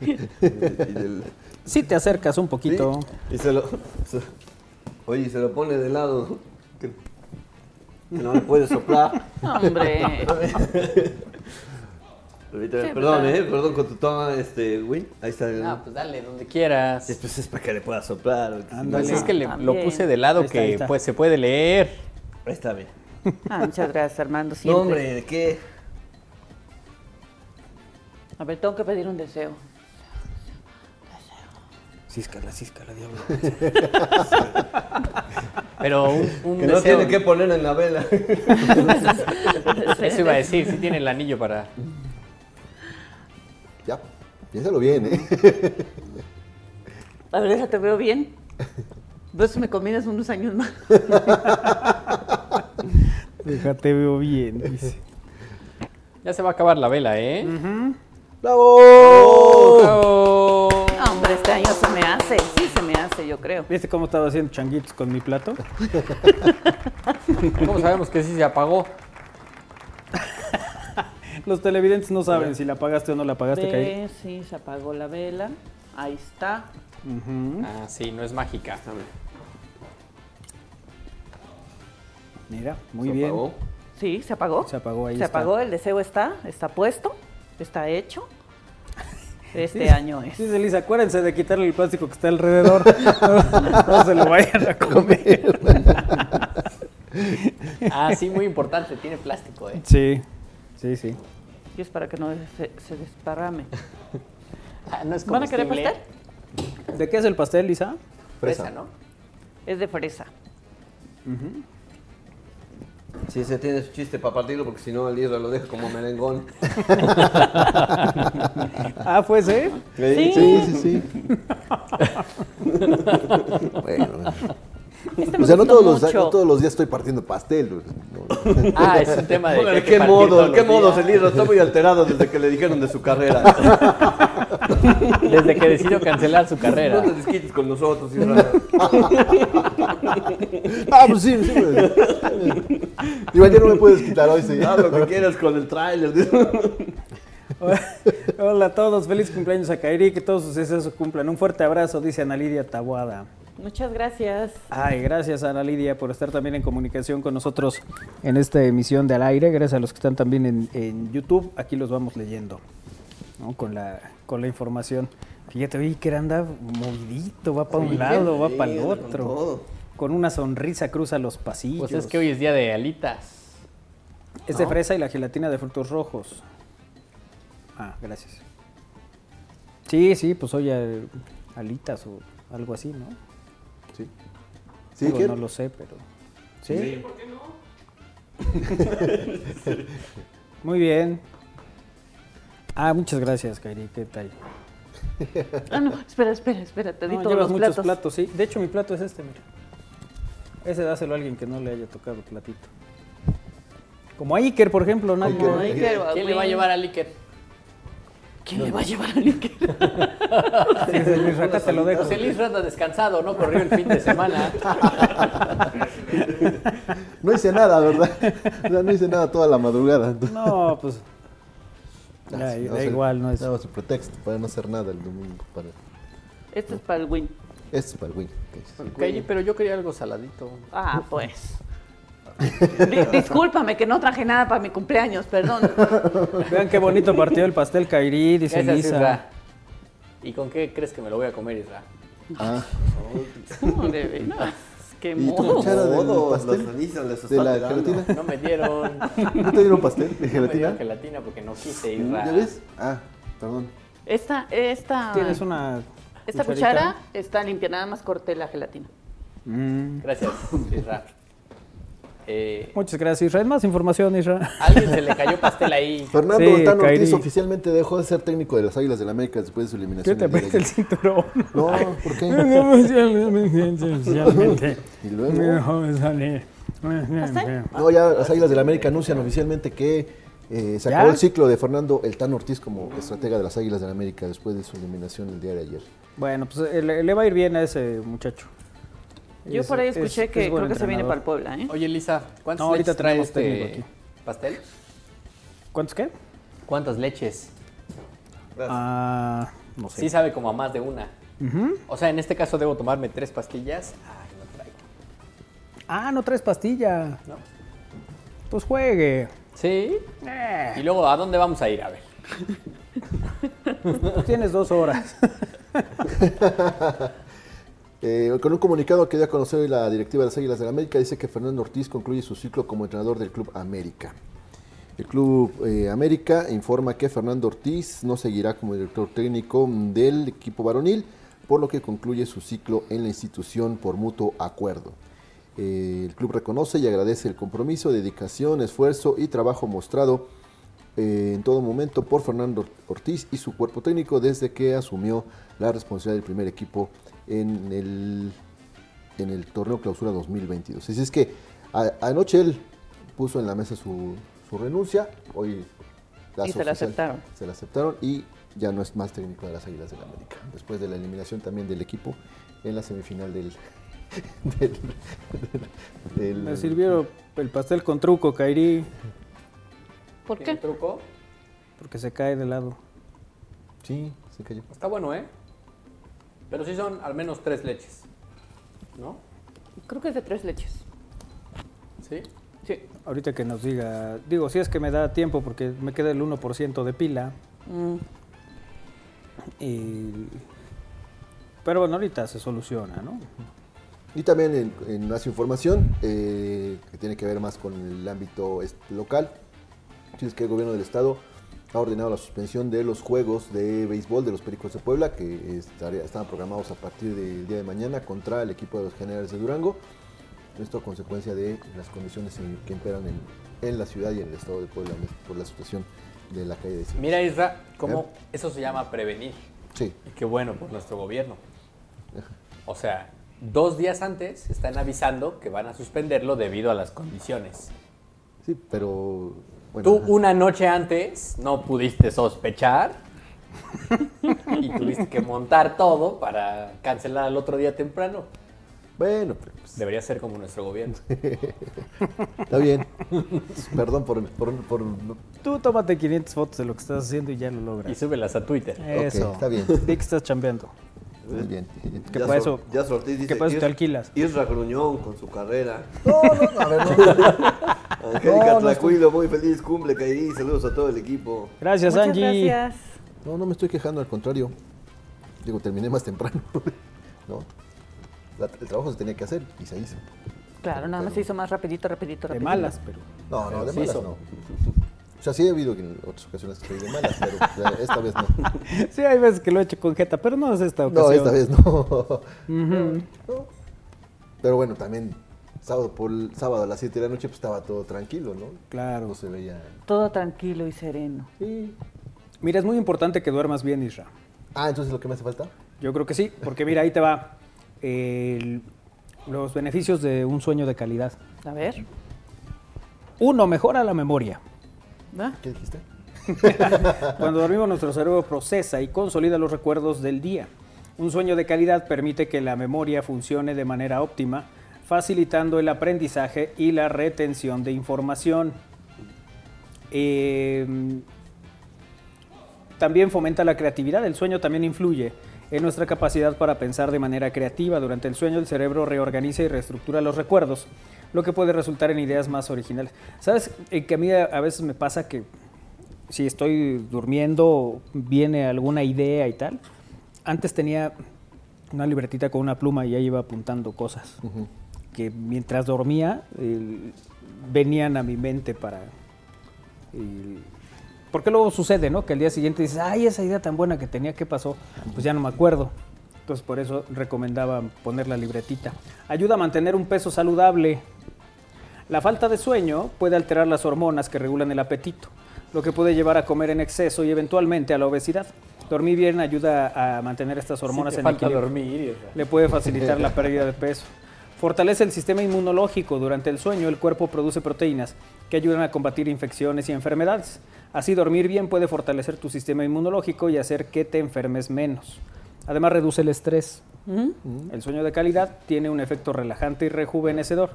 [SPEAKER 5] Y del-
[SPEAKER 3] Sí te acercas un poquito.
[SPEAKER 5] Sí, Y se lo. se- oye, y se lo pone de lado. Que, que no le
[SPEAKER 6] (laughs)
[SPEAKER 5] puede soplar.
[SPEAKER 4] Hombre.
[SPEAKER 5] Ahorita-
[SPEAKER 4] Sí,
[SPEAKER 5] perdón,
[SPEAKER 4] ¿verdad?
[SPEAKER 5] eh, perdón con tu toma, este, Win. Ahí está. El,
[SPEAKER 6] pues, No, pues dale, donde quieras.
[SPEAKER 5] Después es para que le pueda soplar. o que-
[SPEAKER 3] Ándale.
[SPEAKER 6] Pues es que le- lo
[SPEAKER 4] También.
[SPEAKER 6] puse de lado
[SPEAKER 3] Ahí está, ahí
[SPEAKER 6] que
[SPEAKER 3] está.
[SPEAKER 6] pues se puede leer.
[SPEAKER 5] Ahí está bien.
[SPEAKER 4] Ah, muchas gracias, Armando.
[SPEAKER 5] No,
[SPEAKER 4] Siempre.
[SPEAKER 5] hombre, ¿de qué?
[SPEAKER 4] A ver, tengo que pedir un deseo.
[SPEAKER 3] Císcala, císcala, (laughs) diablo.
[SPEAKER 6] Pero un, un
[SPEAKER 5] Que no
[SPEAKER 6] deseo-
[SPEAKER 5] tiene que poner en la vela.
[SPEAKER 6] (laughs) Eso iba a decir, sí tiene el anillo para.
[SPEAKER 2] Ya, piénsalo bien, ¿eh?
[SPEAKER 4] A ver, déjate, veo bien. Pues me combinas unos
[SPEAKER 2] (laughs)
[SPEAKER 4] años más.
[SPEAKER 3] Déjate, veo bien. dice.
[SPEAKER 6] Ya se va a acabar la vela, ¿eh?
[SPEAKER 2] ¡Bravo!
[SPEAKER 6] ¡Bravo!
[SPEAKER 4] No, hombre, este año se me hace. Sí, se me hace, yo creo.
[SPEAKER 3] ¿Viste cómo estaba haciendo changuitos con mi plato?
[SPEAKER 6] (laughs) ¿Cómo sabemos que sí se apagó?
[SPEAKER 3] Los televidentes no saben si la apagaste o no la apagaste, Kairi.
[SPEAKER 4] Ve, sí, se apagó la vela. Ahí está.
[SPEAKER 6] Ah, sí, no es mágica.
[SPEAKER 3] Mira, muy
[SPEAKER 5] Se
[SPEAKER 3] bien. (laughs)
[SPEAKER 5] apagó.
[SPEAKER 4] Sí, se apagó.
[SPEAKER 3] Se apagó, ahí
[SPEAKER 4] Se
[SPEAKER 3] está.
[SPEAKER 4] apagó, el deseo está, está puesto, está hecho.
[SPEAKER 3] (laughs)
[SPEAKER 4] Este año es.
[SPEAKER 3] Dice Lisa, acuérdense de quitarle el plástico que está alrededor. (laughs) No, no se lo vayan
[SPEAKER 6] (laughs)
[SPEAKER 3] a comer.
[SPEAKER 6] Ah, sí, muy importante, tiene plástico, ¿eh?
[SPEAKER 3] Sí, sí, sí.
[SPEAKER 4] Y es para que no se, se desparrame.
[SPEAKER 6] (laughs) Ah, no es
[SPEAKER 4] ¿Van a querer
[SPEAKER 6] comestible.
[SPEAKER 4] pastel?
[SPEAKER 3] ¿De qué es el pastel, Lisa?
[SPEAKER 6] Fresa, ¿no?
[SPEAKER 4] Es de fresa.
[SPEAKER 5] Sí, se tiene su chiste para partirlo porque si no el libro lo deja como merengón.
[SPEAKER 3] Ah, pues, ¿eh?
[SPEAKER 4] Sí,
[SPEAKER 2] Sí, sí, sí. bueno,
[SPEAKER 4] este me
[SPEAKER 2] o sea, no
[SPEAKER 4] gustó
[SPEAKER 2] todos, los,
[SPEAKER 4] mucho.
[SPEAKER 2] no todos los días estoy partiendo pastel. pues, No,
[SPEAKER 6] Ah, es un tema de. que hay
[SPEAKER 5] ¿De
[SPEAKER 6] que
[SPEAKER 5] qué
[SPEAKER 6] partir
[SPEAKER 5] modo?
[SPEAKER 6] todos
[SPEAKER 5] ¿De qué
[SPEAKER 6] los
[SPEAKER 5] modo?
[SPEAKER 6] días.
[SPEAKER 5] El libro está muy alterado desde que le dijeron de su carrera.
[SPEAKER 6] Desde que decidió cancelar su carrera.
[SPEAKER 5] No te desquites con nosotros,
[SPEAKER 6] (laughs)
[SPEAKER 5] Israel.
[SPEAKER 2] Ah, pues sí, sí. güey. Digo, ayer no me puedes quitar hoy, sí.
[SPEAKER 5] Haz lo que quieras con el tráiler.
[SPEAKER 3] (laughs) Hola a todos, feliz cumpleaños a Kairi, que todos sus deseos cumplan. Un fuerte abrazo, dice Ana Lidia Tabuada.
[SPEAKER 4] Muchas gracias.
[SPEAKER 3] Ay, gracias Ana Lidia por estar también en comunicación con nosotros en esta emisión de Al Aire. Gracias a los que están también en, en YouTube. Aquí los vamos leyendo ¿no? con, la, con la información. Fíjate, oye, que anda movidito, va para un lado, va para el
[SPEAKER 5] anda con
[SPEAKER 3] otro.
[SPEAKER 5] todo.
[SPEAKER 3] Con una sonrisa cruza los pasillos.
[SPEAKER 6] Pues es que hoy es día de alitas.
[SPEAKER 3] Es de fresa y la gelatina de frutos rojos. Ah, gracias. Sí, sí, pues hoy eh, alitas o algo así, ¿no?
[SPEAKER 2] Sí, sí
[SPEAKER 3] Digo,
[SPEAKER 2] ¿qué?
[SPEAKER 3] no lo sé, pero. ¿Sí? ¿por qué no? (laughs) Muy bien. Ah, muchas gracias, Kairi. ¿Qué tal?
[SPEAKER 4] Ah, no, espera, espera, espera. Te di
[SPEAKER 3] No,
[SPEAKER 4] todos
[SPEAKER 3] llevas
[SPEAKER 4] los
[SPEAKER 3] muchos
[SPEAKER 4] platos.
[SPEAKER 3] platos. sí. De hecho, mi plato es este, mira. Ese dáselo a alguien que no le haya tocado platito. Como a Iker, por ejemplo, nadie.
[SPEAKER 4] Como Iker,
[SPEAKER 6] ¿Quién le va a
[SPEAKER 4] Win.
[SPEAKER 6] llevar a Licker?
[SPEAKER 4] ¿Quién le va a llevar al Iker?
[SPEAKER 3] (laughs) Sí, sí, Luis, acá te lo dejo.
[SPEAKER 6] José Luis Rata descansado, no corrió el fin
[SPEAKER 2] (laughs)
[SPEAKER 6] de semana.
[SPEAKER 2] No hice nada, ¿verdad? O sea, no hice nada toda la madrugada.
[SPEAKER 3] No, pues. Ya,
[SPEAKER 2] Ah, sí,
[SPEAKER 3] da
[SPEAKER 2] no, o sea,
[SPEAKER 3] igual, no es.
[SPEAKER 2] Nada más el pretexto para no hacer nada el domingo. Para...
[SPEAKER 4] Este es para el win.
[SPEAKER 2] Este es para el win. ok.
[SPEAKER 6] Calle, pero yo quería algo saladito.
[SPEAKER 3] (laughs)
[SPEAKER 4] Ah, pues. Di- discúlpame que no traje nada para mi
[SPEAKER 3] (laughs)
[SPEAKER 4] cumpleaños, perdón.
[SPEAKER 3] Vean qué bonito partido el pastel Kairi, dice
[SPEAKER 6] Gracias,
[SPEAKER 3] Lisa.
[SPEAKER 6] Isra. ¿Y con qué crees que me lo voy a comer, Isra?
[SPEAKER 2] Ah,
[SPEAKER 4] (laughs) No, de veras, Qué
[SPEAKER 2] ¿Y tú,
[SPEAKER 4] modo.
[SPEAKER 2] Chara, del
[SPEAKER 5] Todos
[SPEAKER 2] pastel?
[SPEAKER 5] los anillos les
[SPEAKER 2] ¿De
[SPEAKER 5] están
[SPEAKER 2] la
[SPEAKER 5] dando.
[SPEAKER 2] gelatina?
[SPEAKER 6] No me dieron. no
[SPEAKER 2] ¿No te dieron pastel de
[SPEAKER 6] me dieron
[SPEAKER 2] gelatina?
[SPEAKER 6] gelatina porque no quise, Isra.
[SPEAKER 2] ¿Ya ves? Ah, perdón.
[SPEAKER 4] Esta, esta,
[SPEAKER 3] Tienes una.
[SPEAKER 4] esta cuchara está limpia, nada más corté la gelatina.
[SPEAKER 3] Mm.
[SPEAKER 6] Gracias, Isra. Eh,
[SPEAKER 3] Muchas gracias, Isra. Más información, Isra.
[SPEAKER 6] ¿a alguien se le cayó pastel ahí.
[SPEAKER 2] Fernando
[SPEAKER 3] Sí,
[SPEAKER 2] Beltrán Ortiz
[SPEAKER 3] Kairi.
[SPEAKER 2] oficialmente dejó de ser técnico de las Águilas del América después de su
[SPEAKER 3] ¿Qué
[SPEAKER 2] eliminación.
[SPEAKER 3] te
[SPEAKER 2] en la
[SPEAKER 3] parece el
[SPEAKER 2] Liga.
[SPEAKER 3] cinturón?
[SPEAKER 2] No, ¿por
[SPEAKER 3] (laughs)
[SPEAKER 2] qué?
[SPEAKER 3] Oficialmente.
[SPEAKER 2] (laughs) Y luego.
[SPEAKER 3] Oficialmente.
[SPEAKER 2] No, ya las Águilas del América anuncian oficialmente que eh, se
[SPEAKER 3] ¿Ya?
[SPEAKER 2] acabó el ciclo de Fernando El Tan Ortiz como estratega de las Águilas del América después de su eliminación el día de ayer.
[SPEAKER 3] Bueno, pues eh, le, le va a ir bien a ese muchacho.
[SPEAKER 4] Yo
[SPEAKER 3] Es-
[SPEAKER 4] por ahí
[SPEAKER 3] es-
[SPEAKER 4] escuché
[SPEAKER 3] es
[SPEAKER 4] que creo
[SPEAKER 3] buen
[SPEAKER 4] que se viene para el
[SPEAKER 3] entrenador.
[SPEAKER 4] Puebla, ¿eh?
[SPEAKER 6] Oye, Lisa, ¿cuántas
[SPEAKER 3] No, ahorita
[SPEAKER 6] leches trae
[SPEAKER 3] tenemos técnico
[SPEAKER 6] este
[SPEAKER 3] aquí.
[SPEAKER 6] pastel?
[SPEAKER 3] ¿Cuántos qué?
[SPEAKER 6] ¿Cuántas leches?
[SPEAKER 3] Ah, no sé.
[SPEAKER 6] Sí sabe como a más de una. O sea, en este caso debo tomarme tres pastillas. Ay, no traigo.
[SPEAKER 3] Ah, no traes pastilla.
[SPEAKER 6] No.
[SPEAKER 3] Pues juegue.
[SPEAKER 6] Sí.
[SPEAKER 3] Eh,
[SPEAKER 6] Y luego, ¿a dónde vamos a ir? A ver.
[SPEAKER 3] pues (laughs) tienes dos horas.
[SPEAKER 2] Eh, con un comunicado que dio a conocer hoy la directiva de las Águilas del América, dice que Fernando Ortiz concluye su ciclo como entrenador del Club América. El Club eh, América informa que Fernando Ortiz no seguirá como director técnico del equipo varonil, por lo que concluye su ciclo en la institución por mutuo acuerdo. Eh, el club reconoce y agradece el compromiso, dedicación, esfuerzo y trabajo mostrado eh, en todo momento por Fernando Ortiz y su cuerpo técnico desde que asumió la responsabilidad del primer equipo en el, en el torneo clausura 2022. Así es que a- anoche él puso en la mesa su, su renuncia, hoy la
[SPEAKER 4] Y
[SPEAKER 2] hace
[SPEAKER 4] se
[SPEAKER 2] oficial.
[SPEAKER 4] la aceptaron.
[SPEAKER 2] Se la aceptaron y ya no es más técnico de las Águilas del América, después de la eliminación también del equipo en la semifinal del... (laughs) del, del-
[SPEAKER 3] Me sirvieron el pastel con truco, Kairi,
[SPEAKER 4] ¿Por
[SPEAKER 6] ¿Tiene
[SPEAKER 4] qué?
[SPEAKER 6] truco?
[SPEAKER 3] porque se cae de lado.
[SPEAKER 2] Sí, se cayó.
[SPEAKER 6] Está bueno, ¿eh? Pero sí son al menos tres leches. ¿No?
[SPEAKER 4] Creo que es de tres leches.
[SPEAKER 6] Sí.
[SPEAKER 4] Sí.
[SPEAKER 3] Ahorita que nos diga, digo, si es que me da tiempo porque me queda el 1% de pila. Y- Pero bueno, ahorita se soluciona, ¿no?
[SPEAKER 2] Y también en, en más información eh, que tiene que ver más con el ámbito este, local, si es que el gobierno del estado ha ordenado la suspensión de los juegos de béisbol de los Pericos de Puebla que estaría- estaban programados a partir del día de mañana contra el equipo de los Generales de Durango. Esto a consecuencia de las condiciones en- que imperan en, en la ciudad y en el estado de Puebla por la situación de la calle de Cid.
[SPEAKER 6] Mira, Isra, cómo eso se llama prevenir.
[SPEAKER 2] Sí,
[SPEAKER 6] Y qué bueno por nuestro gobierno. O sea, dos días antes están avisando que van a suspenderlo debido a las condiciones.
[SPEAKER 2] sí, pero bueno,
[SPEAKER 6] Tú
[SPEAKER 2] ajá.
[SPEAKER 6] una noche antes no pudiste sospechar y tuviste que montar todo para cancelar al otro día temprano.
[SPEAKER 2] bueno, pero, pues,
[SPEAKER 6] Debería ser como nuestro gobierno.
[SPEAKER 2] está bien. Perdón por, por, por
[SPEAKER 3] Tú tómate 500 fotos de lo que estás haciendo y ya lo
[SPEAKER 6] Y
[SPEAKER 3] logras.
[SPEAKER 6] súbelas a Twitter.
[SPEAKER 3] Eso.
[SPEAKER 2] está bien.
[SPEAKER 3] Di que estás chambeando.
[SPEAKER 2] Muy bien.
[SPEAKER 3] Que
[SPEAKER 5] Ya
[SPEAKER 3] para eso,
[SPEAKER 5] Sor- Ya Sortiz dice.
[SPEAKER 3] que para eso te
[SPEAKER 5] "Ir-
[SPEAKER 3] alquilas.
[SPEAKER 5] Isra Gruñón con su carrera.
[SPEAKER 2] No, no, a ver, no.
[SPEAKER 5] (laughs) Angélica
[SPEAKER 2] No, no
[SPEAKER 5] Tlacuilo, muy feliz cumple, Kairi. Saludos a todo el equipo.
[SPEAKER 3] Gracias,
[SPEAKER 4] Muchas
[SPEAKER 3] Angie.
[SPEAKER 4] gracias.
[SPEAKER 2] No, no me estoy quejando, al contrario. Digo, terminé más temprano. (laughs) No. La- el trabajo se tenía que hacer y se hizo.
[SPEAKER 4] Claro, nada más se hizo más rapidito, rapidito,
[SPEAKER 3] De
[SPEAKER 4] rapidito.
[SPEAKER 3] malas, pero.
[SPEAKER 2] No, no, de
[SPEAKER 6] se
[SPEAKER 2] malas
[SPEAKER 6] hizo.
[SPEAKER 2] no. O sea, sí he habido que en otras ocasiones que estoy de malas, pero o sea, esta vez no.
[SPEAKER 3] (laughs) Sí, hay veces que lo he hecho con jeta, pero no es esta ocasión.
[SPEAKER 2] No, esta vez
[SPEAKER 3] (laughs)
[SPEAKER 2] no. No. Pero bueno, también sábado por el- sábado a las 7 de la noche pues estaba todo tranquilo, ¿no?
[SPEAKER 3] Claro.
[SPEAKER 2] No se veía.
[SPEAKER 4] Todo tranquilo y sereno.
[SPEAKER 2] Sí.
[SPEAKER 3] Mira, es muy importante que duermas bien, Isra.
[SPEAKER 2] Ah, entonces lo que me hace falta.
[SPEAKER 3] Yo creo que sí, porque mira, ahí te va eh, el- los beneficios de un sueño de calidad.
[SPEAKER 4] A ver.
[SPEAKER 3] Uno, mejora la memoria.
[SPEAKER 4] ¿va?
[SPEAKER 2] ¿Qué dijiste?
[SPEAKER 3] Cuando dormimos nuestro cerebro procesa y consolida los recuerdos del día. Un sueño de calidad permite que la memoria funcione de manera óptima, facilitando el aprendizaje y la retención de información. Eh, también fomenta la creatividad, el sueño también influye en nuestra capacidad para pensar de manera creativa. Durante el sueño el cerebro reorganiza y reestructura los recuerdos, lo que puede resultar en ideas más originales. ¿Sabes? Eh, que a mí a- a veces me pasa que si estoy durmiendo viene alguna idea y tal. Antes tenía una libretita con una pluma y ahí iba apuntando cosas que mientras dormía eh, venían a mi mente para... eh, porque luego sucede, ¿no? Que al día siguiente dices, ay, esa idea tan buena que tenía, ¿qué pasó? Pues ya no me acuerdo. Entonces por eso recomendaba poner la libretita. Ayuda a mantener un peso saludable. La falta de sueño puede alterar las hormonas que regulan el apetito, lo que puede llevar a comer en exceso y eventualmente a la obesidad. Dormir bien ayuda a mantener estas hormonas en
[SPEAKER 6] falta
[SPEAKER 3] equilibrio
[SPEAKER 6] dormir. o sea.
[SPEAKER 3] le puede facilitar la pérdida de peso. Fortalece el sistema inmunológico. Durante el sueño, el cuerpo produce proteínas que ayudan a combatir infecciones y enfermedades. Así, dormir bien puede fortalecer tu sistema inmunológico y hacer que te enfermes menos. Además, reduce el estrés. El sueño de calidad tiene un efecto relajante y rejuvenecedor,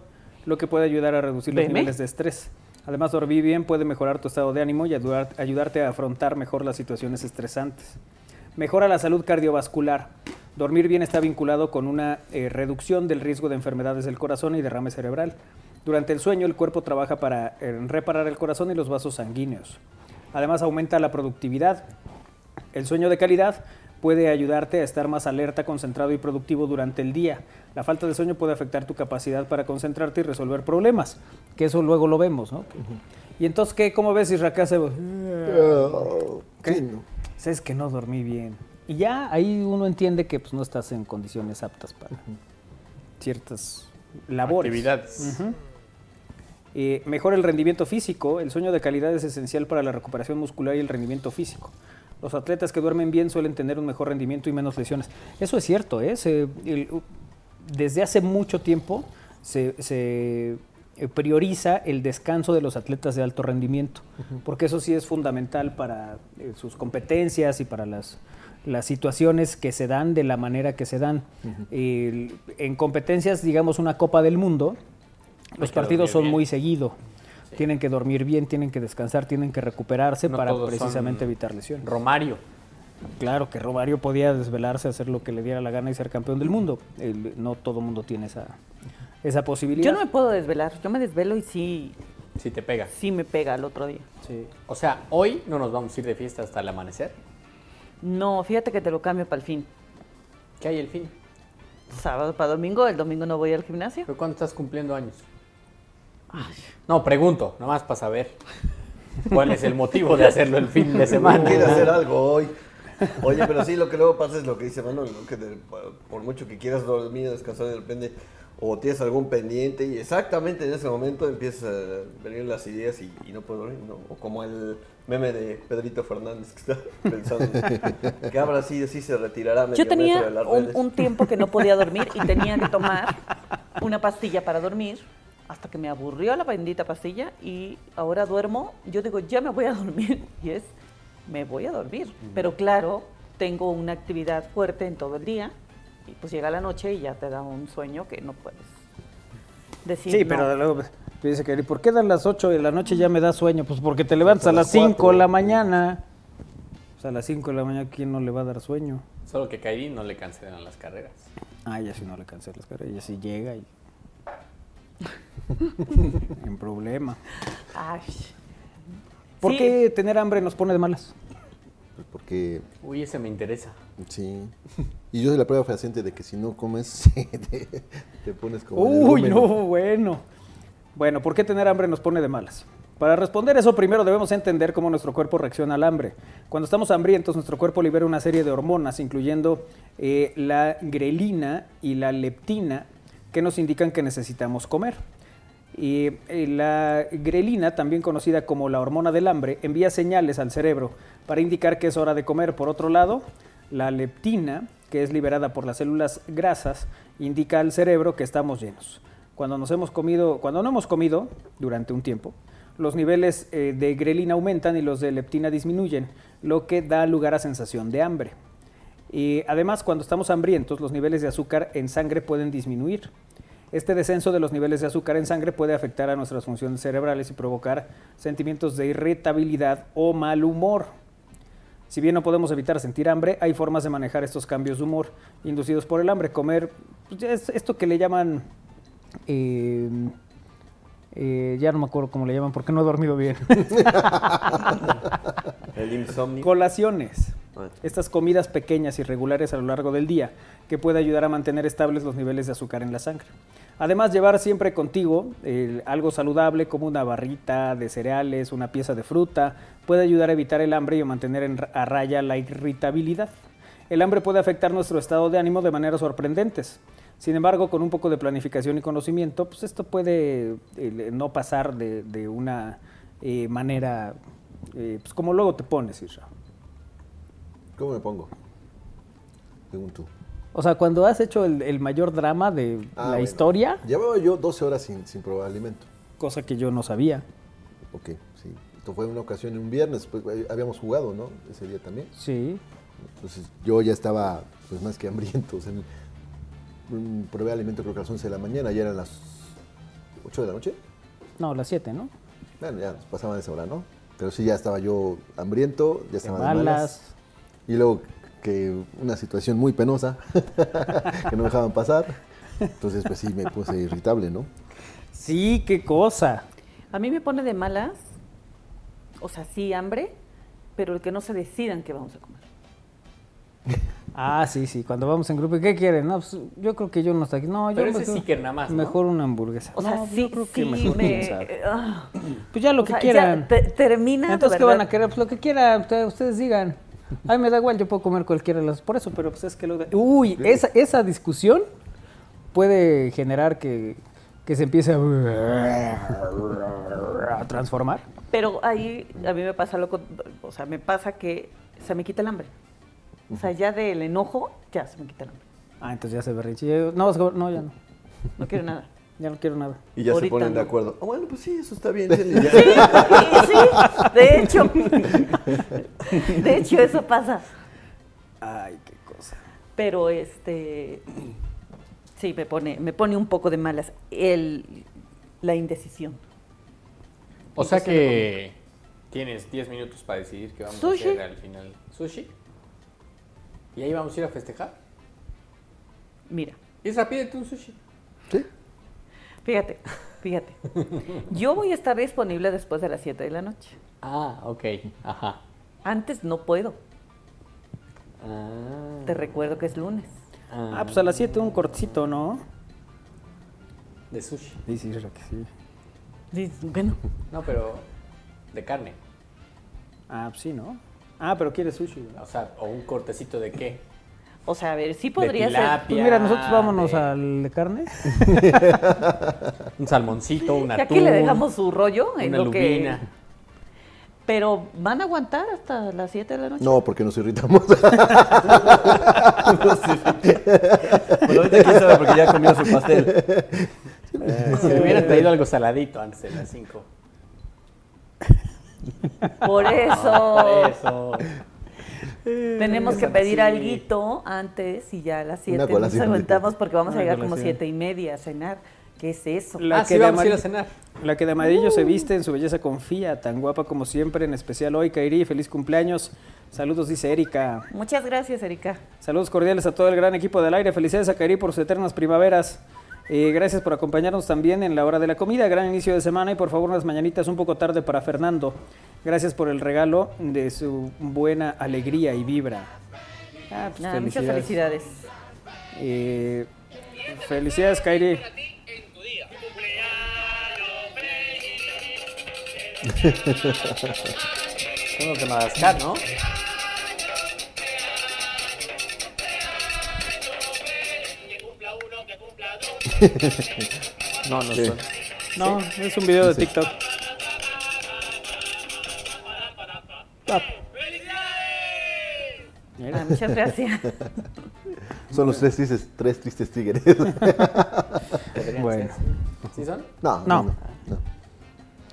[SPEAKER 3] lo que puede ayudar a reducir los
[SPEAKER 4] Veme.
[SPEAKER 3] niveles de estrés. Además, dormir bien puede mejorar tu estado de ánimo y ayudar- ayudarte a afrontar mejor las situaciones estresantes. Mejora la salud cardiovascular. Dormir bien está vinculado con una eh, reducción del riesgo de enfermedades del corazón y derrame cerebral. Durante el sueño el cuerpo trabaja para eh, reparar el corazón y los vasos sanguíneos. Además aumenta la productividad. El sueño de calidad puede ayudarte a estar más alerta, concentrado y productivo durante el día. La falta de sueño puede afectar tu capacidad para concentrarte y resolver problemas, que eso luego lo vemos, ¿no? Y entonces, ¿qué? ¿Cómo ves Israel?
[SPEAKER 2] Sí, no.
[SPEAKER 3] Sabes que no dormí bien. Y ya ahí uno entiende que pues, no estás en condiciones aptas para ciertas labores.
[SPEAKER 6] Actividades.
[SPEAKER 3] Eh, mejora el rendimiento físico. El sueño de calidad es esencial para la recuperación muscular y el rendimiento físico. Los atletas que duermen bien suelen tener un mejor rendimiento y menos lesiones. Eso es cierto, ¿eh? Se- el- desde hace mucho tiempo se, se, eh, prioriza el descanso de los atletas de alto rendimiento, porque eso sí es fundamental para eh, sus competencias y para las, las situaciones que se dan de la manera que se dan. El- en competencias, digamos, una Copa del Mundo, los partidos son muy seguido. Tienen que dormir bien, tienen que descansar, tienen que recuperarse
[SPEAKER 6] No
[SPEAKER 3] para
[SPEAKER 6] todos son
[SPEAKER 3] precisamente evitar lesiones.
[SPEAKER 6] Romario.
[SPEAKER 3] Claro que Romario podía desvelarse, hacer lo que le diera la gana y ser campeón del mundo. El- no todo mundo tiene esa, esa posibilidad.
[SPEAKER 4] Yo no me puedo desvelar, yo me desvelo y sí,
[SPEAKER 6] Si te pega.
[SPEAKER 4] sí me pega al otro día.
[SPEAKER 6] O sea, hoy no nos vamos a ir de fiesta hasta el amanecer.
[SPEAKER 4] No, fíjate que te lo cambio para el fin.
[SPEAKER 6] ¿Qué hay el fin?
[SPEAKER 4] Sábado para domingo, el domingo no voy al gimnasio.
[SPEAKER 6] ¿Pero ¿Cuándo estás cumpliendo años? No, pregunto, nomás para saber cuál es el motivo de hacerlo el fin
[SPEAKER 5] (laughs)
[SPEAKER 6] de semana.
[SPEAKER 5] Quiere hacer algo hoy. Oye, pero sí, lo que luego pasa es lo que dice Manuel, ¿no? que de- por mucho que quieras dormir, descansar, de repente, o tienes algún pendiente, y exactamente en ese momento empiezas a venir las ideas y, y no puedes dormir, ¿no? O como el meme de Pedrito Fernández que está pensando que habrá sido, sí se retirará medio
[SPEAKER 4] Yo tenía
[SPEAKER 5] metro de las
[SPEAKER 4] un,
[SPEAKER 5] redes.
[SPEAKER 4] un tiempo que no podía dormir y tenía
[SPEAKER 5] (laughs)
[SPEAKER 4] que tomar una pastilla para dormir hasta que me aburrió la bendita pastilla y ahora duermo. Yo digo, ya me voy a dormir (laughs) y es, me voy a dormir. Pero claro, tengo una actividad fuerte en todo el día y pues llega la noche y ya te da un sueño que no puedes decir.
[SPEAKER 3] Sí,
[SPEAKER 4] no.
[SPEAKER 3] pero luego te dice que, ¿por qué dan las 8 de la noche ya me da sueño? Pues porque te levantas
[SPEAKER 5] a
[SPEAKER 3] a las
[SPEAKER 5] las
[SPEAKER 3] 5 de
[SPEAKER 5] cuatro.
[SPEAKER 3] la mañana. Pues a las 5 de la mañana, ¿quién no le va a dar sueño?
[SPEAKER 6] Solo que Kairi no le cancelan las carreras.
[SPEAKER 5] Pues
[SPEAKER 3] Ah, ya si no le cancelas, pero ya si llega y... (laughs) en problema.
[SPEAKER 4] Ay.
[SPEAKER 3] ¿Por
[SPEAKER 4] Sí,
[SPEAKER 3] qué tener hambre nos pone de malas?
[SPEAKER 2] Pues Porque,
[SPEAKER 6] Uy, ese me interesa.
[SPEAKER 2] sí. Y yo soy la prueba fehaciente de que si no comes, (laughs) te, te pones como. en el
[SPEAKER 3] Uy,
[SPEAKER 2] rumen.
[SPEAKER 3] no, bueno. Bueno, ¿por qué tener hambre nos pone de malas? Para responder eso, primero debemos entender cómo nuestro cuerpo reacciona al hambre. Cuando estamos hambrientos, nuestro cuerpo libera una serie de hormonas, incluyendo eh, la grelina y la leptina, que nos indican que necesitamos comer. Y eh, la grelina, también conocida como la hormona del hambre, envía señales al cerebro para indicar que es hora de comer. Por otro lado, la leptina, que es liberada por las células grasas, indica al cerebro que estamos llenos. Cuando nos hemos comido, cuando no hemos comido durante un tiempo, los niveles eh, de grelina aumentan y los de leptina disminuyen, lo que da lugar a sensación de hambre. Y además, cuando estamos hambrientos, los niveles de azúcar en sangre pueden disminuir. Este descenso de los niveles de azúcar en sangre puede afectar a nuestras funciones cerebrales y provocar sentimientos de irritabilidad o mal humor. Si bien no podemos evitar sentir hambre, hay formas de manejar estos cambios de humor inducidos por el hambre. Comer, pues, ya es esto que le llaman, eh, eh, ya no me acuerdo cómo le llaman, porque no he dormido bien.
[SPEAKER 5] El insomnio.
[SPEAKER 3] Colaciones.
[SPEAKER 5] Ah.
[SPEAKER 3] Estas comidas pequeñas y regulares a lo largo del día, que puede ayudar a mantener estables los niveles de azúcar en la sangre. Además, llevar siempre contigo eh, algo saludable como una barrita de cereales, una pieza de fruta, puede ayudar a evitar el hambre y a mantener en ra- a raya la irritabilidad. El hambre puede afectar nuestro estado de ánimo de maneras sorprendentes. Sin embargo, con un poco de planificación y conocimiento, pues esto puede eh, no pasar de, de una eh, manera, eh, pues como luego te pones, Isra.
[SPEAKER 2] ¿Cómo me pongo? Según tú.
[SPEAKER 3] O sea, cuando has hecho el, el mayor drama de
[SPEAKER 2] Ah,
[SPEAKER 3] la
[SPEAKER 2] bueno.
[SPEAKER 3] historia,
[SPEAKER 2] Llevaba yo 12 horas sin, sin probar alimento.
[SPEAKER 3] cosa que yo no sabía.
[SPEAKER 2] Ok, sí. Esto fue una ocasión en un viernes, pues eh, habíamos jugado, ¿no? Ese día también.
[SPEAKER 3] Sí.
[SPEAKER 2] Entonces yo ya estaba, pues más que hambriento. o sea, mm, probé alimento creo que a las 11 de la mañana, ya eran las 8 de la noche.
[SPEAKER 3] No, las 7, ¿no?
[SPEAKER 2] Bueno, ya pues, nos pasaban esa hora, ¿no? Pero sí, ya estaba yo hambriento, ya
[SPEAKER 3] De
[SPEAKER 2] estaba de malas.
[SPEAKER 3] malas.
[SPEAKER 2] Y luego que una situación muy penosa, (laughs) que no me dejaban pasar. Entonces, pues sí, me puse irritable, ¿no?
[SPEAKER 3] Sí, qué cosa.
[SPEAKER 4] A mí me pone de malas, o sea, sí hambre, pero el que no se decidan qué vamos a comer.
[SPEAKER 3] Ah, sí, sí. Cuando vamos en grupo, ¿qué quieren? No, pues, yo creo que yo no está aquí. No,
[SPEAKER 6] Pero
[SPEAKER 3] yo
[SPEAKER 6] ese sí que nada más, ¿no?
[SPEAKER 3] Mejor una hamburguesa.
[SPEAKER 4] O sea,
[SPEAKER 3] No,
[SPEAKER 4] sí,
[SPEAKER 3] yo creo
[SPEAKER 4] sí
[SPEAKER 3] que mejor
[SPEAKER 4] me-
[SPEAKER 3] quién sabe.
[SPEAKER 4] ah.
[SPEAKER 3] Pues ya lo
[SPEAKER 4] O
[SPEAKER 3] que
[SPEAKER 4] sea, ya
[SPEAKER 3] quieran.
[SPEAKER 4] te- termina. de
[SPEAKER 3] Entonces, ¿qué van
[SPEAKER 4] verdad.
[SPEAKER 3] a querer? Pues lo que quieran, ustedes, ustedes digan. Ay, me da igual, yo puedo comer cualquiera de las. Por eso, pero pues es que luego. Uy, esa, esa discusión puede generar que, que se empiece (laughs) a. a transformar.
[SPEAKER 4] Pero ahí a mí me pasa lo con- o sea, me pasa que se me quita el hambre. O sea, ya del enojo, ya se me quita el hambre.
[SPEAKER 3] Ah, entonces ya se berrinche. Ya digo, No, vas a comer". no, ya no.
[SPEAKER 4] No quiero nada.
[SPEAKER 3] (laughs) Ya no quiero nada.
[SPEAKER 5] Y ya se
[SPEAKER 4] Ahorita
[SPEAKER 5] ponen de
[SPEAKER 4] no.
[SPEAKER 5] acuerdo. Ah, bueno, pues sí, eso está bien. Jenny, ya.
[SPEAKER 4] Sí, sí, de hecho. (laughs) De hecho, eso pasa.
[SPEAKER 3] Ay, qué cosa.
[SPEAKER 4] Pero este sí me pone, me pone un poco de malas el la indecisión.
[SPEAKER 6] O sea que tienes 10 minutos para decidir qué vamos
[SPEAKER 4] Sushi.
[SPEAKER 6] a hacer al final. Sushi. Y ahí vamos a ir a festejar.
[SPEAKER 4] Mira,
[SPEAKER 6] Y es pídete un sushi.
[SPEAKER 4] fíjate, fíjate. Yo voy a estar disponible después de las 7 de la noche.
[SPEAKER 6] Ah, ok. Ajá.
[SPEAKER 4] Antes no puedo.
[SPEAKER 6] Ah,
[SPEAKER 4] Te recuerdo que es lunes.
[SPEAKER 3] Ah, pues a las 7 un cortcito, ¿no?
[SPEAKER 6] (laughs) de sushi.
[SPEAKER 3] Sí, sí, creo que sí.
[SPEAKER 4] Dices, Bueno,
[SPEAKER 6] No, pero de carne.
[SPEAKER 3] Ah, pues sí, ¿no? Ah, pero quieres sushi. ¿no?
[SPEAKER 6] O sea, o un cortecito de qué.
[SPEAKER 4] o sea, a ver, sí podría
[SPEAKER 6] de
[SPEAKER 4] ser.
[SPEAKER 6] tilapia,
[SPEAKER 3] Pues mira, nosotros vámonos
[SPEAKER 6] de
[SPEAKER 3] al de carne.
[SPEAKER 6] (laughs) Un salmoncito, un
[SPEAKER 4] (laughs) Que
[SPEAKER 6] atún.
[SPEAKER 4] aquí le dejamos su rollo en
[SPEAKER 6] una
[SPEAKER 4] lo que-
[SPEAKER 6] lubina.
[SPEAKER 4] Pero van a aguantar hasta las 7 de la noche.
[SPEAKER 2] No, porque nos irritamos. (laughs)
[SPEAKER 5] Bueno, Pues ahorita quién sabe porque ya comió su pastel.
[SPEAKER 6] Si me hubieran traído algo saladito antes de las 5.
[SPEAKER 4] Por eso.
[SPEAKER 6] Por eso.
[SPEAKER 4] Tenemos que
[SPEAKER 6] Exacto, sí.
[SPEAKER 4] pedir alguito antes y ya a las 7 nos
[SPEAKER 2] colación.
[SPEAKER 4] aguantamos porque vamos a
[SPEAKER 3] Una
[SPEAKER 4] llegar como
[SPEAKER 3] colación.
[SPEAKER 4] siete y media a cenar. ¿Qué es eso?
[SPEAKER 3] La
[SPEAKER 6] ah,
[SPEAKER 3] que
[SPEAKER 6] sí,
[SPEAKER 3] de
[SPEAKER 6] vamos a ir
[SPEAKER 3] amarillo-
[SPEAKER 6] a cenar.
[SPEAKER 3] La que de amarillo
[SPEAKER 4] Uh.
[SPEAKER 3] se viste, en su belleza confía, tan guapa como siempre, en especial hoy, Kairi, feliz cumpleaños. Saludos, dice Erika.
[SPEAKER 4] Muchas gracias, Erika.
[SPEAKER 3] Saludos cordiales a todo el gran equipo del aire. Felicidades a Kairi por sus eternas primaveras. Eh, gracias por acompañarnos también en la hora de la comida. Gran inicio de semana y por favor unas mañanitas un poco tarde para Fernando. Gracias por el regalo de su buena alegría y vibra. Ah, pues,
[SPEAKER 4] Nada, muchas felicidades.
[SPEAKER 3] Eh, felicidades, Kairi.
[SPEAKER 6] Son los de Madagascar,
[SPEAKER 3] (laughs)
[SPEAKER 6] ¿no? No, no son.
[SPEAKER 3] No, es un video de TikTok. Ah. Mira.
[SPEAKER 4] Ah, muchas gracias.
[SPEAKER 2] (laughs) Son los tres tristes, tres tristes tigres.
[SPEAKER 6] Podrían
[SPEAKER 3] Bueno.
[SPEAKER 6] ser. ¿Sí son?
[SPEAKER 2] No,
[SPEAKER 3] No.
[SPEAKER 2] no, no, no.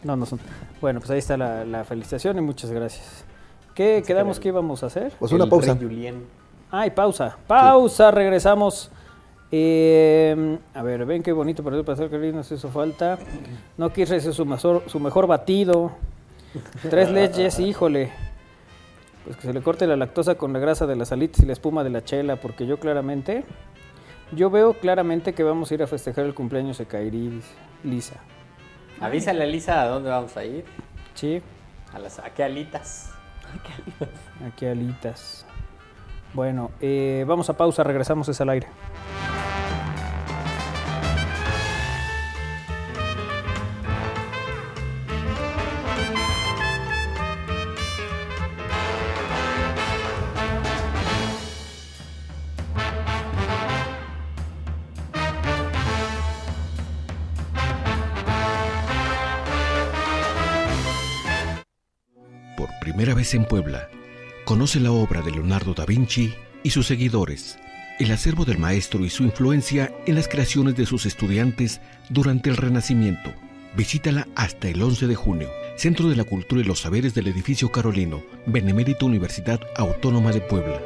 [SPEAKER 3] No, no son. Bueno, pues ahí está la, la felicitación y muchas gracias. ¿Qué quedamos que íbamos a hacer?
[SPEAKER 2] Pues una
[SPEAKER 6] El
[SPEAKER 2] pausa.
[SPEAKER 6] Rey Julien.
[SPEAKER 3] Ay, pausa. Pausa, regresamos. Eh, a ver, ven qué bonito perdió el pastel, Karim, nos hizo falta. No quiso hizo su, mejor- su mejor batido. Tres leches, híjole. Pues que se le corte la lactosa con la grasa de las alitas y la espuma de la chela, porque yo claramente, yo veo claramente que vamos a ir a festejar el cumpleaños de Kairi Lisa.
[SPEAKER 6] Avísale a Lisa a dónde vamos a ir.
[SPEAKER 3] Sí,
[SPEAKER 6] A las a qué alitas.
[SPEAKER 3] aquí alitas. Bueno, eh, vamos a pausa, regresamos es al aire.
[SPEAKER 8] Por primera vez en Puebla, conoce la obra de Leonardo da Vinci y sus seguidores, el acervo del maestro y su influencia en las creaciones de sus estudiantes durante el Renacimiento. Visítala hasta el 11 de junio, Centro de la Cultura y los Saberes del Edificio Carolino, Benemérita Universidad Autónoma de Puebla.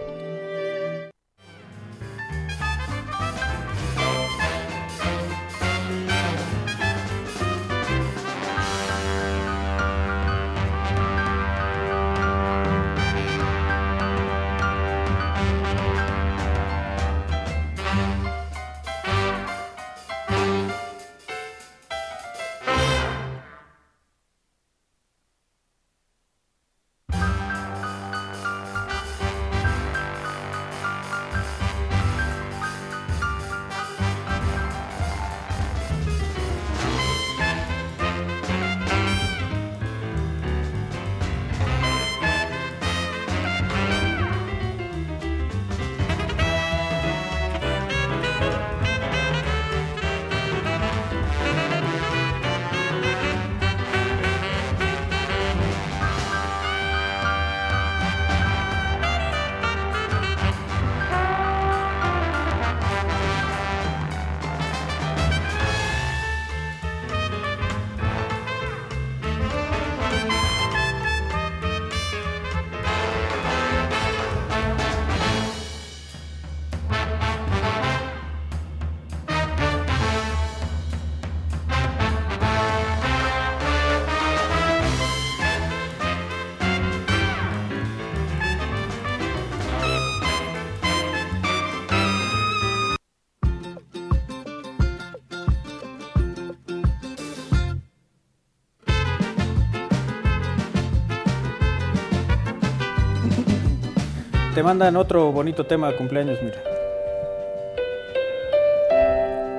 [SPEAKER 3] Te mandan otro bonito tema de cumpleaños, mira.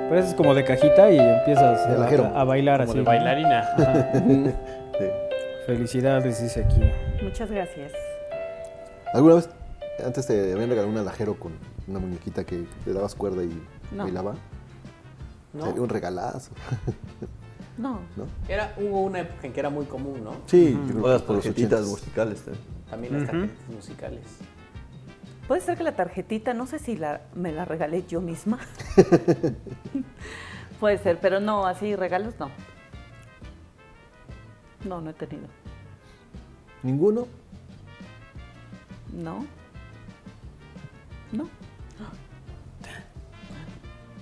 [SPEAKER 3] Pareces como de cajita y empiezas
[SPEAKER 2] De
[SPEAKER 3] a,
[SPEAKER 2] lajero.
[SPEAKER 3] a bailar
[SPEAKER 7] Como
[SPEAKER 3] así.
[SPEAKER 7] de bailarina.
[SPEAKER 2] (laughs)
[SPEAKER 3] Felicidades, dice aquí.
[SPEAKER 4] Muchas gracias.
[SPEAKER 2] ¿Alguna vez antes te habían regalado un alajero con una muñequita que le dabas cuerda y
[SPEAKER 4] No.
[SPEAKER 2] bailaba?
[SPEAKER 6] No.
[SPEAKER 2] Sería un
[SPEAKER 6] (laughs)
[SPEAKER 2] regalazo.
[SPEAKER 4] No.
[SPEAKER 6] Era, hubo una época en que era muy común, ¿no?
[SPEAKER 2] Sí,
[SPEAKER 5] O las tarjetitas musicales. ¿eh?
[SPEAKER 6] También las tarjetas musicales.
[SPEAKER 4] Puede ser que la tarjetita, no sé si la, me la regalé yo misma. Puede ser, pero no, así regalos no. No, no he tenido.
[SPEAKER 2] ¿Ninguno?
[SPEAKER 4] No. No.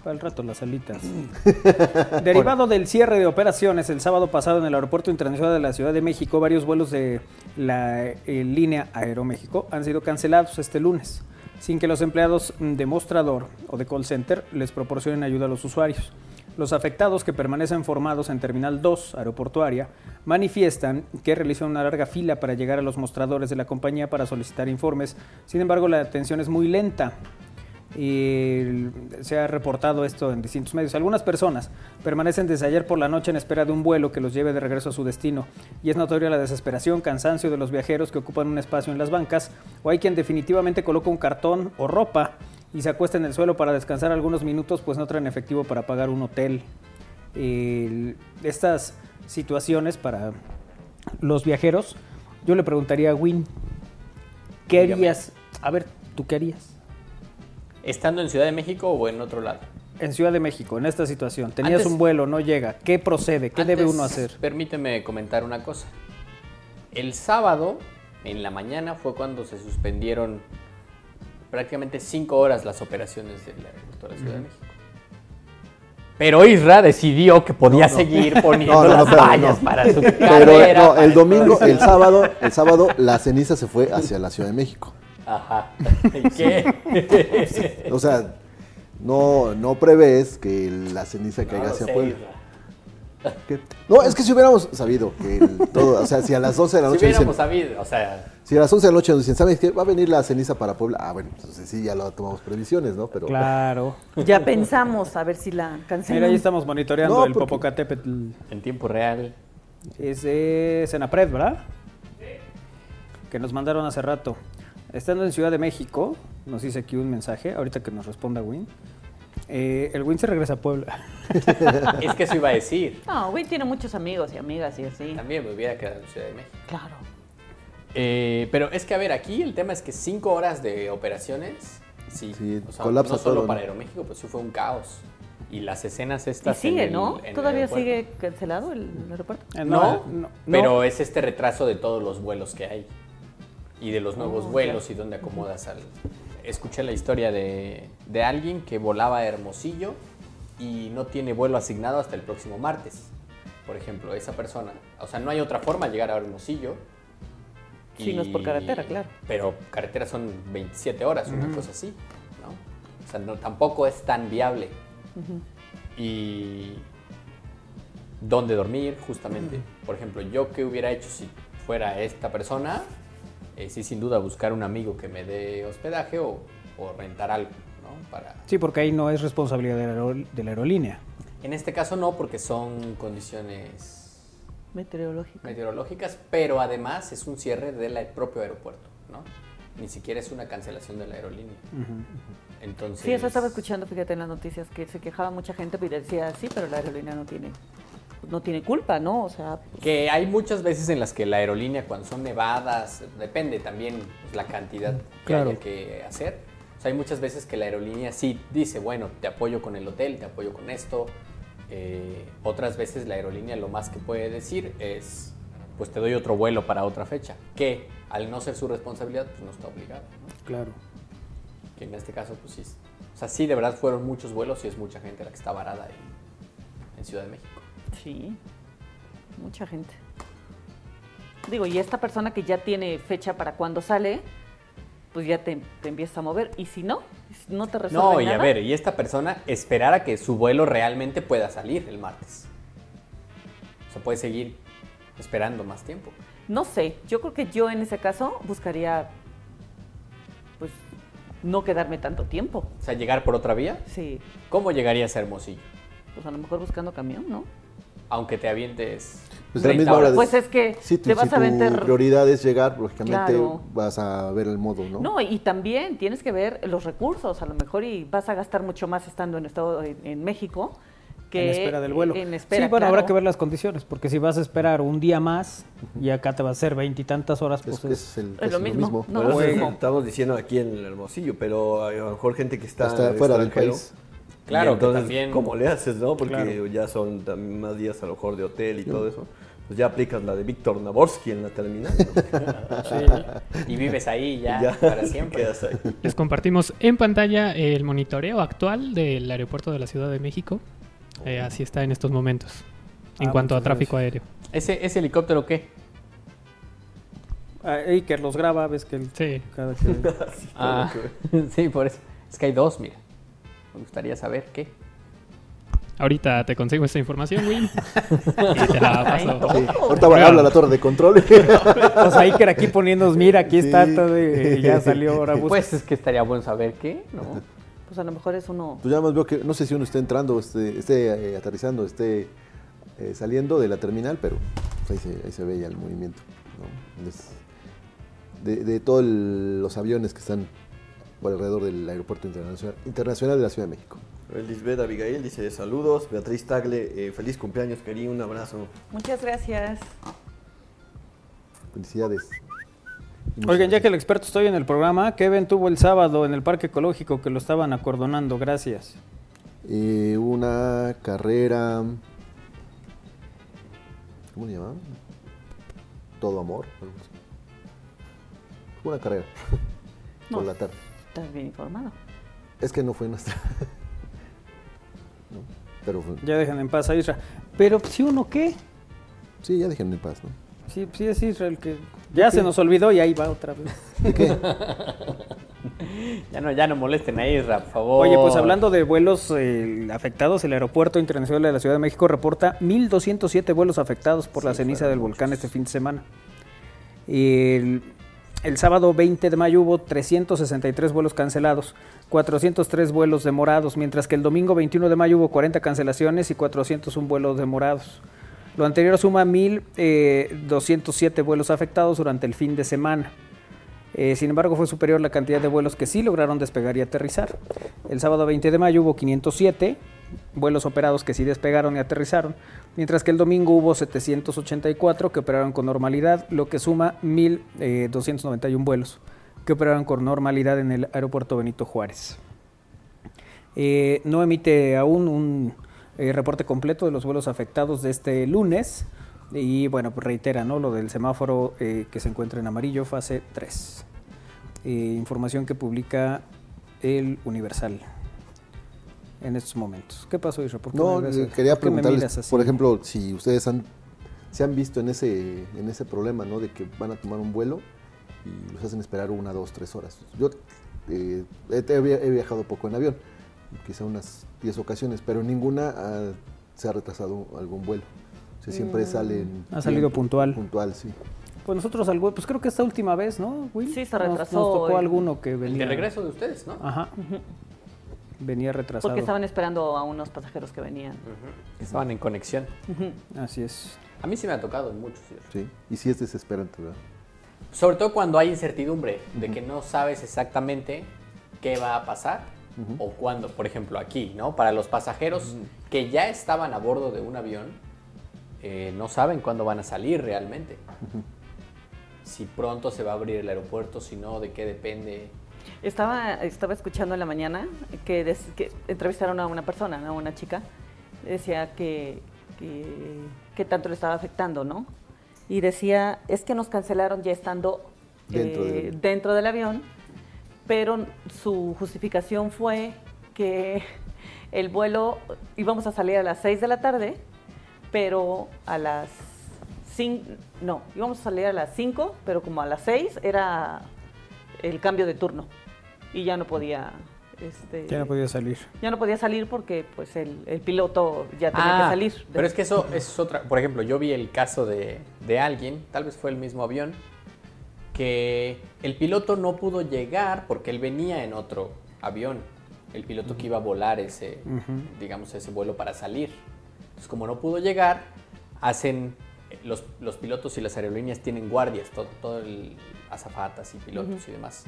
[SPEAKER 3] Para el rato, las alitas. Derivado del cierre de operaciones el sábado pasado en el Aeropuerto Internacional de la Ciudad de México, varios vuelos de la eh, línea Aeroméxico han sido cancelados este lunes, sin que los empleados de mostrador o de call center les proporcionen ayuda a los usuarios. Los afectados que permanecen formados en Terminal 2, aeroportuaria, manifiestan que realizan una larga fila para llegar a los mostradores de la compañía para solicitar informes. Sin embargo, la atención es muy lenta y el- se ha reportado esto en distintos medios. Algunas personas permanecen desde ayer por la noche en espera de un vuelo que los lleve de regreso a su destino y es notoria la desesperación, cansancio de los viajeros que ocupan un espacio en las bancas o hay quien definitivamente coloca un cartón o ropa y se acuesta en el suelo para descansar algunos minutos pues no traen efectivo para pagar un hotel. El- estas situaciones para los viajeros, yo le preguntaría a Win, ¿qué
[SPEAKER 6] Dígame.
[SPEAKER 3] harías? A ver, ¿tú qué harías?
[SPEAKER 6] ¿Estando en Ciudad de México o en otro lado?
[SPEAKER 3] en Ciudad de México, en esta situación, tenías
[SPEAKER 6] Antes-
[SPEAKER 3] un vuelo, no llega, ¿qué procede? ¿Qué debe
[SPEAKER 6] Antes,
[SPEAKER 3] uno hacer?
[SPEAKER 6] Permíteme comentar una cosa. El sábado, en la mañana, fue cuando se suspendieron prácticamente cinco horas las operaciones del aeropuerto de la Ciudad de México. Pero Isra decidió que podía
[SPEAKER 2] No, no.
[SPEAKER 6] seguir poniendo
[SPEAKER 2] (laughs) No, no, no,
[SPEAKER 6] las
[SPEAKER 2] pero
[SPEAKER 6] vallas
[SPEAKER 2] no.
[SPEAKER 6] para su
[SPEAKER 2] Pero eh,
[SPEAKER 6] carrera.
[SPEAKER 2] no,
[SPEAKER 6] para
[SPEAKER 2] el domingo,
[SPEAKER 6] todo.
[SPEAKER 2] el
[SPEAKER 6] (laughs)
[SPEAKER 2] sábado, el sábado la ceniza se fue hacia la Ciudad de México.
[SPEAKER 6] Ajá. ¿Y ¿Qué?
[SPEAKER 2] O sea, no, no prevés que la ceniza caiga hacia Puebla. ¿Qué? No, es que si hubiéramos sabido que el todo, o sea, si a las 12 de la
[SPEAKER 6] Si
[SPEAKER 2] noche dicen,
[SPEAKER 6] hubiéramos sabido, o sea,
[SPEAKER 2] si a las 11 de la noche nos dicen, ¿sabes qué? Va a venir la ceniza para Puebla. Ah, bueno, entonces sí, ya lo tomamos previsiones, ¿no? Pero (laughs)
[SPEAKER 3] Claro.
[SPEAKER 4] Ya pensamos a ver si la
[SPEAKER 3] Mira, ahí
[SPEAKER 4] cancelan.
[SPEAKER 3] estamos monitoreando
[SPEAKER 2] No,
[SPEAKER 3] el
[SPEAKER 2] porque-
[SPEAKER 3] Popocatépetl.
[SPEAKER 6] en tiempo real.
[SPEAKER 3] Es de Senapred, ¿verdad? Que nos mandaron hace rato. Estando en Ciudad de México, nos dice aquí un mensaje, ahorita que nos responda Win. Eh, el Win se regresa a Puebla.
[SPEAKER 6] (laughs) Es que eso iba
[SPEAKER 2] (laughs)
[SPEAKER 6] a decir.
[SPEAKER 4] No, güey tiene muchos amigos y amigas y así.
[SPEAKER 6] También me hubiera quedado en Ciudad de México.
[SPEAKER 4] Claro.
[SPEAKER 6] Eh, pero es que, a ver, aquí el tema es que cinco horas de operaciones, sí,
[SPEAKER 2] Sí,
[SPEAKER 6] o sea,
[SPEAKER 2] colapsa
[SPEAKER 6] no solo
[SPEAKER 2] todo, ¿no?
[SPEAKER 6] para Aeroméxico, pues sí fue un caos. Y las escenas
[SPEAKER 4] Y
[SPEAKER 6] estas. en
[SPEAKER 4] sigue,
[SPEAKER 6] el-
[SPEAKER 4] ¿no?
[SPEAKER 6] en el
[SPEAKER 4] ¿Todavía
[SPEAKER 6] aeropuerto.
[SPEAKER 4] sigue cancelado el aeropuerto?
[SPEAKER 3] Eh,
[SPEAKER 6] No,
[SPEAKER 3] no,
[SPEAKER 6] pero es este retraso de todos los vuelos que hay y de los
[SPEAKER 4] Ah,
[SPEAKER 6] nuevos vuelos y dónde acomodas al. Escuché la historia de, de alguien que volaba a Hermosillo y no tiene vuelo asignado hasta el próximo martes. Por ejemplo, esa persona. O sea, no hay otra forma de llegar a Hermosillo.
[SPEAKER 4] Si no es por carretera, claro.
[SPEAKER 6] Pero carreteras son 27 horas, una cosa así, ¿no? O sea, no, tampoco es tan viable. Y dónde dormir, justamente. Por ejemplo, yo qué hubiera hecho si fuera esta persona, Eh, sí, sin duda buscar un amigo que me dé hospedaje o, o rentar algo, ¿no? Para...
[SPEAKER 3] Sí, porque ahí no es responsabilidad de la, aerol- de la aerolínea.
[SPEAKER 6] En este caso no, porque son condiciones
[SPEAKER 4] Meteorológico.
[SPEAKER 6] meteorológicas, pero además es un cierre del aer- propio aeropuerto, ¿no? Ni siquiera es una cancelación de la aerolínea. Entonces...
[SPEAKER 4] Sí, eso estaba escuchando, fíjate, en las noticias, que se quejaba mucha gente y decía, sí, pero la aerolínea no tiene, no tiene culpa, ¿no? O sea,
[SPEAKER 6] Que hay muchas veces en las que la aerolínea, cuando son nevadas, depende también pues, la cantidad que
[SPEAKER 3] Claro.
[SPEAKER 6] haya que hacer. O sea, hay muchas veces que la aerolínea sí dice, bueno, te apoyo con el hotel, te apoyo con esto. Eh, otras veces la aerolínea lo más que puede decir es, pues te doy otro vuelo para otra fecha. Que al no ser su responsabilidad, pues no está obligado. ¿no?
[SPEAKER 3] Claro.
[SPEAKER 6] Que en este caso, pues sí. es- O sea, sí, de verdad fueron muchos vuelos y es mucha gente la que está varada ahí en Ciudad de México.
[SPEAKER 4] sí, mucha gente. Digo, y esta persona que ya tiene fecha para cuando sale, pues ya te, te empiezas a mover. Y si no, no te resuelve
[SPEAKER 6] No, y
[SPEAKER 4] nada,
[SPEAKER 6] a ver, y esta persona esperar a que su vuelo realmente pueda salir el martes. O sea, puede seguir esperando más tiempo.
[SPEAKER 4] No sé, yo creo que yo en ese caso buscaría, pues, no quedarme tanto tiempo.
[SPEAKER 6] O sea, llegar por otra vía.
[SPEAKER 4] Sí,
[SPEAKER 6] ¿Cómo llegarías a Hermosillo?
[SPEAKER 4] pues a lo mejor buscando camión, ¿no?
[SPEAKER 6] Aunque te avientes.
[SPEAKER 2] Pues la
[SPEAKER 6] 30
[SPEAKER 2] misma hora
[SPEAKER 6] horas.
[SPEAKER 2] de-
[SPEAKER 4] Pues es que
[SPEAKER 2] si tu,
[SPEAKER 4] te vas
[SPEAKER 2] si
[SPEAKER 4] a
[SPEAKER 2] tu
[SPEAKER 4] vender.
[SPEAKER 2] prioridad es llegar, lógicamente
[SPEAKER 4] Claro.
[SPEAKER 2] vas a ver el modo, ¿no?
[SPEAKER 4] No, y también tienes que ver los recursos, a lo mejor y vas a gastar mucho más estando en estado en, en México que
[SPEAKER 3] en espera del vuelo.
[SPEAKER 4] en espera,
[SPEAKER 3] sí, bueno, habrá
[SPEAKER 4] claro.
[SPEAKER 3] que ver las condiciones, porque si vas a esperar un día más y acá te va a ser veintitantas horas,
[SPEAKER 2] Es,
[SPEAKER 3] pues
[SPEAKER 2] que
[SPEAKER 3] es-
[SPEAKER 2] es, el-
[SPEAKER 4] es
[SPEAKER 2] es
[SPEAKER 4] lo mismo, no.
[SPEAKER 5] Bueno,
[SPEAKER 4] Bueno.
[SPEAKER 5] eso estamos diciendo aquí en el Hermosillo, pero a lo mejor gente que está,
[SPEAKER 2] Está
[SPEAKER 5] en el
[SPEAKER 2] fuera del
[SPEAKER 5] extranjero.
[SPEAKER 2] país.
[SPEAKER 5] Y
[SPEAKER 6] Claro, que
[SPEAKER 5] entonces,
[SPEAKER 6] también-
[SPEAKER 5] ¿Cómo le haces, no? Porque
[SPEAKER 3] Claro.
[SPEAKER 5] ya son tam- más días a lo mejor de hotel y todo eso. Pues ya aplicas la de Víctor Naborsky en la terminal. ¿no?
[SPEAKER 6] (laughs) Y vives ahí ya,
[SPEAKER 5] Ya,
[SPEAKER 6] para
[SPEAKER 5] (laughs) te
[SPEAKER 6] siempre.
[SPEAKER 5] quedas ahí.
[SPEAKER 7] Les compartimos en pantalla el monitoreo actual del aeropuerto de la Ciudad de México. Eh, así está en estos momentos, en
[SPEAKER 3] Oh. Ah,
[SPEAKER 7] cuanto a
[SPEAKER 3] muchas
[SPEAKER 7] tráfico aéreo.
[SPEAKER 6] ¿Ese, ese helicóptero qué?
[SPEAKER 3] Ah, Iker los graba, ves que el-
[SPEAKER 7] Sí.
[SPEAKER 6] (laughs)
[SPEAKER 3] cada que-
[SPEAKER 6] Ah, (laughs) sí, por eso. Es que hay dos, mira. Me gustaría saber qué.
[SPEAKER 7] Ahorita te consigo esta información,
[SPEAKER 3] (laughs)
[SPEAKER 7] Win. y te la paso.
[SPEAKER 2] Sí. Ahorita va- habla la torre de
[SPEAKER 3] (laughs)
[SPEAKER 2] control.
[SPEAKER 3] O sea, Iker aquí poniéndonos, mira, aquí está,
[SPEAKER 2] Sí.
[SPEAKER 3] todo, y ya salió, ahora busca.
[SPEAKER 6] Pues es que estaría bueno saber qué, ¿no?
[SPEAKER 4] Pues a lo mejor es uno
[SPEAKER 2] Pues ya más veo que, no sé si uno esté entrando, esté, esté eh, aterrizando, esté eh, saliendo de la terminal, pero pues, ahí, se, ahí se ve ya el movimiento. ¿no? Es- de todos los aviones que están por alrededor del Aeropuerto Internacional, Internacional de la Ciudad de México.
[SPEAKER 5] Lisbeth Abigail dice saludos. Beatriz Tagle, eh, feliz cumpleaños, querido. Un abrazo.
[SPEAKER 4] Muchas gracias.
[SPEAKER 2] Felicidades.
[SPEAKER 3] Oigan, ya que el experto estoy en el programa, Kevin tuvo el sábado en el Parque Ecológico que lo estaban acordonando, gracias.
[SPEAKER 2] Eh, una carrera... ¿Cómo se llama? Todo amor. algo así. Una carrera.
[SPEAKER 4] No.
[SPEAKER 2] Por la tarde.
[SPEAKER 4] Estás bien informado.
[SPEAKER 2] Es que (laughs) no fue nuestra. Pero
[SPEAKER 3] Ya dejen en paz a Israel. Pero si uno qué,
[SPEAKER 2] sí, ya déjenme en paz, ¿no?
[SPEAKER 3] si, si es Israel que ya se nos olvidó y ahí va otra vez.
[SPEAKER 6] (laughs)
[SPEAKER 2] (laughs)
[SPEAKER 6] Ya no, ya no molesten a Isra, por favor.
[SPEAKER 3] Oye, pues hablando de vuelos eh, afectados, el Aeropuerto Internacional de la Ciudad de México reporta 1.207 vuelos afectados por la ceniza del volcán este fin de semana. El, el sábado 20 de mayo hubo 363 vuelos cancelados, 403 vuelos demorados, mientras que el domingo 21 de mayo hubo 40 cancelaciones y 401 vuelos demorados. Lo anterior suma 1.207 vuelos afectados durante el fin de semana. Eh, sin embargo, fue superior la cantidad de vuelos que sí lograron despegar y aterrizar. El sábado 20 de mayo hubo 507 vuelos operados que sí despegaron y aterrizaron, mientras que el domingo hubo 784 que operaron con normalidad, lo que suma eh, 1.291 vuelos que operaron con normalidad en el aeropuerto Benito Juárez. Eh, no emite aún un eh, reporte completo de los vuelos afectados de este lunes. Y bueno, pues reitera ¿no? lo del semáforo eh, que se encuentra en amarillo, fase 3. Eh, información que publica el Universal en estos momentos. ¿Qué pasó, Israel? ¿Por qué
[SPEAKER 2] No,
[SPEAKER 3] me ves-
[SPEAKER 2] eh, quería
[SPEAKER 3] por qué me miras
[SPEAKER 2] preguntarles,
[SPEAKER 3] así?
[SPEAKER 2] por ejemplo, si ustedes han, se han visto en ese, en ese problema, ¿no? De que van a tomar un vuelo y los hacen esperar una, dos, tres horas. Yo eh, he, he via- he viajado poco en avión, quizá unas 10 ocasiones, pero en ninguna ah, se ha retrasado algún vuelo. O sea, siempre salen...
[SPEAKER 3] Mm. Ha salido puntual.
[SPEAKER 2] Puntual, sí.
[SPEAKER 3] Pues nosotros al pues creo que esta última vez, ¿no, Will?
[SPEAKER 4] Sí, se
[SPEAKER 3] Nos-
[SPEAKER 4] retrasó
[SPEAKER 3] Nos, tocó
[SPEAKER 4] el-
[SPEAKER 3] alguno que
[SPEAKER 6] El
[SPEAKER 3] venía.
[SPEAKER 6] de regreso de ustedes, ¿no?
[SPEAKER 3] Ajá. Venía retrasado.
[SPEAKER 4] Porque estaban esperando a unos pasajeros que venían.
[SPEAKER 6] Estaban en conexión.
[SPEAKER 3] Así es.
[SPEAKER 6] A mí sí me ha tocado en muchos. Isra.
[SPEAKER 2] Sí, y sí es desesperante, ¿verdad?
[SPEAKER 6] Sobre todo cuando hay incertidumbre de que no sabes exactamente qué va a pasar o cuándo. Por ejemplo, aquí, ¿no? Para los pasajeros que ya estaban a bordo de un avión, eh, no saben cuándo van a salir realmente. Si pronto se va a abrir el aeropuerto, si no, de qué depende.
[SPEAKER 4] Estaba, estaba escuchando en la mañana que, des- que entrevistaron a una persona, a una chica, decía que, que, que tanto le estaba afectando, ¿no? Y decía, es que nos cancelaron ya estando
[SPEAKER 2] Dentro
[SPEAKER 4] eh,
[SPEAKER 2] del-
[SPEAKER 4] dentro del avión, pero su justificación fue que el vuelo íbamos a salir a las 6 de la tarde, pero a las 5, no, íbamos a salir a las 5, pero como a las 6 era el cambio de turno y ya no podía este
[SPEAKER 3] Ya no podía salir.
[SPEAKER 4] ya no podía salir porque pues el, el piloto ya tenía que salir. de-
[SPEAKER 6] Ah, Pero es que eso, eso es otra. Por ejemplo, yo vi el caso de, de alguien, tal vez fue el mismo avión, que el piloto no pudo llegar porque él venía en otro avión. El piloto que iba a volar ese, digamos, ese vuelo para salir. Entonces, como no pudo llegar, hacen. Los, los pilotos y las aerolíneas tienen guardias, todo, todo el azafatas y pilotos y demás.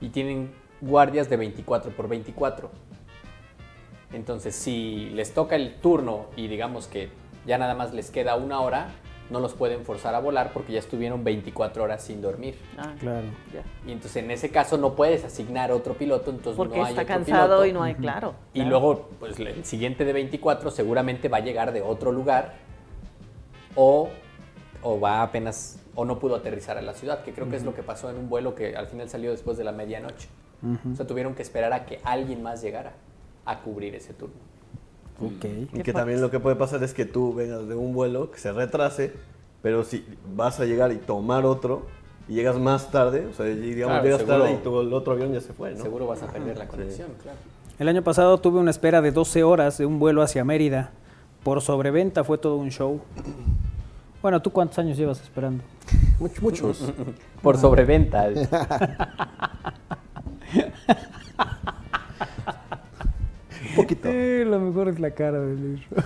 [SPEAKER 6] Y tienen guardias de 24 por 24. Entonces, si les toca el turno y digamos que ya nada más les queda una hora, no los pueden forzar a volar porque ya estuvieron 24 horas sin dormir.
[SPEAKER 4] Ah,
[SPEAKER 3] Claro.
[SPEAKER 4] ya.
[SPEAKER 6] Y entonces en ese caso no puedes asignar otro piloto, entonces
[SPEAKER 4] Porque
[SPEAKER 6] no hay
[SPEAKER 4] está
[SPEAKER 6] otro
[SPEAKER 4] cansado
[SPEAKER 6] piloto.
[SPEAKER 4] y no hay, claro.
[SPEAKER 6] Y luego, pues el siguiente de 24 seguramente va a llegar de otro lugar o, o va apenas, o no pudo aterrizar a la ciudad, que creo que es lo que pasó en un vuelo que al final salió después de la medianoche. O sea, tuvieron que esperar a que alguien más llegara a cubrir ese turno.
[SPEAKER 3] Ok.
[SPEAKER 5] Y Mm, que también lo que puede pasar es que tú vengas de un vuelo que se retrase, pero si vas a llegar y tomar otro y llegas más tarde, o sea, y digamos
[SPEAKER 6] Claro,
[SPEAKER 5] llegas
[SPEAKER 6] seguro.
[SPEAKER 5] tarde y tu, el otro avión ya se fue, ¿no?
[SPEAKER 6] Seguro vas a perder la conexión, claro.
[SPEAKER 3] El año pasado tuve una espera de 12 horas de un vuelo hacia Mérida. Por sobreventa fue todo un show. Bueno, ¿tú cuántos años llevas esperando?
[SPEAKER 2] Muchos, muchos. (laughs)
[SPEAKER 6] Por sobreventa.
[SPEAKER 2] poquito.
[SPEAKER 3] Eh, lo mejor es la cara del libro.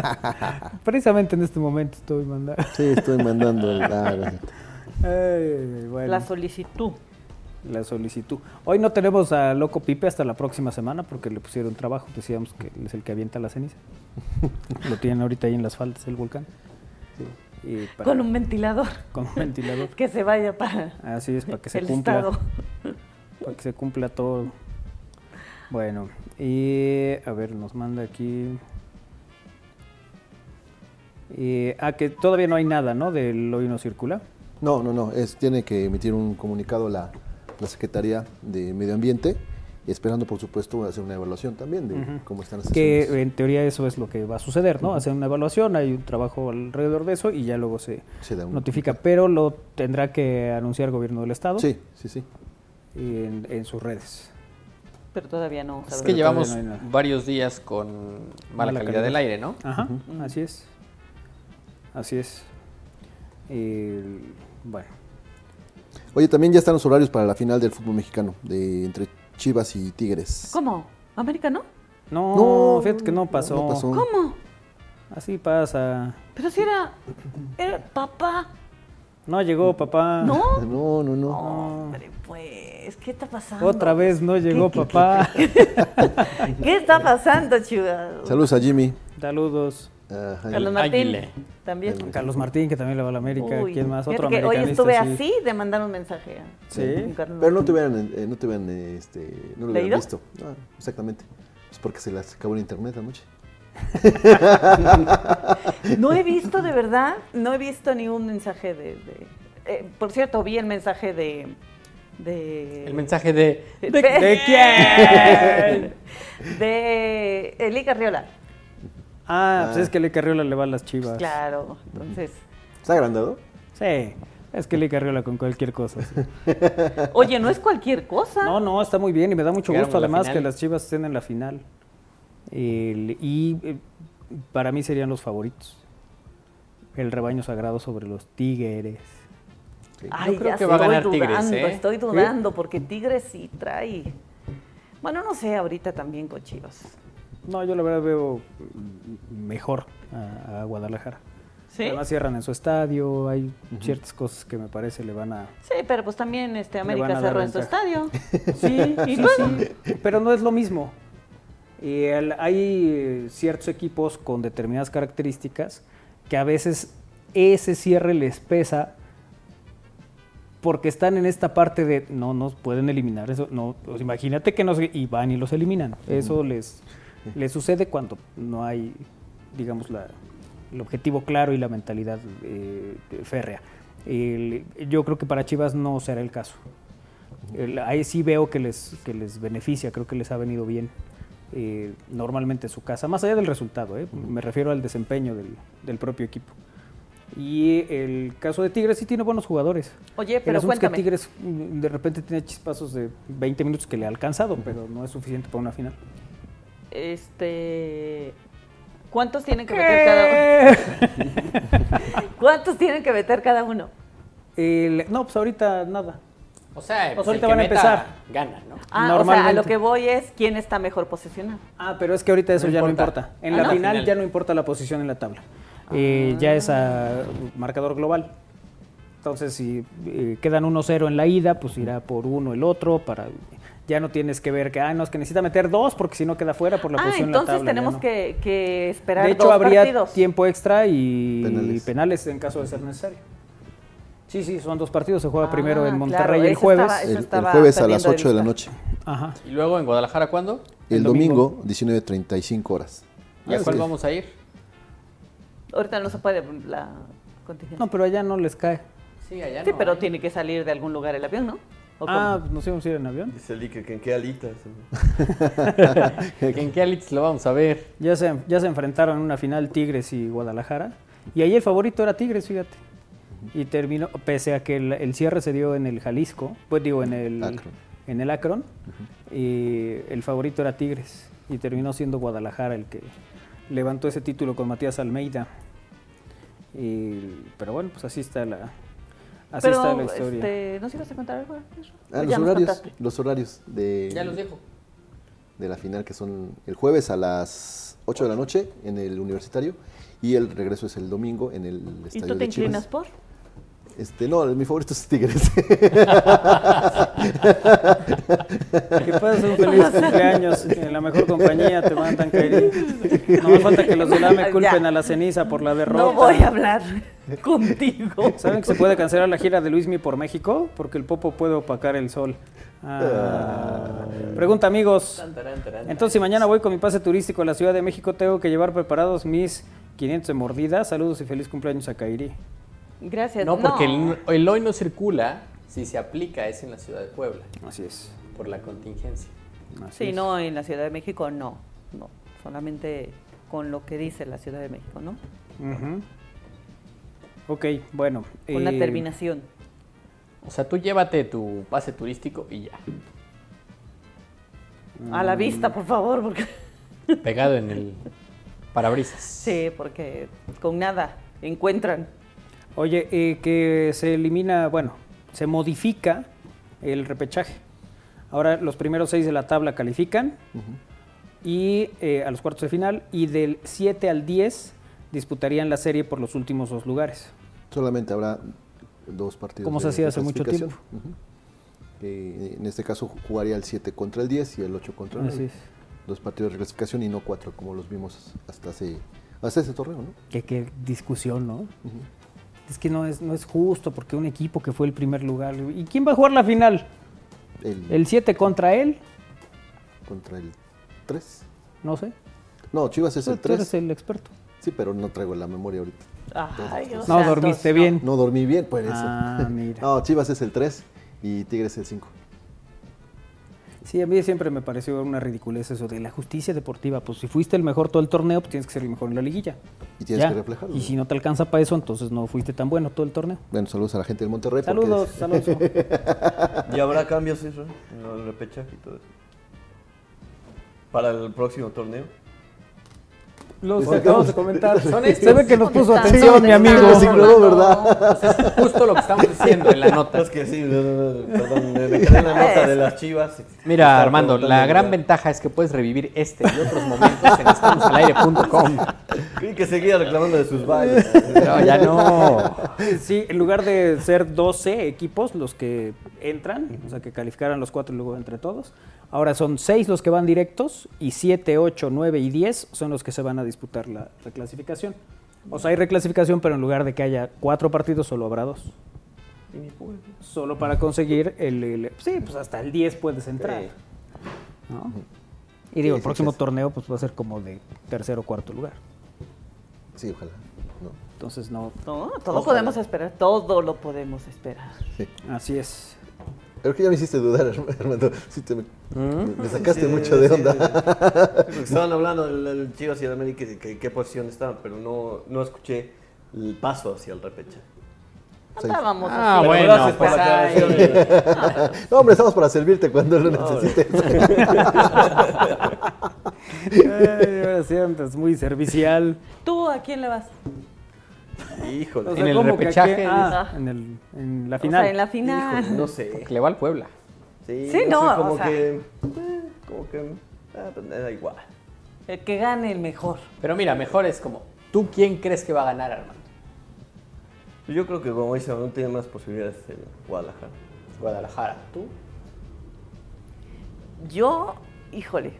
[SPEAKER 3] (laughs) Precisamente en este momento estoy mandando.
[SPEAKER 2] Sí, estoy mandando el... ah, gracias.
[SPEAKER 3] Ay, bueno,
[SPEAKER 4] La solicitud.
[SPEAKER 3] la solicitud. Hoy no tenemos a Loco Pipe hasta la próxima semana porque le pusieron trabajo. Decíamos que es el que avienta la
[SPEAKER 2] (laughs)
[SPEAKER 3] ceniza. lo tienen ahorita ahí en las faldas del volcán. Y para-
[SPEAKER 4] Con un ventilador.
[SPEAKER 3] con un ventilador.
[SPEAKER 4] (laughs) Que se vaya para
[SPEAKER 3] Así es, para que se
[SPEAKER 4] el
[SPEAKER 3] cumpla.
[SPEAKER 4] estado.
[SPEAKER 3] Para que se cumpla todo. Bueno, y a ver, nos manda aquí. Eh, ah, que todavía no hay nada, ¿no? Del hoy no circula.
[SPEAKER 2] No, no, no. Es, tiene que emitir un comunicado la, la Secretaría de Medio Ambiente esperando por supuesto hacer una evaluación también de
[SPEAKER 3] Ujú.
[SPEAKER 2] cómo están las
[SPEAKER 3] Que
[SPEAKER 2] sesiones.
[SPEAKER 3] en teoría eso es lo que va a suceder, ¿no? Hacen una evaluación, hay un trabajo alrededor de eso y ya luego se
[SPEAKER 2] Se da un-
[SPEAKER 3] notifica, pero lo tendrá que anunciar el gobierno del estado
[SPEAKER 2] Sí, sí, sí.
[SPEAKER 3] y en, en sus redes.
[SPEAKER 4] Pero todavía no.
[SPEAKER 6] Es que
[SPEAKER 4] sabemos.
[SPEAKER 3] todavía
[SPEAKER 6] llevamos
[SPEAKER 3] no hay nada.
[SPEAKER 6] varios días con mala,
[SPEAKER 3] Mala
[SPEAKER 6] calidad,
[SPEAKER 3] calidad.
[SPEAKER 6] del aire, ¿no?
[SPEAKER 3] Ajá, así es. Así es. El- bueno,
[SPEAKER 2] Oye, también ya están los horarios para la final del fútbol mexicano, de entre Chivas y Tigres.
[SPEAKER 4] ¿Cómo? ¿América no?
[SPEAKER 3] no, fíjate que no pasó.
[SPEAKER 2] no pasó.
[SPEAKER 4] ¿Cómo?
[SPEAKER 3] Así pasa.
[SPEAKER 4] Pero si era. Era papá.
[SPEAKER 3] No llegó papá.
[SPEAKER 4] ¿No?
[SPEAKER 2] Mm. No, no, no.
[SPEAKER 4] Hombre, pues, ¿qué está pasando?
[SPEAKER 3] Otra vez no llegó
[SPEAKER 4] ¿Qué- qué-
[SPEAKER 3] papá.
[SPEAKER 4] ¿Qué está pasando, chicas?
[SPEAKER 2] Saludos a Jimmy.
[SPEAKER 3] Saludos.
[SPEAKER 2] Ajá,
[SPEAKER 4] Carlos Martín.
[SPEAKER 6] Águile.
[SPEAKER 4] También.
[SPEAKER 2] (laughs)
[SPEAKER 3] Carlos Martín, que también le va a la América.
[SPEAKER 4] Uy,
[SPEAKER 3] ¿Quién más?
[SPEAKER 4] fíjate
[SPEAKER 3] Otro
[SPEAKER 4] que hoy
[SPEAKER 3] americanista.
[SPEAKER 4] estuve
[SPEAKER 3] sí.
[SPEAKER 4] así de mandar un mensaje. a-
[SPEAKER 3] Sí.
[SPEAKER 4] a Carlos
[SPEAKER 2] Pero no te
[SPEAKER 4] Martín.
[SPEAKER 2] hubieran, eh, no te hubieran, eh, este, no lo hubieran
[SPEAKER 4] ¿Leído?
[SPEAKER 2] visto. Ah, exactamente. Es porque se las acabó el internet anoche.
[SPEAKER 4] (laughs)
[SPEAKER 2] (laughs)
[SPEAKER 4] No he visto, de verdad, no he visto ni un mensaje de... de- eh, por cierto, vi el mensaje de... de
[SPEAKER 6] El mensaje de...
[SPEAKER 4] ¿De,
[SPEAKER 3] ¿De quién?
[SPEAKER 4] (laughs) De Eli Carriola.
[SPEAKER 3] Ah, pues es que Lee Carriola le va a las chivas.
[SPEAKER 4] Claro, entonces...
[SPEAKER 2] ¿Está agrandado?
[SPEAKER 3] Sí, es que Lee Carriola con cualquier cosa.
[SPEAKER 2] (laughs)
[SPEAKER 3] sí.
[SPEAKER 4] Oye, no es cualquier cosa.
[SPEAKER 3] No, no, está muy bien y me da mucho
[SPEAKER 6] Llegaron
[SPEAKER 3] gusto
[SPEAKER 6] a la
[SPEAKER 3] además
[SPEAKER 6] final.
[SPEAKER 3] que las chivas estén en la final. El- y eh, para mí serían los favoritos. El rebaño sagrado sobre los tigres.
[SPEAKER 4] Ay,
[SPEAKER 6] Yo creo
[SPEAKER 4] ya
[SPEAKER 6] que va a
[SPEAKER 4] estoy
[SPEAKER 6] ganar
[SPEAKER 4] dudando,
[SPEAKER 6] Tigres, ¿eh?
[SPEAKER 4] Estoy dudando, porque Tigres sí trae... Bueno, no sé, ahorita también con Chivas.
[SPEAKER 3] No, yo la verdad veo mm, mejor a, a Guadalajara.
[SPEAKER 4] ¿Sí?
[SPEAKER 3] Además cierran en su estadio, hay ciertas cosas que me parece le van a...
[SPEAKER 4] Sí, pero pues también este,
[SPEAKER 3] van a
[SPEAKER 4] América
[SPEAKER 3] dar
[SPEAKER 4] cerró en su
[SPEAKER 3] ventaja. (laughs)
[SPEAKER 4] estadio.
[SPEAKER 3] Sí, sí, sí, pero no es lo mismo. Y el- hay eh, ciertos equipos con determinadas características que a veces ese cierre les pesa porque están en esta parte de no nos pueden eliminar eso no pues imagínate que nos y van y los eliminan eso les les sucede cuando no hay digamos la- el objetivo claro y la mentalidad eh, férrea El- yo creo que para Chivas no será el caso el- ahí sí veo que les, que les beneficia, creo que les ha venido bien eh, normalmente su casa, más allá del resultado, ¿eh? me refiero al desempeño del, del propio equipo. Y el caso de Tigres sí tiene buenos jugadores.
[SPEAKER 4] Oye,
[SPEAKER 3] El
[SPEAKER 4] pero
[SPEAKER 3] asunto es que
[SPEAKER 4] cuéntame.
[SPEAKER 3] Tigres mm, de repente tiene chispazos de 20 minutos que le ha alcanzado, pero no es suficiente para una final.
[SPEAKER 4] Este. ¿Cuántos tienen que meter cada
[SPEAKER 3] (laughs)
[SPEAKER 4] uno? ¿Cuántos tienen que meter cada uno?
[SPEAKER 3] El- no, pues ahorita nada.
[SPEAKER 6] O sea, pues
[SPEAKER 3] ahorita
[SPEAKER 6] el que
[SPEAKER 3] van a
[SPEAKER 6] meta
[SPEAKER 3] empezar.
[SPEAKER 6] gana, ¿no?
[SPEAKER 4] Ah, o sea, a lo
[SPEAKER 3] Normalmente.
[SPEAKER 4] que voy es quién está mejor posicionado.
[SPEAKER 3] Ah, pero es que ahorita eso
[SPEAKER 6] No
[SPEAKER 3] ya
[SPEAKER 6] importa.
[SPEAKER 3] no importa. En
[SPEAKER 6] Ah,
[SPEAKER 3] la
[SPEAKER 6] no.
[SPEAKER 3] final,
[SPEAKER 6] Final. Ah.
[SPEAKER 3] ya no importa la posición en la tabla. Eh, ya es a marcador global. Entonces, si eh, quedan 1-0 en la ida, pues irá por uno el otro. para Ya no tienes que ver que, ah, no, es que necesita meter dos porque si no queda fuera por la
[SPEAKER 4] ah,
[SPEAKER 3] posición en la
[SPEAKER 4] entonces
[SPEAKER 3] tabla, ya
[SPEAKER 4] tenemos
[SPEAKER 3] no.
[SPEAKER 4] que, que esperar
[SPEAKER 3] De hecho,
[SPEAKER 4] dos
[SPEAKER 3] habría
[SPEAKER 4] partidos.
[SPEAKER 3] tiempo extra y
[SPEAKER 2] Penales.
[SPEAKER 3] penales. en caso de ser necesario. Sí, sí, son dos partidos. Se juega
[SPEAKER 4] Ah,
[SPEAKER 3] primero en
[SPEAKER 4] claro,
[SPEAKER 3] Monterrey el
[SPEAKER 4] eso
[SPEAKER 3] jueves.
[SPEAKER 4] estaba- Eso
[SPEAKER 2] El, el
[SPEAKER 4] estaba
[SPEAKER 2] jueves a
[SPEAKER 4] perdiendo
[SPEAKER 2] las
[SPEAKER 4] de
[SPEAKER 2] 8 de la noche.
[SPEAKER 4] vista.
[SPEAKER 3] Ajá.
[SPEAKER 6] ¿Y luego en Guadalajara cuándo?
[SPEAKER 2] El,
[SPEAKER 3] El
[SPEAKER 2] domingo, 19.35 horas.
[SPEAKER 6] ¿Y a
[SPEAKER 2] Así
[SPEAKER 6] cuál
[SPEAKER 2] es.
[SPEAKER 6] vamos a ir?
[SPEAKER 4] Ahorita no se puede la contingencia.
[SPEAKER 3] No, pero allá no les cae.
[SPEAKER 6] Sí, allá
[SPEAKER 4] sí,
[SPEAKER 6] no
[SPEAKER 4] pero
[SPEAKER 6] hay.
[SPEAKER 4] tiene que salir de algún lugar el avión, ¿no? ¿O
[SPEAKER 3] Ah, ¿nos íbamos a ir en avión?
[SPEAKER 5] Dice Eli que que en qué alitas.
[SPEAKER 6] (laughs) ¿En qué Alex lo vamos a ver?
[SPEAKER 3] Ya se, ya se enfrentaron en una final Tigres y Guadalajara. Y ahí el favorito era Tigres, fíjate. Y terminó, pese a que el, el cierre se dio en el Jalisco, pues digo, en el
[SPEAKER 2] Akron.
[SPEAKER 3] En el Akron, y el favorito era Tigres. Y terminó siendo Guadalajara el que levantó ese título con Matías Almeida. Y- pero bueno, pues así está la,
[SPEAKER 4] cómo?
[SPEAKER 3] así
[SPEAKER 4] pero,
[SPEAKER 3] está la historia.
[SPEAKER 4] Este, ¿Nos ibas a contar algo?
[SPEAKER 2] Ah,
[SPEAKER 4] ¿O
[SPEAKER 2] los
[SPEAKER 4] Pues ya nos
[SPEAKER 2] horarios,
[SPEAKER 4] contaste?
[SPEAKER 2] los horarios de,
[SPEAKER 6] Ya los dejo.
[SPEAKER 2] de la final que son el jueves a las 8 de la noche en el universitario y el regreso es el domingo en el
[SPEAKER 4] ¿Y
[SPEAKER 2] estadio
[SPEAKER 4] tú te
[SPEAKER 2] de Chivas.
[SPEAKER 4] inclinas por?
[SPEAKER 2] Este, no, mi favorito es Tigres.
[SPEAKER 3] (laughs) Que pases un
[SPEAKER 4] (laughs)
[SPEAKER 3] feliz cumpleaños. En la mejor compañía te mandan querer. No me falta que los del AME culpen
[SPEAKER 4] Ya.
[SPEAKER 3] a la ceniza por la derrota.
[SPEAKER 4] No voy a hablar contigo.
[SPEAKER 3] ¿Saben que se puede cancelar la gira de Luismi por México? Porque el popo puede opacar el sol. Ah. Pregunta, amigos. Entonces, si mañana voy con mi pase turístico a la Ciudad de México, tengo que llevar preparados mis 500 de mordida. Saludos y feliz cumpleaños a Kairi.
[SPEAKER 4] Gracias.
[SPEAKER 6] No, porque El, el hoy no circula, si se aplica es en la ciudad de Puebla,
[SPEAKER 3] Así es.
[SPEAKER 6] por la contingencia.
[SPEAKER 3] Así
[SPEAKER 4] Sí,
[SPEAKER 3] es.
[SPEAKER 4] no, en la Ciudad de México no, no, solamente con lo que dice la Ciudad de México, ¿no?
[SPEAKER 3] Ujú. Ok, bueno.
[SPEAKER 4] Con la
[SPEAKER 3] eh,
[SPEAKER 4] terminación.
[SPEAKER 6] O sea, tú llévate tu pase turístico y ya. Mm,
[SPEAKER 4] A la
[SPEAKER 3] mm.
[SPEAKER 4] vista, por favor, porque (laughs)
[SPEAKER 6] Pegado en el parabrisas.
[SPEAKER 4] sí, porque con nada encuentran.
[SPEAKER 3] Oye, eh, que se elimina, bueno, se modifica el repechaje. Ahora los primeros seis de la tabla califican y eh, a los cuartos de final y del 7 al 10 disputarían la serie por los últimos dos lugares.
[SPEAKER 2] Solamente habrá dos partidos.
[SPEAKER 3] Como se
[SPEAKER 2] de-
[SPEAKER 3] hacía
[SPEAKER 2] de
[SPEAKER 3] hace mucho
[SPEAKER 2] clasificación.
[SPEAKER 3] tiempo.
[SPEAKER 2] Ujú. Eh, en este caso jugaría el 7 contra el 10 y el 8 contra el
[SPEAKER 3] Así
[SPEAKER 2] 9.
[SPEAKER 3] es.
[SPEAKER 2] Dos partidos de clasificación y no cuatro, como los vimos hasta hace, hasta ese torneo, ¿no?
[SPEAKER 3] Que qué discusión, ¿no? Es que no es, no es justo porque un equipo que fue el primer lugar. ¿Y quién va a jugar la final?
[SPEAKER 2] El,
[SPEAKER 3] ¿El 7 contra él?
[SPEAKER 2] contra el 3.
[SPEAKER 3] No sé.
[SPEAKER 2] No, Chivas es
[SPEAKER 3] Tú
[SPEAKER 2] el
[SPEAKER 3] tú eres
[SPEAKER 2] 3.
[SPEAKER 3] el experto.
[SPEAKER 2] Sí, pero no traigo la memoria ahorita.
[SPEAKER 4] Ay, Dios
[SPEAKER 3] No
[SPEAKER 4] santos,
[SPEAKER 3] dormiste
[SPEAKER 4] no.
[SPEAKER 3] bien.
[SPEAKER 2] No dormí bien por eso.
[SPEAKER 3] Ah, mira.
[SPEAKER 2] (laughs) No, Chivas es el 3 y Tigres el 5.
[SPEAKER 3] Sí, a mí siempre me pareció una ridiculez eso de la justicia deportiva. Pues si fuiste el mejor todo el torneo, pues tienes que ser el mejor en la liguilla.
[SPEAKER 2] Y tienes
[SPEAKER 3] Ya.
[SPEAKER 2] que reflejarlo.
[SPEAKER 3] Y si no te alcanza para eso, entonces no fuiste tan bueno todo el torneo.
[SPEAKER 5] (laughs)
[SPEAKER 2] Bueno, saludos a la gente del Monterrey. porque-
[SPEAKER 3] Saludos, saludos. (laughs)
[SPEAKER 5] ¿Y habrá cambios eso? En el repechaje y todo eso. Para el próximo torneo.
[SPEAKER 3] Los acabamos de (laughs) comentar. Pues, Se ve
[SPEAKER 6] estos.
[SPEAKER 3] que nos puso
[SPEAKER 4] Contestando,
[SPEAKER 3] atención, mi amigo.
[SPEAKER 2] Los ignoró,
[SPEAKER 4] contestando.
[SPEAKER 6] Justo lo que estamos diciendo
[SPEAKER 5] (laughs)
[SPEAKER 6] en la nota.
[SPEAKER 5] Es que sí, no, no, no, perdón, me
[SPEAKER 6] (laughs)
[SPEAKER 5] me quedé en la nota de las chivas.
[SPEAKER 6] Mira,
[SPEAKER 5] Estaba
[SPEAKER 6] Armando,
[SPEAKER 5] preguntando,
[SPEAKER 6] la gran
[SPEAKER 5] ¿verdad?
[SPEAKER 6] ventaja es que puedes revivir este y otros momentos en estamosalaire.com.
[SPEAKER 5] Creí que seguía reclamando de
[SPEAKER 3] (laughs)
[SPEAKER 5] sus bailes.
[SPEAKER 6] No, ya
[SPEAKER 5] (laughs)
[SPEAKER 6] no.
[SPEAKER 3] Sí, en lugar de ser 12 equipos los que entran, o sea, que calificaran los cuatro y luego entre todos, ahora son 6 los que van directos y 7, 8, 9 y 10 son los que se van a disputar la reclasificación. O sea, hay reclasificación, pero en lugar de que haya cuatro partidos, solo habrá dos. Solo para conseguir el, el- Sí, pues hasta el 10 puedes entrar. ¿no? Y digo,
[SPEAKER 2] Sí, sí,
[SPEAKER 3] el próximo
[SPEAKER 2] sí.
[SPEAKER 3] torneo pues va a ser como de tercer o cuarto lugar.
[SPEAKER 2] Sí, ojalá. No.
[SPEAKER 3] Entonces, no.
[SPEAKER 4] No, todo podemos esperar, todo lo podemos esperar.
[SPEAKER 3] Así es.
[SPEAKER 2] Creo que ya me hiciste dudar, Armando. Sí, te me, me sacaste mucho de onda. (laughs)
[SPEAKER 5] Estaban hablando del, del Chivas y el América y que- qué posición estaban, pero no, no escuché el paso hacia el repechaje.
[SPEAKER 4] Andábamos
[SPEAKER 6] Ah,
[SPEAKER 4] así.
[SPEAKER 5] Pero
[SPEAKER 6] bueno,
[SPEAKER 5] gracias por
[SPEAKER 6] pues,
[SPEAKER 5] la
[SPEAKER 6] ay.
[SPEAKER 5] aclaración.
[SPEAKER 2] No, hombre, estamos para servirte cuando lo
[SPEAKER 5] No,
[SPEAKER 2] necesites.
[SPEAKER 3] (laughs) Ay, ahora sí andas muy servicial.
[SPEAKER 4] ¿Tú a quién le vas?
[SPEAKER 5] Híjole,
[SPEAKER 3] O
[SPEAKER 6] En el
[SPEAKER 3] ¿cómo que a
[SPEAKER 6] repechaje,
[SPEAKER 3] quién? Ah,
[SPEAKER 4] dices.
[SPEAKER 3] en, el- en la
[SPEAKER 4] O sea,
[SPEAKER 3] final.
[SPEAKER 4] en la final.
[SPEAKER 5] híjole, no sé.
[SPEAKER 6] Que le va al Puebla.
[SPEAKER 5] Sí,
[SPEAKER 4] Sí,
[SPEAKER 5] no,
[SPEAKER 4] no,
[SPEAKER 5] sé, como
[SPEAKER 4] o sea.
[SPEAKER 5] que. eh, como que. ah, pues, me da igual.
[SPEAKER 4] El que gane el mejor.
[SPEAKER 6] Pero mira, mejor es como, ¿tú quién crees que va a ganar, Armando?
[SPEAKER 5] Pues Yo creo que como dice, no tiene más posibilidades el Guadalajara.
[SPEAKER 6] Guadalajara. ¿Tú?
[SPEAKER 4] Yo, híjole,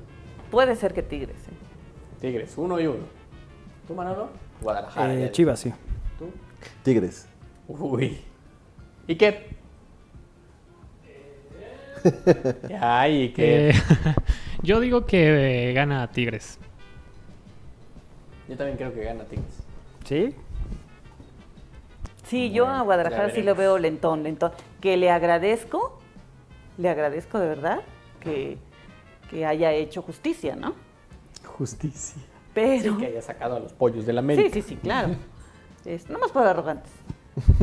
[SPEAKER 4] puede ser que Tigres. ¿eh?
[SPEAKER 6] Tigres, uno y uno. ¿Tú, Manolo? Guadalajara.
[SPEAKER 3] Eh,
[SPEAKER 6] ya
[SPEAKER 3] Chivas, sí.
[SPEAKER 6] ¿Tú?
[SPEAKER 2] Tigres.
[SPEAKER 6] Uy. ¿Y qué? Ay,
[SPEAKER 7] Eh, (laughs)
[SPEAKER 6] qué.
[SPEAKER 7] yo digo que eh, gana Tigres.
[SPEAKER 6] Yo también creo que gana Tigres.
[SPEAKER 3] ¿Sí?
[SPEAKER 4] Sí, yo a Guadalajara
[SPEAKER 6] ya
[SPEAKER 4] sí lo
[SPEAKER 6] veremos.
[SPEAKER 4] veo lentón, lentón. Que le agradezco, le agradezco de verdad que, que haya hecho justicia, ¿no?
[SPEAKER 6] Justicia.
[SPEAKER 4] Pero.
[SPEAKER 6] Que haya sacado a los pollos de la
[SPEAKER 4] Sí,
[SPEAKER 6] América.
[SPEAKER 4] sí, sí, claro. Es, no más por arrogantes.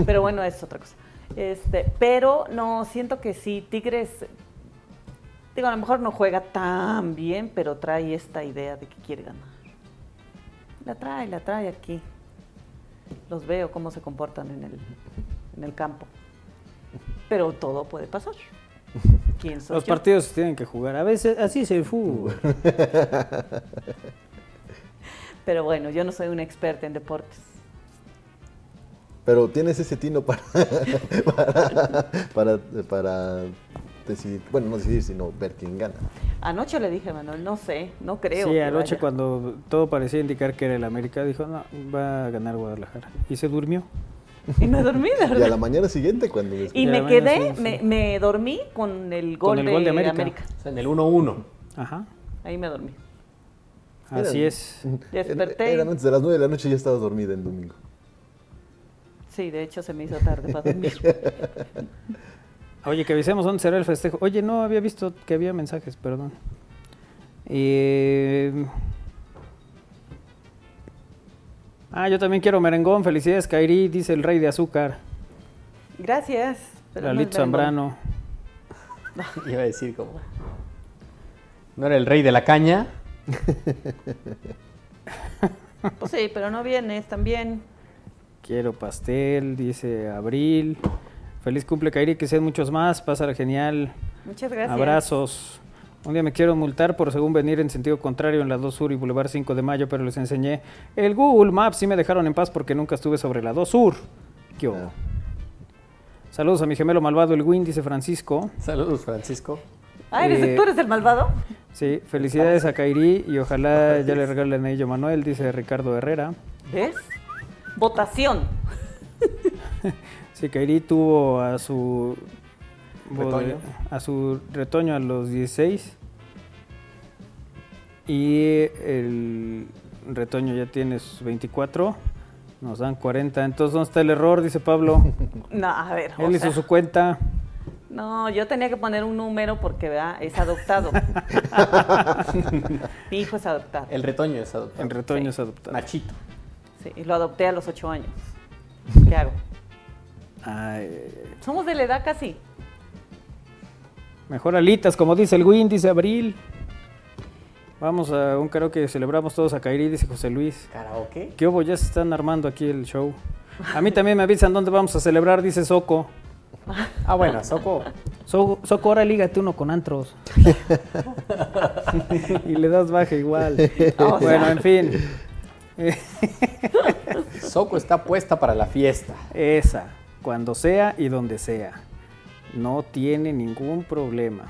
[SPEAKER 4] Pero bueno, es otra cosa. Este, pero no, siento que sí, Tigres, digo, a lo mejor no juega tan bien, pero trae esta idea de que quiere ganar. La trae, la trae aquí. Los veo cómo se comportan en el, en el campo. Pero todo puede pasar. ¿Quién soy
[SPEAKER 3] Los
[SPEAKER 4] yo?
[SPEAKER 3] partidos se tienen que jugar. A veces así es el
[SPEAKER 2] (laughs)
[SPEAKER 3] fútbol.
[SPEAKER 4] Pero bueno, yo no soy una experta en deportes.
[SPEAKER 2] Pero tienes ese tino para, (laughs) para, para, para decidir, bueno, no decidir, sino ver quién gana.
[SPEAKER 4] Anoche le dije, Manuel, no sé, no creo.
[SPEAKER 3] sí,
[SPEAKER 4] que
[SPEAKER 3] anoche
[SPEAKER 4] vaya.
[SPEAKER 3] cuando todo parecía indicar que era el América, dijo, no, va a ganar Guadalajara. Y se durmió.
[SPEAKER 4] Y me dormí, de
[SPEAKER 2] Y a
[SPEAKER 4] verdad.
[SPEAKER 2] la mañana siguiente, cuando me
[SPEAKER 4] Y
[SPEAKER 3] Ya
[SPEAKER 4] me
[SPEAKER 3] ven,
[SPEAKER 4] quedé,
[SPEAKER 3] sí, sí.
[SPEAKER 4] Me, me dormí con el gol,
[SPEAKER 3] Con el gol de América.
[SPEAKER 6] O sea, en el 1-1.
[SPEAKER 3] Ajá.
[SPEAKER 4] Ahí me dormí.
[SPEAKER 3] Así
[SPEAKER 2] Eran-
[SPEAKER 3] es.
[SPEAKER 4] Desperté.
[SPEAKER 2] Eran antes de las 9 de la noche y ya estabas dormida el domingo.
[SPEAKER 3] (laughs)
[SPEAKER 4] Sí, de hecho se me hizo tarde para dormir.
[SPEAKER 3] (laughs) Oye, que avisemos dónde será el festejo. Oye, no había visto que había mensajes, perdón. Eh, Ah, yo también quiero merengón. Felicidades, Kairi, dice el rey de azúcar.
[SPEAKER 4] Gracias. pero no
[SPEAKER 3] Lalito
[SPEAKER 4] es verbo.
[SPEAKER 3] Zambrano.
[SPEAKER 6] (laughs) Iba a decir como. ¿No era el rey de
[SPEAKER 3] (laughs)
[SPEAKER 6] la caña?
[SPEAKER 4] Pues sí, pero no vienes también.
[SPEAKER 3] Quiero pastel, dice Abril. Feliz cumple, Kairi, que sean muchos más. Pásala genial.
[SPEAKER 4] Muchas gracias.
[SPEAKER 3] Abrazos. Un día me quiero multar por según venir en sentido contrario en la 2 Sur y Boulevard 5 de Mayo, pero les enseñé el Google Maps y me dejaron en paz porque nunca estuve sobre la 2 Sur. ¿Qué hubo? Saludos a mi gemelo malvado, el Win, dice Francisco.
[SPEAKER 6] Saludos, Francisco.
[SPEAKER 4] Ah, ¿eres,
[SPEAKER 3] Eh,
[SPEAKER 4] ¿tú eres el malvado?
[SPEAKER 3] Sí, felicidades a Kairi y ojalá ya le regalen ello a Manuel, dice Ricardo Herrera.
[SPEAKER 4] ¿Ves? Votación.
[SPEAKER 3] Sí, Kairi tuvo a su
[SPEAKER 6] Retoño.
[SPEAKER 3] a su retoño a los 16 y el retoño ya tiene sus 24, nos dan 40. Entonces, ¿dónde está el error? Dice Pablo.
[SPEAKER 4] (laughs) No, a ver. o
[SPEAKER 3] Él hizo
[SPEAKER 4] sea,
[SPEAKER 3] su cuenta.
[SPEAKER 4] No, yo tenía que poner un número porque ¿verdad? es
[SPEAKER 3] (laughs)
[SPEAKER 4] adoptado. Mi hijo es adoptado.
[SPEAKER 6] El retoño es adoptado.
[SPEAKER 3] El retoño
[SPEAKER 4] sí.
[SPEAKER 3] es adoptado.
[SPEAKER 6] Nachito.
[SPEAKER 4] Sí, y lo adopté a los ocho años. ¿Qué hago?
[SPEAKER 3] Ay,
[SPEAKER 4] Somos de la edad casi.
[SPEAKER 3] mejor alitas, como dice el Win, dice Abril. Vamos a un karaoke, celebramos todos a Kairi, dice José Luis.
[SPEAKER 6] ¿Karaoke?
[SPEAKER 3] ¿Qué hubo? Ya se están armando aquí el show. A mí también me avisan dónde vamos a celebrar, dice Soco.
[SPEAKER 6] (laughs) Ah, bueno, Soco.
[SPEAKER 3] So- Soco, ahora lígate uno con
[SPEAKER 6] (laughs)
[SPEAKER 3] antros. (laughs) y le das baja
[SPEAKER 6] (laughs)
[SPEAKER 3] igual.
[SPEAKER 4] O sea.
[SPEAKER 3] bueno, en fin. Eh,
[SPEAKER 6] Soco está puesta para la fiesta.
[SPEAKER 3] Esa, cuando sea y donde sea. No tiene ningún problema.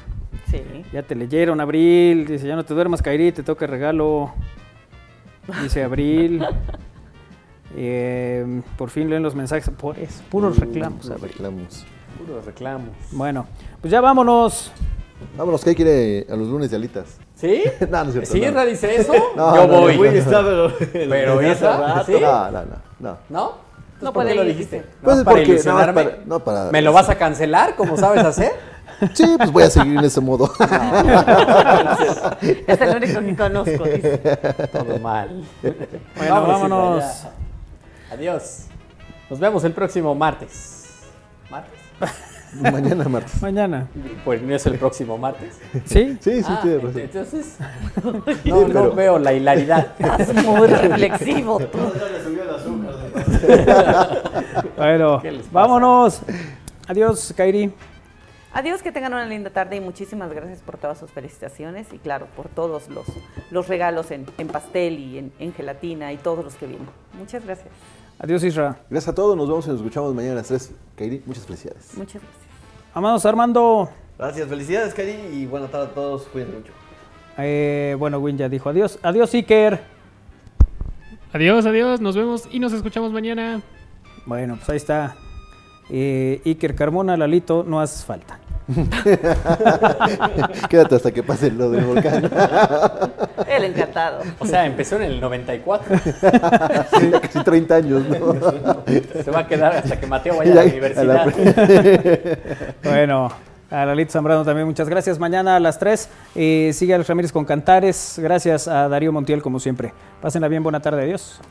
[SPEAKER 4] Sí.
[SPEAKER 3] Ya te leyeron, Abril. Dice, ya no te duermas, Kairi, te toca regalo.
[SPEAKER 2] (laughs)
[SPEAKER 3] Dice Abril. Eh, por fin leen los mensajes. Por eso, puros reclamos,
[SPEAKER 2] Mm, Puros
[SPEAKER 3] Abril.
[SPEAKER 2] reclamos.
[SPEAKER 6] Puros reclamos.
[SPEAKER 3] Bueno, pues ya vámonos.
[SPEAKER 2] Vámonos, ¿qué quiere eh, a los lunes de alitas?
[SPEAKER 6] ¿Sí?
[SPEAKER 2] (laughs) No, no es cierto,
[SPEAKER 6] ¿Sí,
[SPEAKER 2] no.
[SPEAKER 6] Ra dice eso?
[SPEAKER 2] (laughs) No,
[SPEAKER 6] Yo
[SPEAKER 2] no, no,
[SPEAKER 6] voy.
[SPEAKER 2] no, no.
[SPEAKER 6] (laughs) Pero esa, ¿sí?
[SPEAKER 2] No, no, no. no.
[SPEAKER 6] ¿No?
[SPEAKER 4] No
[SPEAKER 6] ¿Por qué
[SPEAKER 4] puede
[SPEAKER 6] lo
[SPEAKER 4] ir,
[SPEAKER 6] dijiste?
[SPEAKER 4] dice.
[SPEAKER 2] Pues
[SPEAKER 6] ¿Nomás
[SPEAKER 2] es
[SPEAKER 6] para
[SPEAKER 2] porque- nada más
[SPEAKER 6] ilusionarme?
[SPEAKER 2] para- no, para-
[SPEAKER 6] ¿Me lo vas a cancelar como sabes
[SPEAKER 2] (laughs)
[SPEAKER 6] hacer?
[SPEAKER 2] Sí, pues voy a seguir en ese modo.
[SPEAKER 4] Es el único que conozco. dice.
[SPEAKER 6] Ah, Todo mal.
[SPEAKER 3] Bueno, vámonos.
[SPEAKER 6] Isla, ya. Adiós. Nos vemos el próximo martes. ¿Martes?
[SPEAKER 2] (laughs) Mañana, martes.
[SPEAKER 3] Mañana.
[SPEAKER 6] Pues no es el próximo martes.
[SPEAKER 3] ¿Sí?
[SPEAKER 2] Sí, sí,
[SPEAKER 6] Ah,
[SPEAKER 2] tiene razón.
[SPEAKER 6] entonces. No, no
[SPEAKER 2] pero-
[SPEAKER 6] veo la
[SPEAKER 4] (laughs)
[SPEAKER 6] hilaridad.
[SPEAKER 4] Estás
[SPEAKER 6] (laughs)
[SPEAKER 4] muy reflexivo tú.
[SPEAKER 3] (laughs) Bueno,
[SPEAKER 6] ¿Qué les pasa?
[SPEAKER 3] vámonos. Adiós, Kairi.
[SPEAKER 4] Adiós, que tengan una linda tarde y muchísimas gracias por todas sus felicitaciones y claro, por todos los, los regalos en, en pastel y en, en gelatina y todos los que vienen. Muchas gracias.
[SPEAKER 3] Adiós, Isra.
[SPEAKER 2] Gracias a todos, nos vemos y nos escuchamos mañana a las 3. Kairi, muchas felicidades.
[SPEAKER 4] Muchas gracias.
[SPEAKER 3] Amados Armando.
[SPEAKER 5] Gracias, felicidades, Cari, y buena tarde a todos. Cuídense mucho.
[SPEAKER 3] Eh, bueno, Win ya dijo adiós. Adiós, Iker.
[SPEAKER 7] Adiós, adiós, nos vemos y nos escuchamos mañana.
[SPEAKER 3] Bueno, pues ahí está. Eh, Iker Carmona, Lalito, no haces falta.
[SPEAKER 2] (laughs) Quédate hasta que pase lo del
[SPEAKER 6] (laughs)
[SPEAKER 2] volcán.
[SPEAKER 4] (laughs) El encantado.
[SPEAKER 6] O sea, empezó en el
[SPEAKER 2] (laughs)
[SPEAKER 6] 94.
[SPEAKER 2] Ya Casi 30 años, ¿no?
[SPEAKER 6] Se va a quedar hasta que Mateo vaya a
[SPEAKER 2] Ya-
[SPEAKER 6] la
[SPEAKER 2] a la
[SPEAKER 6] universidad. (laughs)
[SPEAKER 2] (laughs)
[SPEAKER 3] Bueno, a Lalito Zambrano también muchas gracias. Mañana a las 3 eh, sigue Alex Ramírez con Cantares. Gracias a Darío Montiel, como siempre. Pásenla bien, buena tarde, adiós.